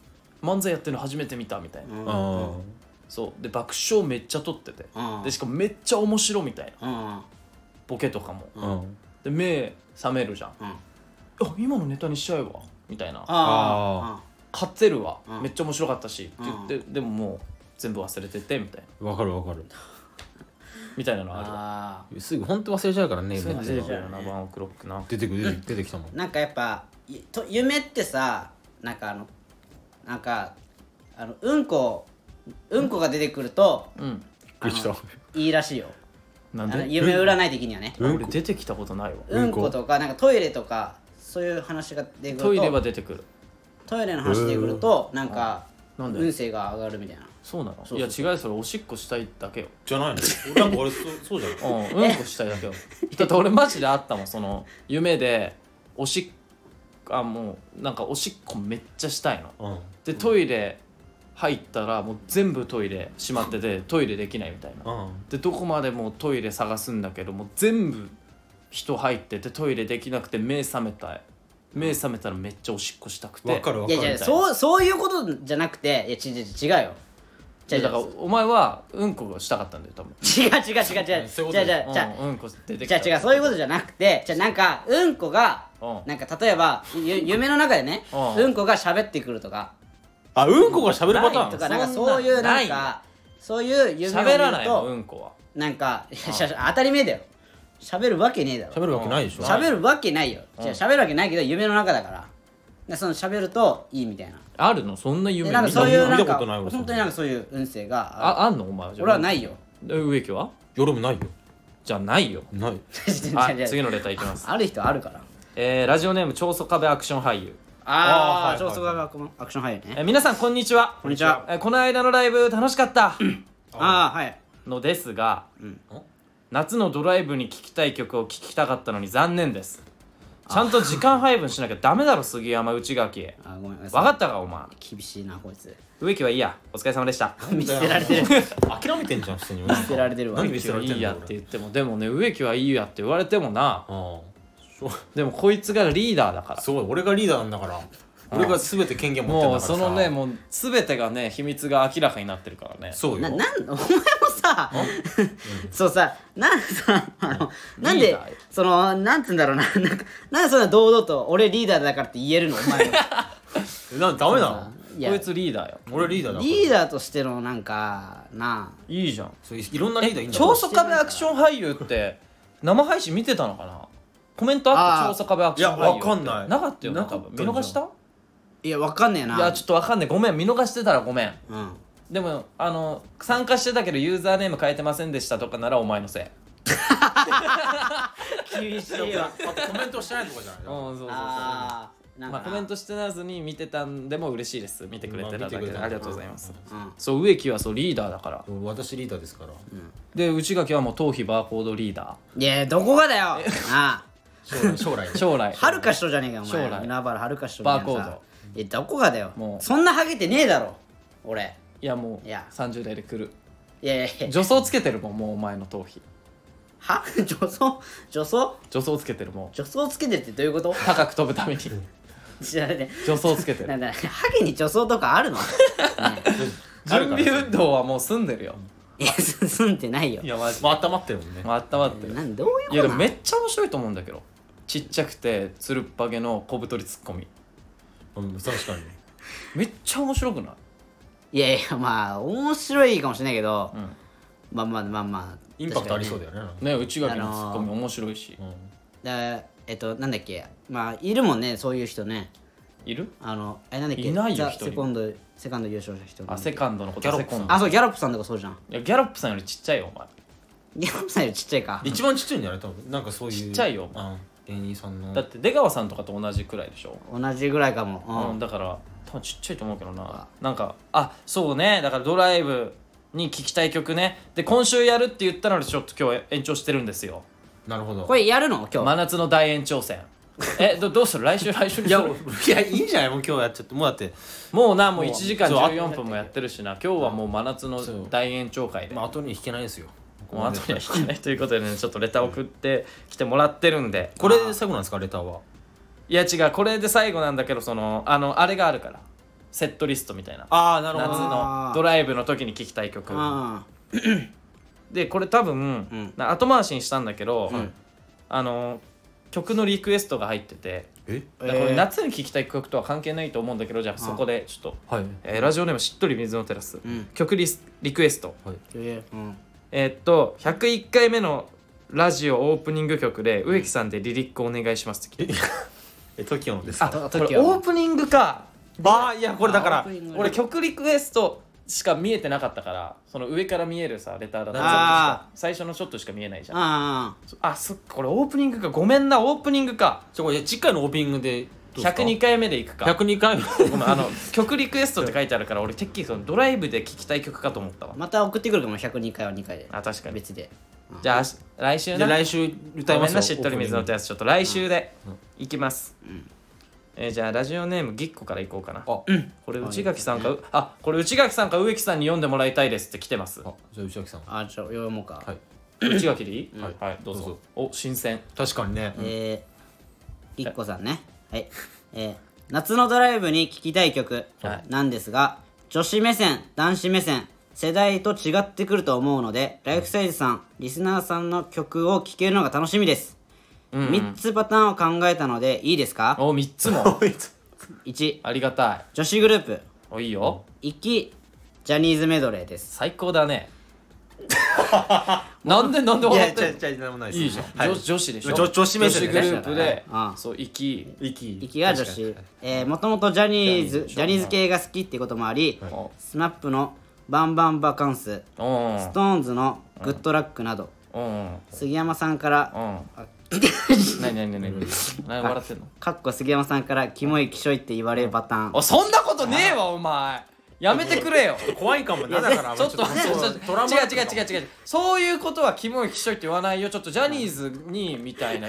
S2: 漫才やってるの初めて見たみたいな、
S1: の
S3: うん
S2: そうで爆笑めっちゃ取ってて、
S1: うん
S2: でしかもめっちゃ面白みたいな
S1: うんうん
S2: ボケとかも、
S3: うんうん
S2: で目覚めるじゃん
S1: うん
S2: あ今のネタにしちゃえばみたいな
S1: ああ
S2: 勝てるわ、
S1: うん
S2: めっちゃ面白かったしって言って、でももう全部忘れててみたい
S3: わかるわかる
S2: なみたいなのあるわ
S1: あ
S3: すぐ本当忘れちゃうからね
S2: そういう
S3: 夢
S2: の出て
S3: って
S2: くるよなワンオクロックな
S3: 出てくる出てくる出てきたもん
S1: ーなんかやっぱいと夢ってさなんかあのなんかあのうんこうんこが出てくると
S2: うん
S3: びっくりした
S1: あのいいらしいよ
S2: な
S1: あ
S2: ん
S1: の
S2: で
S1: 夢占い的にはね
S3: うん
S2: 俺出てきたことないわ
S1: う
S3: うんんこ
S1: ことかなんかトイレとかそういう話が出てくると
S2: トイレは出てくる
S1: トイレの話出てくるとなんか
S2: なんで
S1: 運勢が上がるみたいな
S2: そうなの
S1: そうそう
S2: いや違うよそれおしっこしたいだけよ
S3: じゃないの俺なんか俺そうそうじゃない
S2: うんうんこしたいだけよだって俺マジであったもんその夢でおしっあもうなんかおしっこめっちゃしたいの
S3: うん
S2: でトイレ入ったらもう全部トイレ閉まっててトイレできないみたいな
S3: うん
S2: でどこまでもトイレ探すんだけどもう全部人入っててトイレできなくて目覚めたい目覚めたらめっちゃおしっこしたくて
S3: わかるわ
S1: い
S3: か
S1: や
S3: る
S1: いやそうそういうことじゃなくていやち違う違うよ違う違
S2: でだから
S1: う
S2: お前はうんこがしたかったんだよ多分
S1: 違う違う違う違う違う
S3: そういうこと
S1: 違う違う
S2: うんうんこ出てき
S1: じゃ
S2: た
S1: あ違うそういうことじゃなくてじゃあなんかうんこが
S2: うん
S1: なんか例えばゆ夢の中でね
S2: うん
S1: うんこが喋ってくるとか
S3: あうんこが喋るパタ
S2: うん
S1: と
S3: ーン
S1: かなんか
S2: そんな
S1: そういうなん
S2: な
S1: かそういう夢を見
S2: 喋ら
S1: る
S2: ないのう
S1: と
S2: んこは
S1: なんかいやしゃ当たり前だよ喋るわけねえだろ
S3: 喋るわけないでしょ
S1: 喋るわけないよじゃあ喋るわけないけど夢の中だからでその喋るといいみたいな
S2: あるのそんな
S1: で
S2: 夢
S1: なんかそういうな
S3: 見た
S1: ん
S3: 見た
S1: か
S3: ことない俺
S1: 本当になんかそういう運勢があ
S2: ああんのお前は
S1: る俺はないいよ
S2: 植木は
S3: 夜もないよ
S2: じゃあな いよ
S3: ない
S2: は
S1: 違う違う違
S2: いう次のレターいきます
S1: ある人あるから
S2: えーラジオネーム長宗壁アクション俳優
S1: ああ
S3: あーはい
S1: 超速アクション俳優ね
S2: えー皆さんこんにちは
S1: こんにちは
S2: えーこの間のライブ楽しかった
S1: ああはい
S2: のですが、
S1: ん
S2: 夏のドライブに聴きたい曲を聴きたかったのに残念ですちゃんと時間配分しなきゃダメだろ杉山内垣
S1: あーごめんな
S2: 分
S1: さい
S2: かったかお前
S1: 厳しいなこいつ
S2: 植木はいいやお疲れ様でした
S1: 見捨てられ てる
S3: 諦めてんじゃん普通に見
S1: 捨てられてるわ
S3: 何
S2: 植
S3: 見
S2: 木
S3: せら
S2: は
S3: れ
S2: い
S3: てん
S2: い
S3: だ
S2: や
S3: よ
S2: って言ってもでもね植木はいいやって言われてもな
S3: あ
S2: でもこいつがリーダーだから
S3: すごい俺がリーダーなんだから俺が全て権限持ってん
S2: も
S3: だ
S2: う
S3: か
S2: そ
S3: らさ
S2: のねもう全てがね秘密が明らかになってるからね
S3: そう
S1: な
S3: よ
S1: なんお前もさ そうさなんさあのなん
S2: リー
S1: で
S2: ダーよ
S1: そのなんつうんだろうな なんかなんでそんな堂々と俺リーダーだからって言えるのお前は
S3: えなんダメな
S1: さいや
S2: こいつリーダーよ
S3: の俺リーダーだから
S1: リーダーとしてのなんかない
S2: いじゃん
S3: そういいろんなリーダーいんだ
S2: 長宗壁アクション俳優って生配信見てたのかなコメントあった
S1: あー
S2: 長宗壁アクション俳優って
S3: いやわかんない
S2: なかったよな
S3: なか
S2: 多
S3: った
S2: 分見逃した
S1: あいやわかんねえない
S2: やちょっとわかんないごめん見逃してたらごめん
S1: うん
S2: でもあの参加してたけどユーザーネーム変えてませんでしたとかならお前のせい
S1: 厳しいわ
S3: あとコメントしてないとかじゃない
S2: うんそうそうそう
S1: あーなん
S2: ま
S1: か
S2: あ、コメントしてなずに見てたんでも嬉しいです見てくれてただけ
S3: まあ見
S2: で
S3: てくれた
S2: ありがとうございます
S1: うん
S2: そう植木はそうリーダーだから
S3: 俺私リーダーですから
S2: で内垣はもう頭皮バーコードリーダ
S1: いやどこがだよなあ
S3: 将来将来
S2: ー将来
S1: はるかしとじゃねえかよお前
S2: 将来
S1: 海原はるかしとみたいなさ
S2: バーコード
S1: いやどこがだよ
S2: もう
S1: そんなハゲてねえだろ俺
S2: いやもう
S1: いや
S2: 30代で来る
S1: いやいやいや
S2: 女装つけてるもんもうお前の頭皮
S1: は女装女装
S2: 女装つけてるもん
S1: 女装つけてるってどういうこと
S2: 高く飛ぶ ために
S1: 知られて
S2: 女装つけて
S1: な
S2: る
S1: んだハゲに女装とかあるのね
S2: 準備運動はもう済んでるよ
S1: いやすすんでないよ
S2: いやマジ
S3: まあ温まってるもんね
S2: まあ温まってる
S1: なんどういうこ
S2: い
S1: と
S2: や
S1: い
S2: でもめっちゃ面白いと思うんだけどちっちゃくてつるっぱげの小太りツッコミ
S3: うん確かに
S2: めっちゃ面白くない、
S1: いやいやまあ面白いかもしれないけど、
S2: うん
S1: まあまあまあまあ
S3: インパクトありそう
S1: だ
S3: だよねなんか
S2: ね、内垣
S1: あ
S2: の
S1: の
S2: ツ
S1: ー
S2: ッコミ面白いし、
S1: だえっとなんだっけまあいるもんねそういう人ね
S2: いる
S1: あのえなんだっけ
S2: いないよ
S1: ザ
S2: 一人も
S1: セコンドセカンド優勝した人
S2: あセカンドのこと
S3: ギャロ
S2: セ
S3: ップ
S2: コ
S3: さん
S2: ンド
S1: あそうギャロップさんとかそうじゃん
S2: いやギャロップさんよりちっちゃいよお前
S1: ギャロップさんよりちっちゃいか
S3: 一番ちっちゃいんじゃない多分なんかそういう
S2: ちっちゃいよ
S3: うん芸人さんの
S2: だって出川さんとかと同じくらいでしょ、
S1: 同じぐらいかも、うん
S2: うん、だから多分ちっちゃいと思うけどななんかあそうねだからドライブに聴きたい曲ねで今週やるって言ったのでちょっと今日延長してるんですよ
S3: なるほど
S1: これやるの今日
S2: 真夏の大延長戦えどどうする来週来週に
S3: い
S2: す
S3: や
S2: る
S3: いやいいんじゃないもう今日やっちゃってもうだって
S2: もうなもう1時間
S3: そうあ
S2: 14分もやってるしな今日はもう真夏の大延長会で
S3: まあ後に引けないですよ
S2: もう後には引けないということでねちょっとレター送ってきてもらってるんで
S3: これで最後なんですかレターはい
S2: や違うこれで最後なんだけどそのあのあれがあるからセットリストみたいな
S3: ああなる
S2: 夏
S3: ほど
S2: のドライブの時に聴きたい曲
S1: あ
S2: でこれ多分、
S1: うん
S2: な後回しにしたんだけど、
S1: ん
S2: あの曲のリクエストが入ってて
S3: え
S1: あ
S2: だからこ
S1: え
S2: れ
S1: ー
S2: 夏に聴きたい曲とは関係ないと思うんだけどじゃあそこでちょっと、
S3: はい
S2: えーラジオネームしっとり水のテラス、
S1: ん
S2: 曲リスリクエスト
S1: えーうん
S2: えーっと101回目のラジオオープニング曲で植木さんでリリックお願いしますって聞いて
S3: え TOKIO のです
S2: あ
S3: か
S1: と
S2: これ
S1: TOKIO
S2: オープニングか
S3: バーいやこれだから
S1: あオープニング
S2: 俺曲リクエストしか見えてなかったからその上から見えるさレターだと
S1: あ
S2: 最初のちょっとしか見えないじゃん
S1: あー
S2: あそっかこれオープニングかごめんなオープニングか
S3: ちょこれ次回のオープニングでどうですか
S2: 102回目でいくか
S3: 102回目
S2: ごめんあの曲リクエストって書いてあるから俺てっきりそのドライブで聴きたい曲かと思ったわ
S1: また送ってくるかも102回は2回で
S2: あ確かに
S1: 別で
S2: じゃあ来週
S3: じゃあ
S2: な
S3: 来週歌い
S2: ごめ
S3: ます
S2: ん
S3: よ
S2: なしっとり水の
S3: オープニング
S2: 手やつちょっと来週でいきます、えーじゃあラジオネームぎっこからいこうかな
S3: あ、
S2: これ内垣さんかうあこれ内垣さんか植木さんに読んでもらいたいですって来てます
S3: あじゃあ内垣さん
S1: あちょ読もうか、
S3: はい
S2: 内垣でいい、
S3: はい
S2: はいどうぞ
S3: どうぞ
S2: お新鮮
S3: 確かにね
S1: えー、ぎっこさんねはいえー夏のドライブに聴きたい曲
S2: はい
S1: なんですが、女子目線男子目線世代と違ってくると思うのでライフサイズさんリスナーさんの曲を聴けるのが楽しみです、
S2: ん
S1: 3つパターンを考えたのでいいですか
S2: お三3つも
S1: 1
S2: ありがたい
S1: 女子グループ
S2: おいいよ
S1: 行きジャニーズメドレーです
S2: 最高だね なんでなんで
S3: い
S2: 笑
S3: や
S2: っ
S3: ち
S2: て
S3: ゃい
S2: んの
S3: ちゃいなんもないです
S2: いいじゃん、
S3: はい
S2: 女女子でしょ
S3: 女女子目線で
S2: 女
S3: ね
S2: グループで、
S1: はい
S2: そう行き
S3: 息
S1: 行きが女子えーもともとジャニーズジ
S2: ジ
S1: ャ
S2: ャ
S1: ニ
S2: ニーズ
S1: ーズ系が好きってこともあり、
S2: はい
S1: スマップのバンバンバカンス
S2: うん
S1: ストーンズのグッドラックなど、
S2: うん
S1: 杉山さんから、
S2: うん何何何何何笑ってんの
S1: かっこ杉山さんからキモいキショいって言われるパターン、
S2: あそんなことねえわお前やめてくれよ
S3: 怖いかもねだから
S2: ちょっと、
S3: ちょっと
S2: ちょっと違う違う違う違うそういうことはキモいきしょいって言わないよちょっとジャニーズにみたい な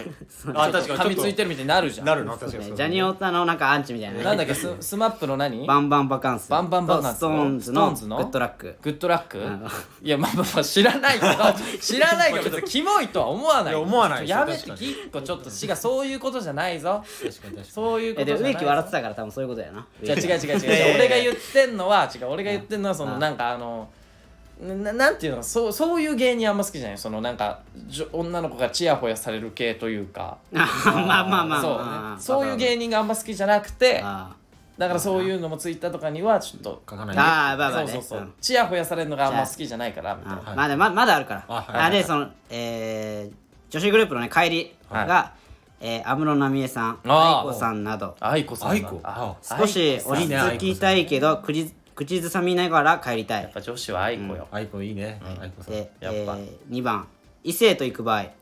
S3: あ確かに
S2: 噛みついてるみたいになるじゃん
S3: なるな
S1: そう
S3: 確か
S1: ね
S3: に
S1: ジャニオタのなんかアンチみたいなね
S2: なんだっ けススマップの何
S1: バンバンバカンス
S2: バンバンバカン
S1: と
S2: ス
S1: ストーンズ
S2: ストー
S1: の
S2: ンズの
S1: グッドラック
S2: グッドラックいやまあまあまあ知らないけ ど知らないけど別にキモいとは思わない
S3: いや思わないでしょ
S2: やめて
S3: 確か
S2: ぎ
S3: に
S2: っこちょっと違うそういうことじゃないぞ
S3: 確かに確 か
S2: そういうこ
S1: え
S2: とじ
S1: で
S2: ゃない
S1: 植
S2: ぞ
S1: 木笑ってたから多分そういうことやな
S2: じゃ違う違う違う違う俺が言ってんのは違う俺が言ってんのはそのなんかあのななんていうのそうそういう芸人あんま好きじゃないそのなんかじょ女の子がチヤホヤされる系というか
S1: あー まあまあまあ
S2: そう,、
S1: まあ
S2: そういう芸人があんま好きじゃなくて
S1: あ
S2: だからそういうのもツイッターとかにはちょっと
S3: に書かな
S1: ー
S3: いで
S1: あーまあまあ
S2: そう
S1: ね
S2: そうそううんチヤホヤされるのがあんま好きじゃないからみたい
S1: あ
S2: な
S1: まだままだあるから
S3: あ
S1: あ,、
S3: はいはいはい
S1: でそのえー、女子グループのね帰りが、えー安室奈美恵さん
S2: あー
S1: 愛子さんなど
S2: 愛子さん
S3: 愛子
S2: あ
S3: あ
S1: 少し落ち
S3: ね
S1: 着きたいけど口ず口ずさみながら帰りた
S2: や
S1: い
S2: っぱ女子は愛子よ、
S3: アイコンいいねアイコンさん
S1: で、え
S2: やっぱ
S1: ー、2番異性と行く場合え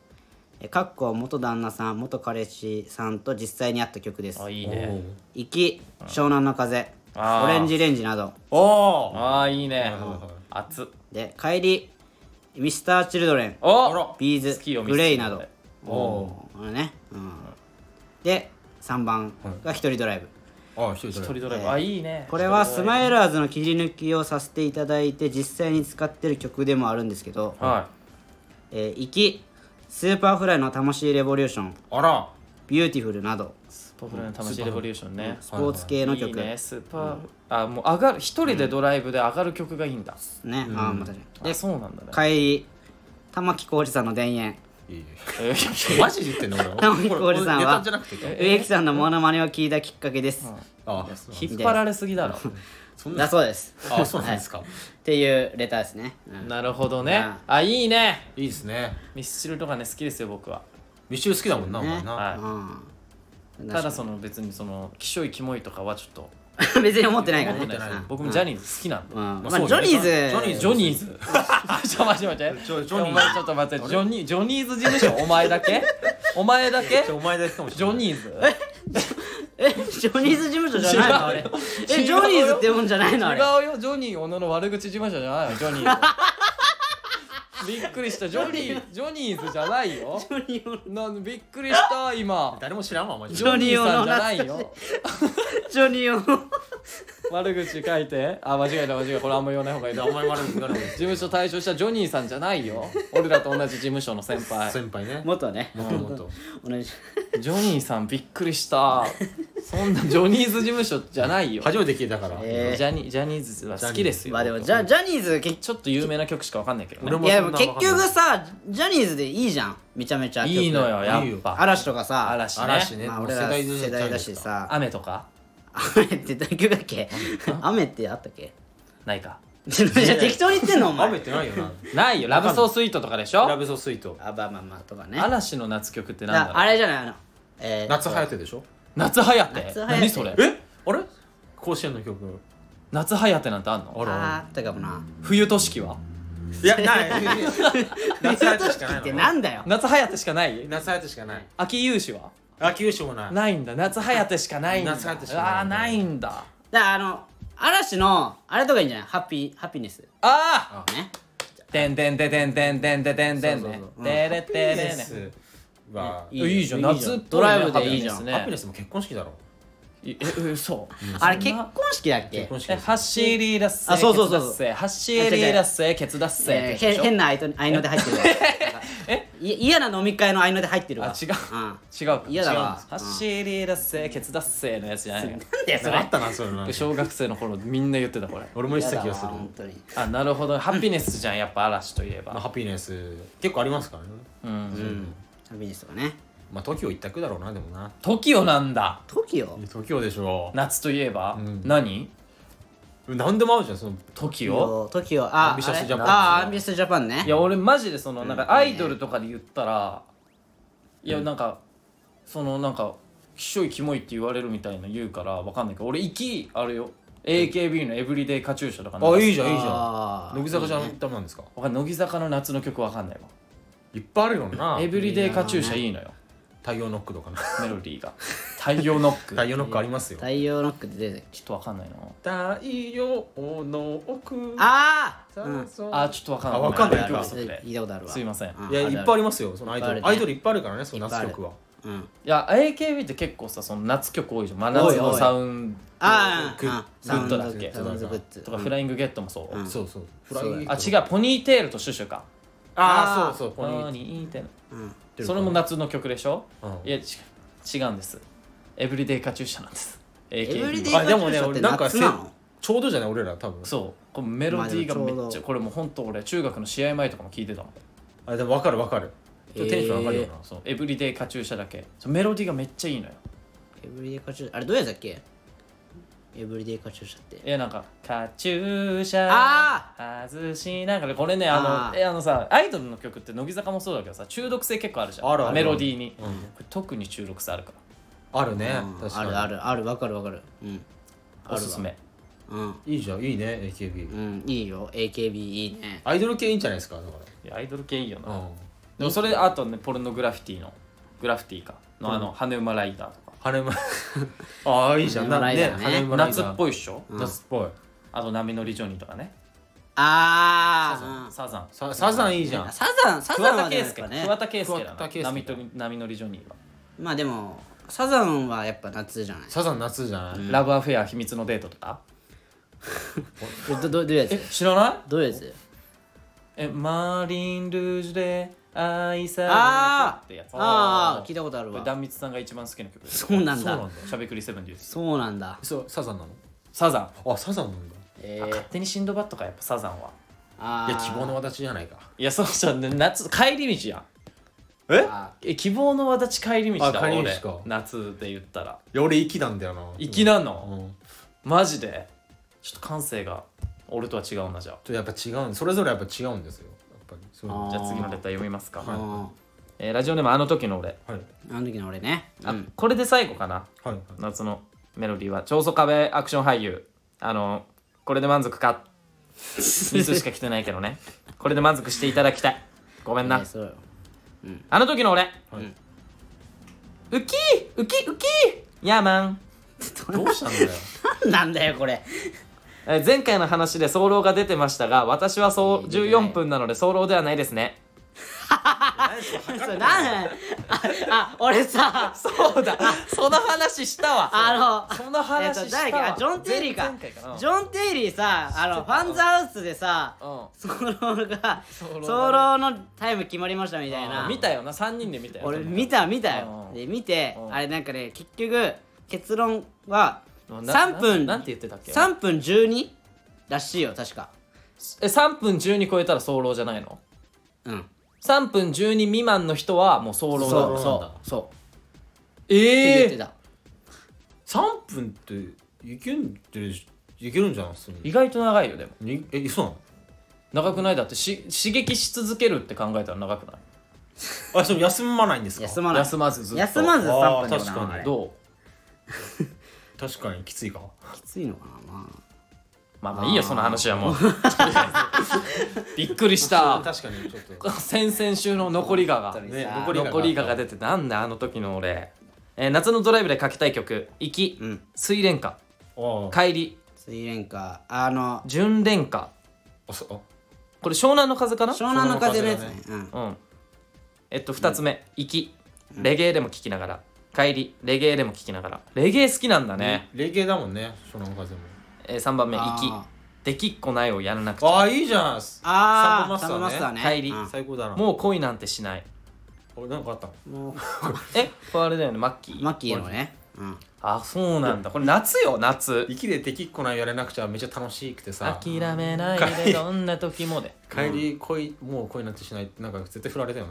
S1: ーかっこ元旦那さん元彼氏さんと実際に会った曲です
S2: あいい
S3: お
S2: ね
S3: ー
S1: 行き湘南の風
S2: あー
S1: オレンジレンジなど
S3: おー
S2: あーいいね
S3: はいはいはい
S2: 熱っ
S1: で帰りミスターチルドレン
S2: お
S3: あら
S1: ビー
S2: 好きよ
S1: ズ
S2: ミス
S1: グレイなど
S3: おお
S1: これね、うん、で3番が一人ドライブ、
S3: ーあ一人
S2: 一
S3: 一
S2: 人
S3: 人
S2: ドライブあいいね
S1: これはスマイラーズの切り抜きをさせていただいて実際に使ってる曲でもあるんですけど「
S2: は
S1: えー、行き」「スーパーフライの魂レボリューション」
S3: あら
S1: 「ビューティフル」など
S2: いスーパーフライの魂レボリューションね
S1: スポーツ系の曲
S2: いいねスーパー、あもう上がる一人でドライブで上がる曲がいいんだ、
S1: ね、ああまあ確かに
S2: でそうなんだね
S1: 帰り玉置浩二さんの「田園」
S3: いい
S2: えー
S3: マジで 言ってんの
S1: 直
S3: 俺
S1: 木浩二さん
S3: ネタ
S1: は
S3: じゃなくて
S1: 植木さんのモノマネを聞いたきっかけです、
S3: あ
S2: 引っ張られすぎだろ
S3: そん
S1: だ
S3: な
S1: そうです
S3: あそうなんですか
S1: はいっていうレターですね、うん
S2: なるほどねあいいね
S3: いいですね
S2: ミスチルとかね好きですよ僕は
S3: ミシュー好きだもんなお
S1: ね
S3: 前な
S2: は
S1: うん
S2: いただその別にそのきしょいキモいとかはちょっと
S1: 別に思ってないから
S2: 思
S1: ね
S2: ってない
S1: うん
S2: 僕もジャニーズ好きなんで
S1: うんまあ
S3: まあ
S1: ジ
S3: そうね
S1: ョニーズ
S3: ジョニーズ
S2: ジョニーズ ちょ待って待って
S3: ジョジョニーズ
S2: お前ちょっと待ってジョニージョニーズ事務所お前だけお前だけ
S3: じゃあお前だけかもし
S2: ジ
S3: れな
S2: ョ
S3: い
S2: ニーズ
S1: えジョニーズ事務所じゃないのあ
S2: 違
S1: れ
S2: う
S1: えジョニーズって呼ぶんじゃないのあれ
S2: 違うよジョニー小野の悪口事務所じゃないよジョニ ーズびっくりしたジョニージョニーズじゃないよ
S1: ジョニー
S2: なんびっくりした今
S3: 誰も知らんわお 前
S2: ジ
S1: ョ
S2: ョ
S1: ニ
S2: ニ
S1: ー
S2: ー
S1: 小
S2: さ
S1: 野
S2: んじゃないよ
S1: ジョニーを
S2: 悪口書いてあ間違えた間違えたこれあんま言わない方がいいな
S3: お前悪いから
S2: 事務所退所したジョニーさんじゃないよ俺らと同じ事務所の先輩
S3: 先輩ねも
S1: 元ね
S3: とも と
S1: 同じ
S2: ジョニーさんびっくりしたそんなジョニーズ事務所じゃないよ
S3: 初めて聞いたから
S1: えー
S2: ジャニジャニーズは好きですよ
S1: まあでもジャジャニーズ結
S2: ちょっと有名な曲しかわかんないけど
S3: 俺
S2: ね
S1: い
S3: も
S1: や
S3: そ
S1: で
S3: んな
S1: も
S3: の
S1: 結局
S3: わ
S1: さジャニーズでいいじゃんめちゃめちゃ曲
S2: いいのよやっ
S3: いいよ
S2: ぱ
S1: 嵐とかさ
S2: 嵐ね
S3: 嵐ね
S1: まあ
S3: もう
S1: 俺
S3: 世
S1: ら
S3: 代の
S1: 世代だしさ
S2: 雨とか
S1: 雨って何曲だっけ雨ってあったっけ
S2: ないか
S1: じゃあ適当に言ってんのお
S3: 雨
S1: 前
S3: ってないよな
S2: ないよラブソースイートとかでし
S3: ラ
S2: ょ
S3: ブソースイート
S1: あまあまあまあとかね
S2: 嵐の夏曲ってなんだ
S1: だ
S2: ろう
S1: あれじゃないあのえー
S3: 夏はやてでしょ
S2: 夏はやて
S1: 夏はやて
S2: 何それ
S3: えあれ甲子園の曲
S2: 夏はやてなんてあんの
S3: あら
S1: あーあったかもな
S2: 冬としきはい
S3: やない 夏はやてしか
S1: 冬
S3: な
S1: 景色って
S3: い
S1: な
S3: の
S1: んだよ
S2: 夏はやてしかない
S3: 夏はやてしかない
S2: 秋夕日は
S3: あ九州もない
S2: ないんだ夏はやてしかないんだ
S3: 夏はやてしかない
S2: ああーないんだ
S1: だからあの嵐のあれとかいいんじゃないハッピーハピネス
S2: あ
S1: ね
S2: ーてんてんてんてんてんてんてんてんてん
S1: そうそうそ
S2: ね
S1: う
S2: てれてれ
S3: ピー
S2: ね
S3: スはい
S1: い
S2: いいじゃん夏っぽいね
S1: ドライブでいいじゃ
S2: ハ
S1: ん
S2: ピネスね
S3: ハピネスも結婚式だろ
S2: いえ嘘
S1: あれ結婚式だっけ
S3: 結婚式
S2: え
S3: だ
S2: 走り出せ
S1: あそうそうそうそう
S2: ケツ出せ走り出せケツ出せ
S1: え
S2: っ
S1: ー
S2: てや
S1: へ
S2: つでしょ
S1: 変な合いと合いので入ってるわ
S2: え
S1: い嫌な飲み会の合いので入ってるわ
S2: あ違う
S1: うん
S2: 違うか
S1: 嫌だわ
S2: 違うんです走り出せケツ出せのやつじゃないの
S1: なんでそ
S3: あ
S1: れ
S3: ったなそういうのなんか
S2: 小学生の頃みんな言ってたこれ
S3: 俺も言ってた
S1: 嫌
S3: 気
S1: だわ
S3: がする
S1: 本当に
S2: あなるほ どハピネスじゃんやっぱ嵐といえ
S3: まあ
S2: ば
S3: ハピネス結構ありますからね
S2: うん
S1: ハピネスとかね
S3: まあ TOKIO 一択だろうなでもな
S2: TOKIO なんだ
S1: TOKIO
S3: TOKIO でしょ
S2: 夏といえば
S3: ん
S2: 何
S3: 何でも合うじゃんその
S2: TOKIO
S1: TOKIO あ
S3: アンビシャスジャパン
S1: あれあアンビシャスジャパンね
S2: いや俺マジでそのなんかアイドルとかで言ったらいやなんかそのなんかきしょいキモいって言われるみたいな言うからわかんないけど俺息あれよ AKB の「エブリデイカチューシャ」とかなん
S3: あ
S2: か
S3: いいじゃんいいじゃ
S1: あ
S3: ん
S1: ー
S3: 乃木坂じゃダメなんですか
S2: わかんない乃木坂の夏の曲わかんないわ
S3: いっぱいあるよな
S2: エブリデイカチューシャいいのよ
S3: 太陽ノックとかな
S2: メロディーが太陽ノック
S3: 太
S2: ちょ
S3: 陽ノックありますよ
S1: 太陽ノックで出て
S2: っとわかんないな
S3: 太陽の奥
S1: ああ
S3: うん
S2: あーちょっとわかんない
S3: あわかんない
S2: 勉強不足で
S1: 聞いたことあるわ
S2: すいませんい
S1: うん
S3: いやいっぱいありますよそのアイド
S1: いっ
S3: ル
S1: ぱいあ
S3: ア
S1: るね
S3: イドルいっぱいあるからねその夏曲は
S1: うん
S2: や AKB って結構さその夏曲多いじゃん真夏のサウン
S1: あー
S3: グッ
S1: あー
S3: グッド
S2: だっけ
S1: サウンドグッズ
S2: ドとかフライングゲットもそう、
S1: うん
S3: そうそうフ
S1: そうだよ
S2: あ違うポニーテールとシュシュか
S3: ああそうそう
S2: ポ
S3: ポ
S2: ニ
S3: ニ
S2: ー
S3: ー
S2: テール
S1: うん
S3: テール
S2: それも夏の曲でしょ、
S3: うん
S2: いや違う違うんですエブリデイカチューシャなんです AKB
S1: エブリデイ
S3: あでも
S1: 夏だ
S3: ね
S1: って
S3: 俺なんか
S1: 夏
S3: せ
S1: なの
S3: ちょうどじゃない俺ら多分
S2: そうこのメロディーが
S1: まあでもちょうど
S2: めっちゃこれもう本当俺中学の試合前とかも聞いてたの
S3: あでも分かる分かるちょっとテンション上がるよな
S2: そうエブリデイカチューシャだけそうメロディーがめっちゃいいのよ
S1: エブリデイカチューシャあれどうやつだっけエブリデイカチューシャって
S2: いやなんか「カチューシャ
S1: あ
S2: 外しながら」これねあの
S1: あー
S2: えあのさアイドルの曲って乃木坂もそうだけどさ中毒性結構あるじゃん
S3: あるある
S2: メロディーに、
S3: うん
S2: これ特に中毒性あるか
S3: あるね
S1: うん
S3: 確か
S1: あ
S3: に
S1: るあるあるわかるわかるうん
S2: らおすすめ
S1: うん
S3: いいじゃんいいね AKB
S1: うんいいよ AKB いいね
S3: アイドル系いいんじゃないですかだか
S2: いやアイドル系いいよな、
S3: らうん
S2: でもそれあとねポルノグラフィティのグラフィティかのあの羽馬ライダーとか
S3: 羽馬ああいいじゃん
S1: 羽
S3: な
S1: 馬ライダーね
S3: ね羽馬ライ
S2: 夏
S3: ダー
S2: っぽいっしょ、
S3: 夏っぽい
S2: あと波乗りジョニーとかね
S1: あ
S2: サザン
S3: ササザンいいじゃ
S1: あ
S3: ん
S1: サザンサザン
S2: 桑
S1: は
S2: 田
S1: でも
S2: 佳
S1: やっぱ
S2: 祐
S1: ね
S2: 桑田佳祐だ
S3: 桑田
S2: な
S3: 佳祐
S2: 波と波乗りジョニーは、
S1: まあでもサザンはやっぱ夏 じゃない
S3: サザン夏じゃない
S2: ラブアフェア秘密のデートとか
S1: どどどういうやつ
S2: 知らない
S1: どういうやつ
S2: えマーリン・ルージュで愛され
S1: あ
S2: てってやつ
S1: ああ聞いたことある
S2: これ
S1: わ
S2: 壇蜜さんが一番好きな曲です
S1: そうなん
S3: そうな
S1: だ
S3: んだ
S2: しゃべくりセブンで言う
S1: そうなんだ
S3: そうサザンな
S2: サザン、あ
S3: のあサザンなんだ
S1: え
S2: 勝手にシンドバッドかやっぱサザンは
S1: あ
S3: い
S1: ー
S3: や希望の私じゃないか
S2: いやそうじゃん夏帰り道やん
S3: え
S1: あ
S2: え希望の轍帰り道だ
S3: あ帰り道
S2: 俺
S3: か
S2: 夏で言ったら
S3: いや俺粋なんだよな
S2: 粋な
S3: う
S2: の、
S3: ん
S2: マジでちょっと感性が俺とは違うなじゃあ
S3: ちょっとやっぱ違うんそれぞれやっぱ違うんですよやっぱりそういうの
S2: じゃあ次のレター読みますか、
S1: ーあ
S2: えーラジオネームあの時の俺、
S3: はい
S1: ーあの時の俺ねう
S2: あ
S1: ん
S2: これで最後かな
S3: はい
S2: 夏のメロディーは長宗壁アクション俳優あのこれで満足かミスしか来てないけどねこれで満足していただきたいごめんな、
S1: えーそうよ
S2: あの時の俺、
S3: はい
S2: ウキウキウキヤーマン
S3: どうしたんだよ
S1: なんだよこれ
S2: えー前回の話で早漏が出てましたが私はそう
S1: 出てない
S2: 14分なので早漏ではないですね
S1: それなんああ俺さ
S2: そう だその話したわ
S1: あの
S2: その
S1: えっ
S2: 話
S1: と
S2: したわ、
S1: 誰かあジョン・テイリーか
S2: 前前回な
S1: ジョン・テイリーさあのファンザハウスでさソロがソ
S2: ロがね
S1: ロのタイム決まりましたみたい
S2: うん
S1: な
S2: 見たよな3人で見たよ
S1: 俺見た見た
S2: うん
S1: よ
S2: うん
S1: で見て
S2: うん
S1: あれなんかね結局結論は
S2: な
S1: 3分
S2: なんて言ってたっけ
S1: 3分12らしいよ確か
S2: え3分12超えたら早漏じゃないの
S1: うん
S2: 3分12未満の人はもう早
S1: そう
S2: 漏なの
S1: そうそうって
S2: え
S1: 言っ
S2: え
S1: てた
S3: 3分っていけんっていけるんじゃない普通
S2: 意外と長いよでも
S3: ににえそうなの
S2: 長くないだってし刺激し続けるって考えたら長くない
S3: あそれ休まないんですか
S1: 休まない
S2: 休まずずっと
S1: 休まず3分だよ
S3: あー確かに
S1: なあれ
S2: どう
S3: 確かにきついか
S1: きついのかなまあ
S2: まあまあいいよその話はもうびっくりした
S3: 確かにちょっと
S2: 先々週の残りがが
S1: 本当に
S3: ね
S1: さ
S3: 残りが
S2: 残りがが出ててなんだあの時の俺、えー夏のドライブで書きたい曲「行き」
S1: うん
S2: 水蓮花」「
S3: ああ
S2: 帰り」
S1: 水蓮かあの
S2: 「純蓮花
S3: あそあ」
S2: これ湘南の風かな
S1: 湘南の風のやつね
S3: 湘
S1: うん
S2: うんえっと2つ目「行き」レゲエでも聴きながら「帰り」レゲエでも聴きながらレゲエ好きなんだね、
S3: レゲエだもんね湘南風も
S2: え3番目「行き
S1: あ」
S2: できっこないをやらなくち
S3: あ
S2: ゃ
S3: あいいじゃん
S1: ああ
S3: サ
S1: サ
S3: ブ
S1: ブ
S3: マ
S1: マ
S3: ス
S1: ス
S3: タ
S1: タ
S3: ー
S1: ー
S3: ね
S1: ね
S2: 帰り
S1: うん
S3: 最高だな
S2: もう恋なんてしない
S3: 俺なんかあったの
S1: もう
S2: えこれあれだよねマッキー
S1: マッキーのねうん
S2: あそうなんだこれ夏よ夏
S3: 生きでできっこないやれなくちゃめっちゃ楽しくてさ
S2: 諦めないでどんな時もで
S3: 帰り恋もう恋なんてしないってなんか絶対振られたよ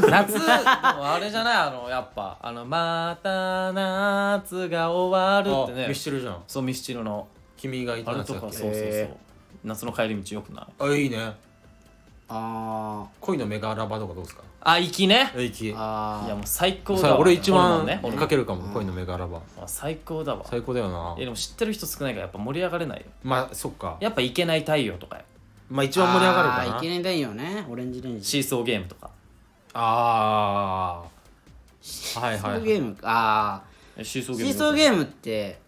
S3: な
S2: 夏でもあれじゃないあのやっぱあのまた夏が終わ
S3: あ
S2: るってね
S3: ミスチルじゃん
S2: そうミスチルの
S3: 君がいた
S2: あれ
S3: やつ
S2: と
S3: だっ
S2: か
S3: け
S2: そうそうそう、
S1: へ
S2: 夏の帰り道よくない
S3: あいいね
S1: あ
S3: 恋のメガラバとかどうですか
S2: あ粋ね
S3: えいき
S1: ーあ
S2: いや
S1: ー
S2: もう最高だ
S3: さ
S2: わ
S3: 俺一番
S2: 俺も
S3: 追
S2: ね
S3: っかけるかも恋のメガラバ
S2: あ最高だわ
S3: 最高だよない
S2: やでも知ってる人少ないからやっぱ盛り上がれないよ
S3: まあそっか
S2: やっぱいけない太陽とかよ
S3: まあ一番盛り上がるか
S1: あー
S3: な
S1: イケメンだよねオレンジレンジ
S2: シーソーゲームとか
S3: ああはい
S1: シー
S3: は
S1: ソー
S3: い
S1: ゲームかあ
S2: えシーソ
S1: ー
S2: ー
S1: シ
S2: ゲーム
S1: ーソーゲームって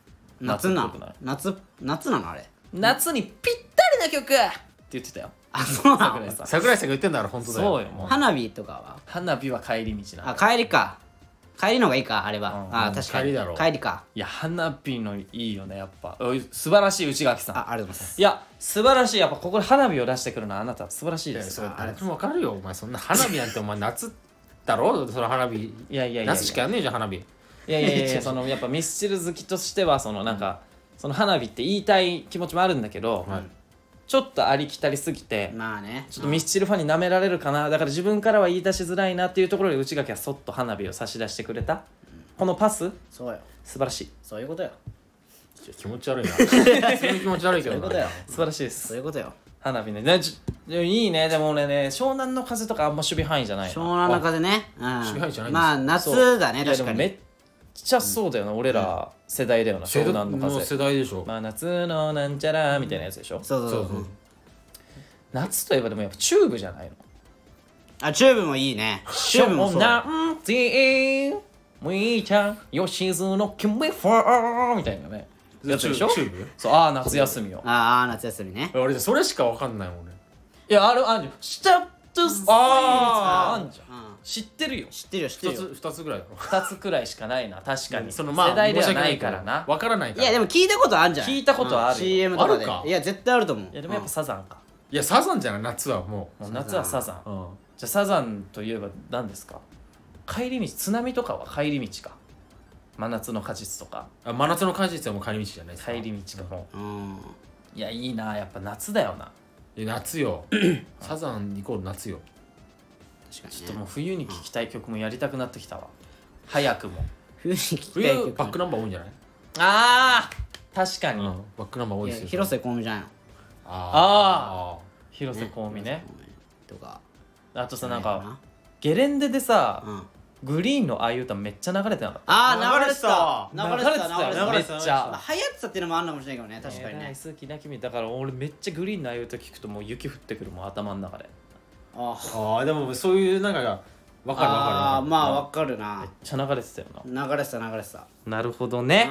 S1: 夏な
S2: 夏っぽくない
S1: の夏夏なのあれ
S2: 夏にぴったりな曲って言ってたよ
S1: あそうな
S2: 桜井
S1: の
S2: さん
S3: 桜井さんが言ってんだろ本当だよ
S2: そうよもう
S1: 花火とかは
S2: 花火は帰り道な
S1: あ
S2: の
S1: 帰りか帰りの方がいいかあれは
S2: うん
S1: あー確かに
S3: 帰りだろ
S1: 帰りか
S2: いや花火のいいよねやっぱおい素晴らしい内垣さん
S1: あありがとうございます
S2: いや素晴らしいやっぱここで花火を出してくるのはあなた素晴らしい
S3: い
S2: で
S3: や
S2: す
S3: それ誰でもわかるよお前そんな花火なんて お前夏だろその花火
S2: いやいやいやいや
S3: 夏しかやんねえじゃん花火
S2: いやいやい やそのやっぱミスチル好きとしてはそのなんかその花火って言いたい気持ちもあるんだけど、
S3: はい
S2: ちょっとありきたりすぎて
S1: まあね
S2: ちょっとミスチルファンに舐められるかなだから自分からは言い出しづらいなっていうところで内垣はそっと花火を差し出してくれたこのパス
S1: そうよ
S2: 素晴らしい
S1: そういうことよ
S3: 気持ち悪い なそういう気持ち悪いけ
S1: そうい
S3: ど
S1: うことよ
S3: な
S2: 素晴らしいです
S1: そういうことよ
S2: 花火ねねちでいいねでも俺ね湘南の風とかあんま守備範囲じゃないな
S1: 湘南の風ねうん
S3: 支配じゃないんですよ
S1: まあ夏だね
S2: いやで
S1: 確
S2: も
S1: か
S2: め
S1: に
S2: っちゃそうだよな、俺ら世代だよな湘
S3: 世代
S2: 南の
S3: の
S2: 風
S3: 世代でしょ
S2: まあ夏のなんちゃらみたいなやつでしょ
S1: そう
S3: そ
S1: そうう
S3: そ
S1: そうう
S2: 夏といえばでもやっぱチューブじゃないの
S1: あチューブもいいねチューブもそうだ
S2: なんてむいちゃんよしずのキムフォーみたいなねやつでしょ
S3: チューブ
S2: そうああ夏休みよ
S1: ああ夏休みね
S3: 俺それしかわかんないもんね
S2: いやあるあんじゃんステップスイーツ
S3: あ
S2: あ
S3: ー
S2: んじゃん
S1: うん
S2: 知ってるよ
S1: 知ってるよ知って
S3: 二
S1: るよ
S3: つ二つぐらいだろ
S2: 2つくらいしかないな確かに
S3: そのまあ
S2: 世代ではないからな
S3: わからない
S1: い
S3: から
S1: やでも聞いたことあるんじゃん
S2: 聞いたことあるよ
S1: CM とかで
S3: あるか
S1: いや絶対あると思う
S2: いやでもやっぱサザンか
S3: いやサザンじゃない夏はも
S2: もう夏はサザン
S3: う、うん、
S2: じゃあサザンといえば何ですか帰り道津波とかは帰り道か真夏の果実とか
S3: あ真夏の果実はもう帰り道じゃないですか
S2: 帰り道かも
S1: うん
S2: いやいいなやっぱ夏だよない
S3: や夏よサザンイコール夏よ
S1: 確かに、ね、
S2: ちょっともう冬に聴きたい曲もやりたくなってきたわ早くも
S1: 冬に聞きたい
S3: 冬
S1: 曲
S3: バックナンバー多いんじゃない、
S2: あー確かに、
S3: うん、バックナンバー多い
S1: い
S3: で
S1: や
S3: すよ
S1: 広瀬香美じゃないの
S3: あ
S2: 広瀬香
S1: 広
S2: 美ね
S1: 瀬香美とか
S2: あとさなんかゲレンデでさ、
S1: うん
S2: グリーンのああいう歌めっちゃ流れてなかった
S1: ああ流れてた
S2: 流れ
S1: 流
S2: て
S1: れて
S2: た
S1: た
S2: よ
S1: 流
S2: ね
S1: れ
S2: め
S1: て
S2: ったちゃ
S1: 流行ってたっていうのもあるのかもしれないけどね確かに
S2: えらい
S1: ね
S2: 好きな君だから俺めっちゃグリーンのああいう歌聞くともう雪降ってくるもん頭の中でめっ
S1: あ
S3: あーあーでもそういうなんかが分かる分
S1: あー
S3: か
S1: まあわかるな
S2: ちゃ流れてたよな
S1: 流れてた流れてた
S2: なるほどね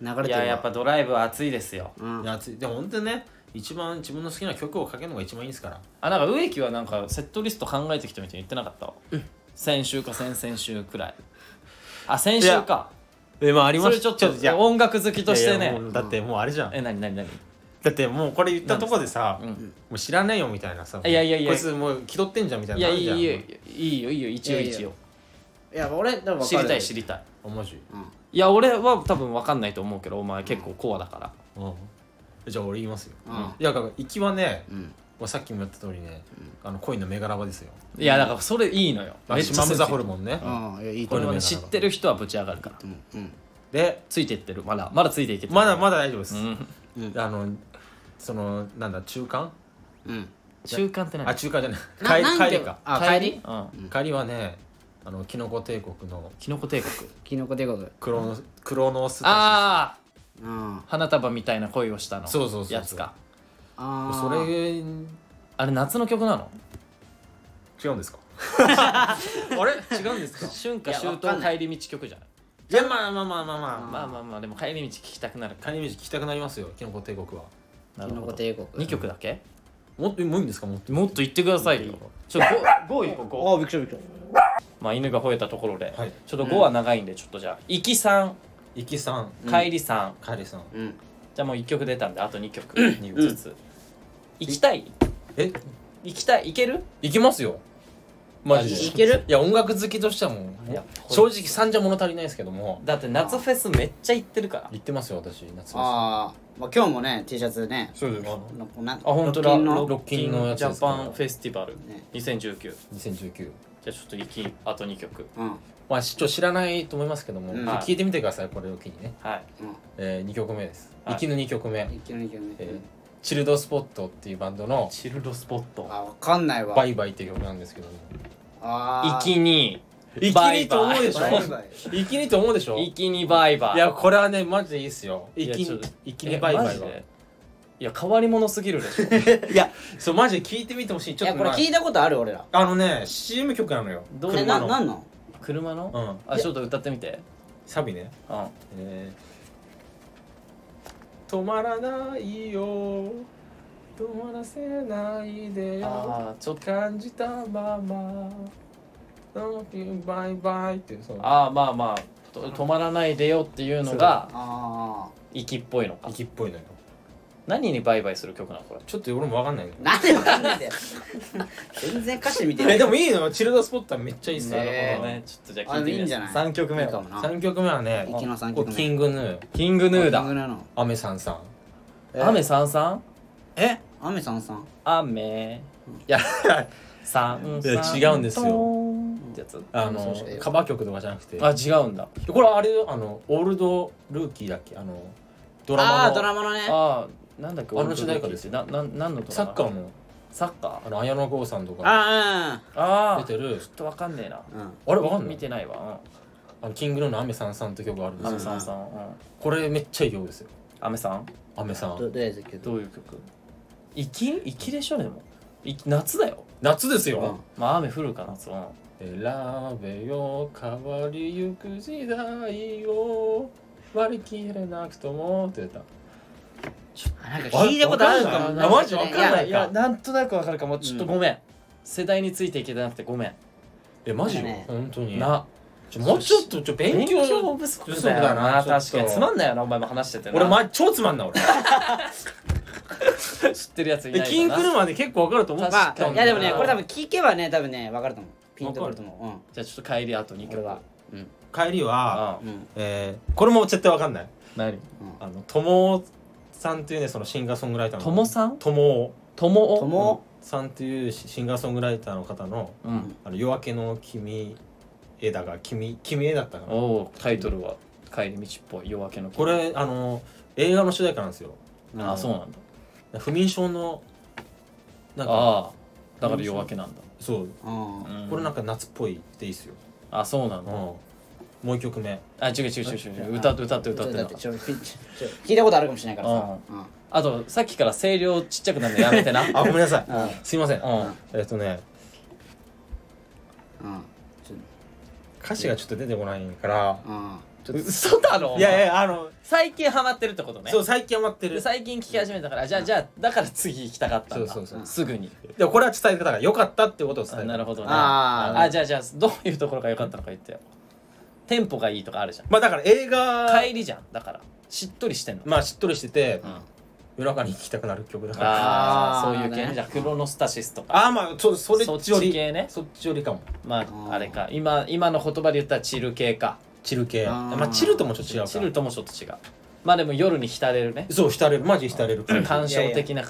S1: うん流れて
S2: い
S1: るわ
S2: ややっぱドライブは熱いですよ
S1: うん
S3: るいやついでも本当にね一番自分の好きな曲をかけるのが一番いいんですから
S2: あなんか植木はなんかセットリスト考えてきたみたいに言ってなかったわ、先週か先々週くらいあ先週か
S3: えまああり
S2: それちょっと
S3: じゃ
S2: 音楽好きとして
S3: いやい
S2: ね
S3: やもうだってもうあれじゃん
S2: えなになになに
S3: だってもうこれ言ったとこでさ
S2: うん
S3: もう知らないよみたいなさ
S2: いやいやいや
S3: こいつもう気取ってんじゃんみたい
S2: い
S3: な
S2: や
S3: のあ
S2: い
S3: る
S2: い
S3: じゃ
S2: よ
S3: ん
S2: いいよいいよいいよ一
S1: い
S2: 応
S1: やいや
S2: 一応
S1: いや俺でも分かる
S2: 知りたい知りたい
S3: あマジ
S1: うん
S2: いや俺は多分分かんないと思うけどお前結構コアだから
S3: うんじゃあ俺言いますよ
S1: うん
S3: いやだから行きはね
S1: うん
S3: まあさっきも言った通りねあのコインの銘柄場ですよ
S2: いやだからそれいいのよ
S3: マシュマムザホル
S2: モ
S3: モンね
S1: うんいやいいと
S2: これ
S1: 思
S2: は
S1: う
S2: ね知ってる人はぶち上がるから
S1: うんうん
S3: で
S2: ついていってるまだまだついていけてる
S3: まだまだ大丈夫です
S2: うん
S3: あのそのなんだ中間
S1: うん
S2: 中間って
S3: あ
S2: 何
S3: 中間じゃ
S1: な
S3: ない
S1: なん
S3: 帰
S1: て
S3: 帰りか
S1: あ帰り
S2: うん
S3: 帰りはねあのキノコ帝国の
S2: キノコ帝国
S1: キノコ帝国
S3: クロノスクロノス
S2: ああ
S1: うん
S2: 花束みたいな恋をしたの
S3: そうそうそうそう
S2: やつか
S1: あー
S3: それ違
S2: あれ夏の曲なの
S3: うんですかあれ違うんですか
S2: 春夏
S1: いや
S2: 秋
S1: わかん
S2: 冬
S1: な
S2: 帰り道曲じゃない
S3: いやまあまあまあまあまあ
S2: まあまあまあでも帰り道聞きたくなるか
S3: カニミジ聞きたくなりますよキノコ帝国は
S2: な
S1: キ
S2: る
S1: ノ
S2: ほ
S1: コ
S2: ど
S1: 帝国
S2: 2曲だけ
S3: もっともういいんですかもっと
S2: もっと言ってくださいよちょっと5行こう
S1: ああびっくりびっくり
S2: まあ、犬が吠えたところで、
S3: はい
S2: ちょっと5は長いんで、ちょっとじゃあ行き3
S3: イキさん
S2: 帰り3、
S3: カリさん
S1: うん
S2: じゃあもう1曲出たんであと2曲2曲ずつ、行きたい
S3: え
S2: 行きたい行ける
S3: 行きますよマ
S1: マ
S3: ジで
S1: ジいける
S3: いや音楽好きとしてはも
S2: いや
S3: う正直三じゃ物足りないですけども
S2: だって夏フェスめっちゃ行ってるから
S3: 行ってますよ私夏
S1: あ
S3: あ
S1: ーまあ今日もね T シャツね
S3: そうです
S1: のこなん
S2: あ本当だ
S1: ロッキンの
S2: ロッキン
S3: ロッキンの
S2: の
S3: やつ
S2: ジャ
S3: ですから
S2: パンフェスティバル
S1: ね
S2: 2019じゃ
S3: 2019
S2: あちょっと行きあと2曲
S1: うん
S3: まあ、ちょっと知らないと思いますけども、
S1: うん
S3: 聞いてみてくださいこれを機にね、
S2: はい
S3: えー、2曲目です「
S2: はい
S3: 生きの2曲目
S1: 一気に一気に、
S3: えーチルドスポット」っていうバンドの
S2: チルドスポット
S1: あわかんない
S3: 「
S1: わ
S3: バイバイ」っていう曲なんですけども
S1: あ
S2: 行
S1: ー
S2: きに
S3: 生き
S2: バイ
S3: にと
S2: バイ
S3: 思うでしょ
S1: バイバイ
S3: 生きにと思うでしょ
S2: 行きにバイバイ
S3: いやこれはねマジでいいっすよ
S2: い
S3: 生
S2: や
S3: き
S2: ちょっ
S3: に
S2: と
S3: 生き
S2: え
S3: にバイバ
S2: マ
S3: イ
S2: ジ
S3: は
S2: でいや変わり者すぎるでしょ
S3: いやそうマジで聞いてみてほしいち
S1: い
S3: ょっ
S1: や
S3: と
S1: これ
S3: まあ
S1: 聞いたことある俺ら
S3: あのね CM 曲なのよ
S2: どう
S1: え
S2: 車
S1: な
S2: の
S1: なんの
S2: 車の、
S3: うん
S2: あちょっと歌ってみて
S3: サビね
S2: うん
S3: えー止まらないよ止まらせないでよ
S2: あーちょっと
S3: 感じたままバイバイってその
S2: ああまあまあと止まらないでよっていうのが
S1: あ
S2: 息っぽいのか
S3: 息っぽいのよ
S2: 何にバイバイする曲なのこれ
S3: ちょっと俺もわかんないの
S1: あなんでわかんないんだよ 全然歌詞見てな
S3: え
S1: い
S3: でもいいのよチルドスポットはめっちゃいいっすよ、
S1: ねえー
S2: なるほどねちょっとじゃあ聞いてみ
S1: あでもいいんじゃない
S2: 3曲目
S1: いいか
S2: は
S1: もな
S3: 3曲目はね
S1: 息の三
S3: こ
S1: 曲
S3: う
S1: 目
S3: キングヌー
S2: キングヌー
S1: キン
S2: だ
S1: グヌーの
S3: アメさんさん
S2: 雨さんさん
S3: え
S1: 雨さんさん
S2: 雨
S3: いや
S2: さん
S3: い
S2: さ
S3: や
S2: ん
S3: 違うんですよ
S2: とーんってやつ
S3: あ
S1: そう
S3: の
S1: しか言えない
S3: カバー曲とかじゃなくて
S2: あ違うんだ
S3: これあれよあのオールドルーキーだっけあのドラマの
S1: ああードラマのね
S2: あーなんだっけ
S3: あの主題歌
S2: 俺の時ってなな何のドラマ
S3: サッカーの
S2: サッカ
S3: あの綾野剛さんとか
S1: あ
S2: ーあ
S3: 出
S2: あちょ
S3: てる
S2: っとわかんねえな
S1: あうんうん
S3: あれわかんな
S2: 見
S3: い
S2: てないわ
S3: あのキングヌーのアメさんさんって曲があるん
S2: う
S3: で
S2: ん
S3: す
S2: 雨
S3: よ
S2: さんさんうん
S3: これめっちゃいい曲ですよ
S2: 雨さん
S3: アメさ
S1: ど
S3: ん
S1: どうやつけど
S2: どういう曲粋粋でしょでもい夏だよ
S3: 夏ですよ、
S1: うん
S2: まあ雨降るか夏は
S3: 選べよ変わりゆく時代を割り切れなくともって言った
S1: あなんか聞いたことあるかも
S3: あマジわかんない
S1: や
S2: いやなんとなくわかるかもちょっとごめん、世代についていけてなくてごめん、
S3: えマジよ、
S1: なんかね
S3: 本当に
S2: な
S3: ちょもうちょっとちょ勉強
S2: 不足
S3: 不足
S2: だよ
S3: だ
S2: な
S3: な
S2: 確かにつま
S3: ん
S2: んないよなお前も話しててな
S3: 俺前超つまんない 俺
S2: 知ってるやついない
S3: え
S2: かな
S3: キングヌーはね結構わかると思
S1: ま
S3: う
S2: 確か
S1: あ
S2: に
S1: いやでもねこれ多分聞けばね多分ね分かると思うピンとくると思
S2: じゃあちょっと帰りあと2
S1: ううん俺
S2: 曲
S1: はうん
S3: 帰りは、
S2: あ
S1: う
S2: あ
S1: ん
S3: えーこれも絶対わかんない
S2: 何
S3: あの友さんっていうねそのシンガーソングライターの
S2: 友さん
S3: 友
S2: ともお
S1: とも
S3: さんっていうシシンガーソングライターの方の
S2: うん、
S3: 「あの夜明けの君絵」だが「君君絵」だったか
S2: お
S3: な
S2: おタイトルは「帰り道っぽい夜明けの
S3: こ
S2: 頃
S3: れあの映画の主題歌なんですよ
S2: ああそうなんだ
S3: 不眠症のなんか
S2: ああだから夜明けなんだ、
S3: そう
S1: うん
S2: うん
S3: これなんか夏っぽいっていいっすよ、
S2: あそうなん
S3: うん
S2: だ、
S3: もう一曲目
S2: あ違う違う違う違う違う歌って歌って歌って
S1: だ
S2: な
S1: ってちょちょちょ聞いたことあるかもしれないからさうん
S2: あとさっきから声量ちっちゃくなるのやめ てな
S3: あごめんなさ
S1: うん
S3: いすいません
S2: うん
S3: えっとね
S1: うんちょ
S3: 歌詞がちょっと出てこないから
S1: うんちょっと
S2: 嘘だろお前
S3: いやいやあの
S2: 最近ハマってるってことね
S3: そう最近余って
S2: で
S3: る
S2: 最近聞き始めたからじゃあじゃあだから次行きたかったんだ
S3: そうそうそう
S2: すぐに
S3: でもこれは伝え方が良かったってことを伝え
S2: あ
S3: る
S2: なるほどね
S1: あ
S2: あ
S1: ー
S2: じゃあじゃあどういうところが良かったのか言ってよテンポがいいとかあるじゃん
S3: まあだから映画
S2: 帰りじゃんだからしっとりしてんの
S3: まあしっとりしてて、夜中に聴きたくなる曲だから
S2: ああ
S1: あ
S2: そ
S1: ー
S2: ういう系
S1: ね
S2: ねじゃあクロノスタシスとか
S3: ああまあそそれ
S2: そっちより系ね
S3: そっちよりかも
S2: ま
S1: ー
S2: ああれか今今の言葉で言ったらチル系か
S3: チル系
S1: あー
S3: まあチルともちょっと違うから
S2: チルともちょっと違うまあでも夜に浸れるね
S3: そう浸れるマジ浸れる
S2: 感傷的な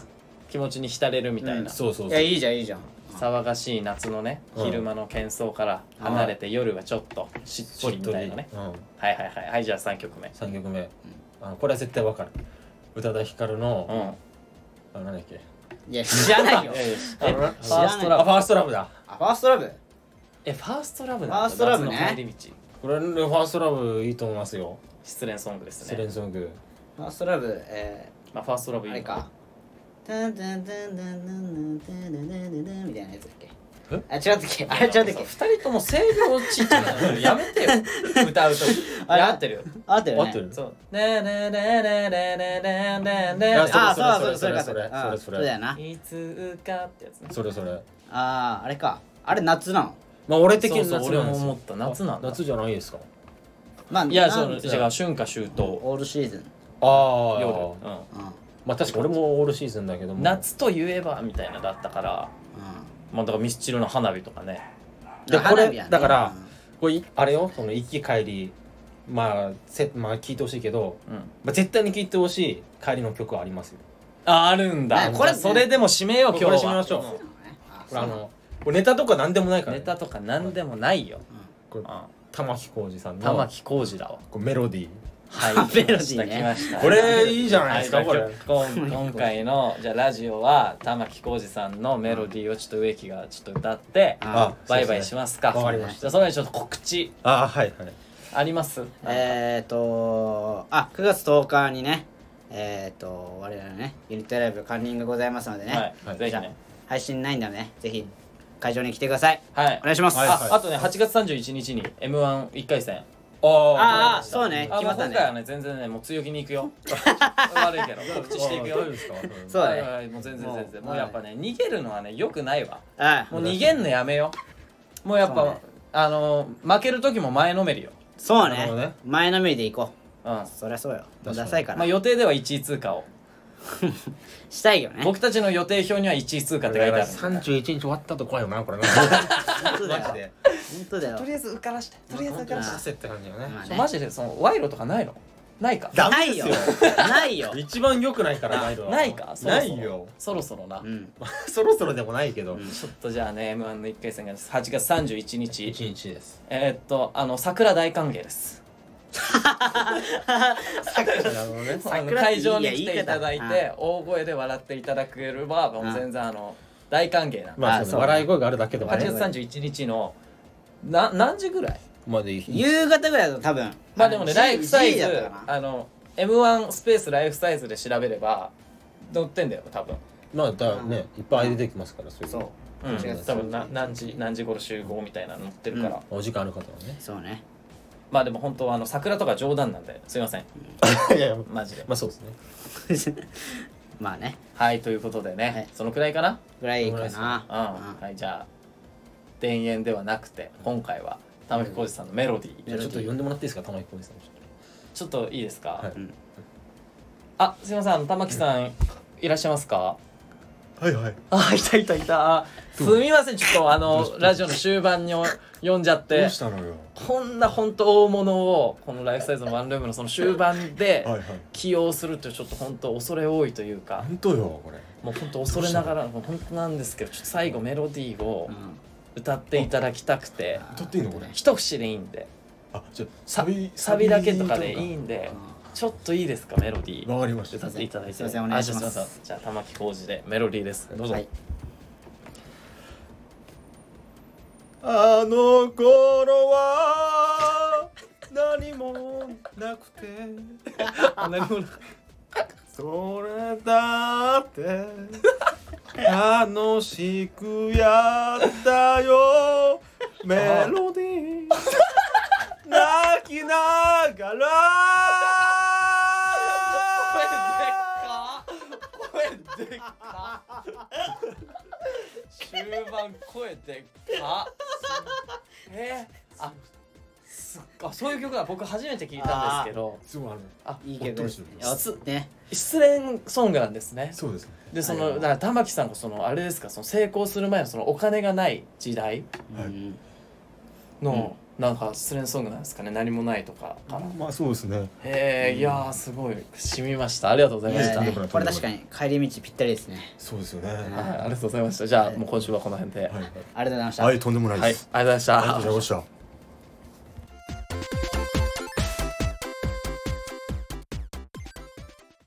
S2: 気持ちに浸れるみたいな
S3: そうそう
S1: い
S3: そ
S1: や
S3: う
S1: いいじゃんいいじゃん
S2: 騒がしい夏のね
S3: うん
S2: 昼間の喧騒から離れて夜はちょっとしっ
S3: し
S2: と
S3: っ
S2: りみ
S3: と
S2: た
S3: り
S2: いなね
S3: うん
S2: はいはいはいはいじゃあ3曲目
S3: 3曲目、あのこれは絶対わかる宇多田ヒカル
S2: う
S3: の、
S2: ん
S3: あのなんだっけ
S1: いや知らないよ
S2: えフ
S3: あの
S2: ァ
S3: な
S2: ースト
S3: あ
S2: ラ
S3: フ
S2: ブ
S3: ァーストラブだ
S1: あファーストラブ
S2: えファーストラブなんだ
S1: ファーストラブね
S2: 夏の帰り道
S3: これのファーストラブいいと思いますよ
S2: 失恋ソングです
S3: 失
S2: ね
S3: 恋ソング
S1: ファーストラブえ
S2: まあファーストラブい
S1: ーあ
S2: いの
S1: れかタンタンタンタンタンタンタンタンタンタンみたいなやつだっけ
S3: え
S1: あ違うったっけあれ違うったっけ
S2: 2人とも声量ちっちゃいのやめてよ歌うと
S1: あれ
S2: やってるよ
S1: 合ってるよね
S3: 合ってる
S2: そうねねねねねねねねね
S3: あ
S1: あ
S3: そ
S1: そうそう
S3: れそ
S1: そ
S3: れ
S1: れ
S3: そ
S1: か
S3: れそれ
S1: うん
S3: そ
S1: そ
S3: れ
S1: うだよない
S2: つかってやつね
S3: それそれ
S1: あーあれかあれ夏なの
S3: まあ俺的に夏
S2: そうそう
S3: なんで
S2: 俺も
S3: すよ
S2: 思った夏なんだ
S3: 夏じゃないですか
S1: まあ
S2: いや
S1: な
S2: その
S1: ん
S2: 違
S1: つ
S2: う
S1: うの
S2: 春夏秋冬
S1: オールシーズン
S3: ああ
S2: 夜うん
S1: うんうん
S3: まあ確か俺もオールシーズンだけども
S2: 夏といえばみたいなだったからまあだからミスチルの花火とかね
S3: でこ
S1: 花
S3: れ
S1: 火やね
S3: だから
S1: うん
S3: これいあれよその行き帰りまあせまあ聞いてほしいけど、
S2: うん
S3: まあ、絶対に聞いてほしい帰りの曲はありますよ
S2: ああるんだ
S1: ね
S2: こ
S1: これ
S2: れそれでも締めよう今
S3: これ
S2: 日
S3: 締めま
S2: は
S3: しょう
S1: あ
S3: これあのこれネタとか何でもないから、
S2: ネタとか何でもないよ
S3: これ
S2: うん
S3: 玉置浩二さんの
S2: 玉置浩二だわ
S3: こうメロディー
S2: はい
S1: メロディ
S2: 来
S1: ー
S2: ま
S1: ね
S2: した来ました
S3: これいいじゃないですか
S2: は
S3: これ
S2: じゃあ今今回のじゃあラジオは玉置浩二さんのメロディーをちょっと植木がちょっと歌って
S1: あ
S2: バイバイし
S3: ま
S2: ますか
S3: わかりました
S2: じゃあその前にちょっと告知
S3: あはいはい
S2: あります
S1: えーとあ9月10日にねえーと我々のねユニットライブカンニングございますのでね、
S2: はいぜひ
S1: じゃ
S2: ね
S1: あ配信ないんだねぜひ会場に来てください
S2: はい
S1: お願いします、
S3: はい
S2: ああとね8月31日に m 1 1回戦
S1: ああ
S3: あ
S1: そうね
S2: あ
S1: 決
S2: も
S1: まった
S2: う今回は
S1: ね
S2: ね全然ねもう強気に行 くよ悪いけど告知していくよ
S3: 大丈夫ですか
S1: そうだね
S2: はいはいもう全然全然
S1: もう
S2: もうやっぱね逃げるのはねよくないわ
S1: あ
S2: もう逃げんのやめようもうやっぱ、
S1: そうね
S2: あのー負ける時も前のめりよ、
S1: そう
S3: なる
S1: ね
S3: ほどね
S1: 前のめりで行こ
S2: うんま
S1: うそりゃそうよもう
S3: 確かに
S1: ダサいから、
S2: あ、予定では1位通過を
S1: したいよね
S2: 僕たちの予定表には1位通過って書いてある
S3: 三十一日終わったと怖いよなこれな
S1: 本当だ よ
S3: マジで
S1: 本当だよ
S2: とりあえず受からしてとりあえず受
S3: 本当
S2: か
S3: に
S2: ら
S1: ま
S2: して
S3: 焦って感じよね
S1: まあ
S2: ちょ
S1: ね
S2: マジでその賄賂とかないのないか
S3: ダ
S1: な
S3: メ
S1: い
S3: で
S1: よ
S3: すよ
S1: ないよ
S3: 一番良くないからない
S2: ないかそろ
S3: な
S2: そろ
S3: い よ
S2: そろそろな、
S1: うん
S3: そろそろでもないけど
S2: ちょっとじゃあね m 1の1回戦が8月31日
S3: 一日です
S2: えー、っとあの桜大歓迎です
S3: なるほどね
S2: あの
S1: 桜ってい
S2: 会
S1: い
S2: 場に来てい
S1: 言い
S2: た
S1: 方
S2: だいて大声で笑っていただければもう全然あの大歓迎なんで
S3: まあ
S1: あそ
S3: その
S1: う
S3: 笑い声があるだけでも
S2: 8
S3: ね
S2: 月31日のな何時ぐらい
S3: までいい
S1: 夕方ぐらいだと多分
S2: まあでもねライフサイ
S1: G
S2: ズ
S1: だったかな
S2: あの m 1スペースライフサイズで調べれば載ってんだよ多分
S3: まあだねいっぱい出てきますからそういう
S1: そう
S3: の
S2: うん
S1: 8月
S2: 多分な何時何時頃集合みたいなの載ってるから、
S1: うん
S3: お時間ある方はね
S1: そうね
S2: まあでも本当はあの桜とか冗談なんですいません
S3: いやいや
S2: マジで
S3: まあそうですね
S1: まあね
S2: はいということでね、
S1: はい
S2: そのくらいかな
S1: ぐらいか
S3: そうな
S1: な
S2: うん、はいじゃあ田園ではなくて今回は玉置浩二さんのメロディ
S3: じゃ
S2: ー
S3: あちょっと呼んでもらっていいですか玉置浩二さんちょっ
S2: ちょっといいですか、
S3: はい
S2: あすいませんあの玉置さんいらっしゃいますか
S3: はいはい
S2: あいたいたいたあすみませんちょっとあ
S3: どう
S2: の
S3: した
S2: ラジオの終盤にお呼んじゃっ
S3: ど
S2: て
S3: うしたのよ
S2: こんな本当大物をこのライフサイズのワンルームのその終盤で
S3: はいはい
S2: 起用するってちょっと本当恐れ多いというか
S3: 本当よこれ
S2: もう本当恐れながらもう本当なんですけどちょっと最後メロディーを
S1: うん
S2: 歌っていただきたくて
S3: 歌っていいのこれ
S2: 一節でいいんで
S3: あじゃあ
S2: サ
S3: サビ
S2: サビだけとかでいい
S3: ん
S2: んでちょっといいですかメロディー
S3: わかりました
S2: 歌っていただいて
S1: すいませんお願いします
S2: あじゃあいじゃあ玉置浩二でメロディーですどうぞ、
S1: はい
S3: あの頃は何もなくて何もなくそれだって楽しくやったよメロディー泣きながら
S2: 声でっか終盤声でっかえー、あすっあそういう曲は僕初めて聞いたんですけど
S3: すごいあの
S2: あ
S1: いいけど
S3: ど
S1: いう
S3: してる
S1: やつね
S2: 失恋ソングなんですね
S3: そうですね
S2: でそ
S1: はい
S2: のだから玉木さんがそのあれですかその成功する前のそのお金がない時代
S3: はい
S1: うん
S2: の、なんか失恋ソングなんですかね何もないとかから、
S3: まあそうですね
S2: へえ、いやーすごい染みましたありがとうござい
S1: い
S2: ま
S1: や
S2: し
S1: い
S2: た、
S1: や
S3: ね
S2: はい、
S1: これ確かに帰り道ぴったりですね
S3: そうですよね
S2: ありがとうございましたじゃあもう今週はこの辺で、はい、
S3: は
S2: あり
S1: あ
S3: い
S1: りがとうございました
S3: はいとんでもない
S2: がとうございました、
S3: ありがとうございました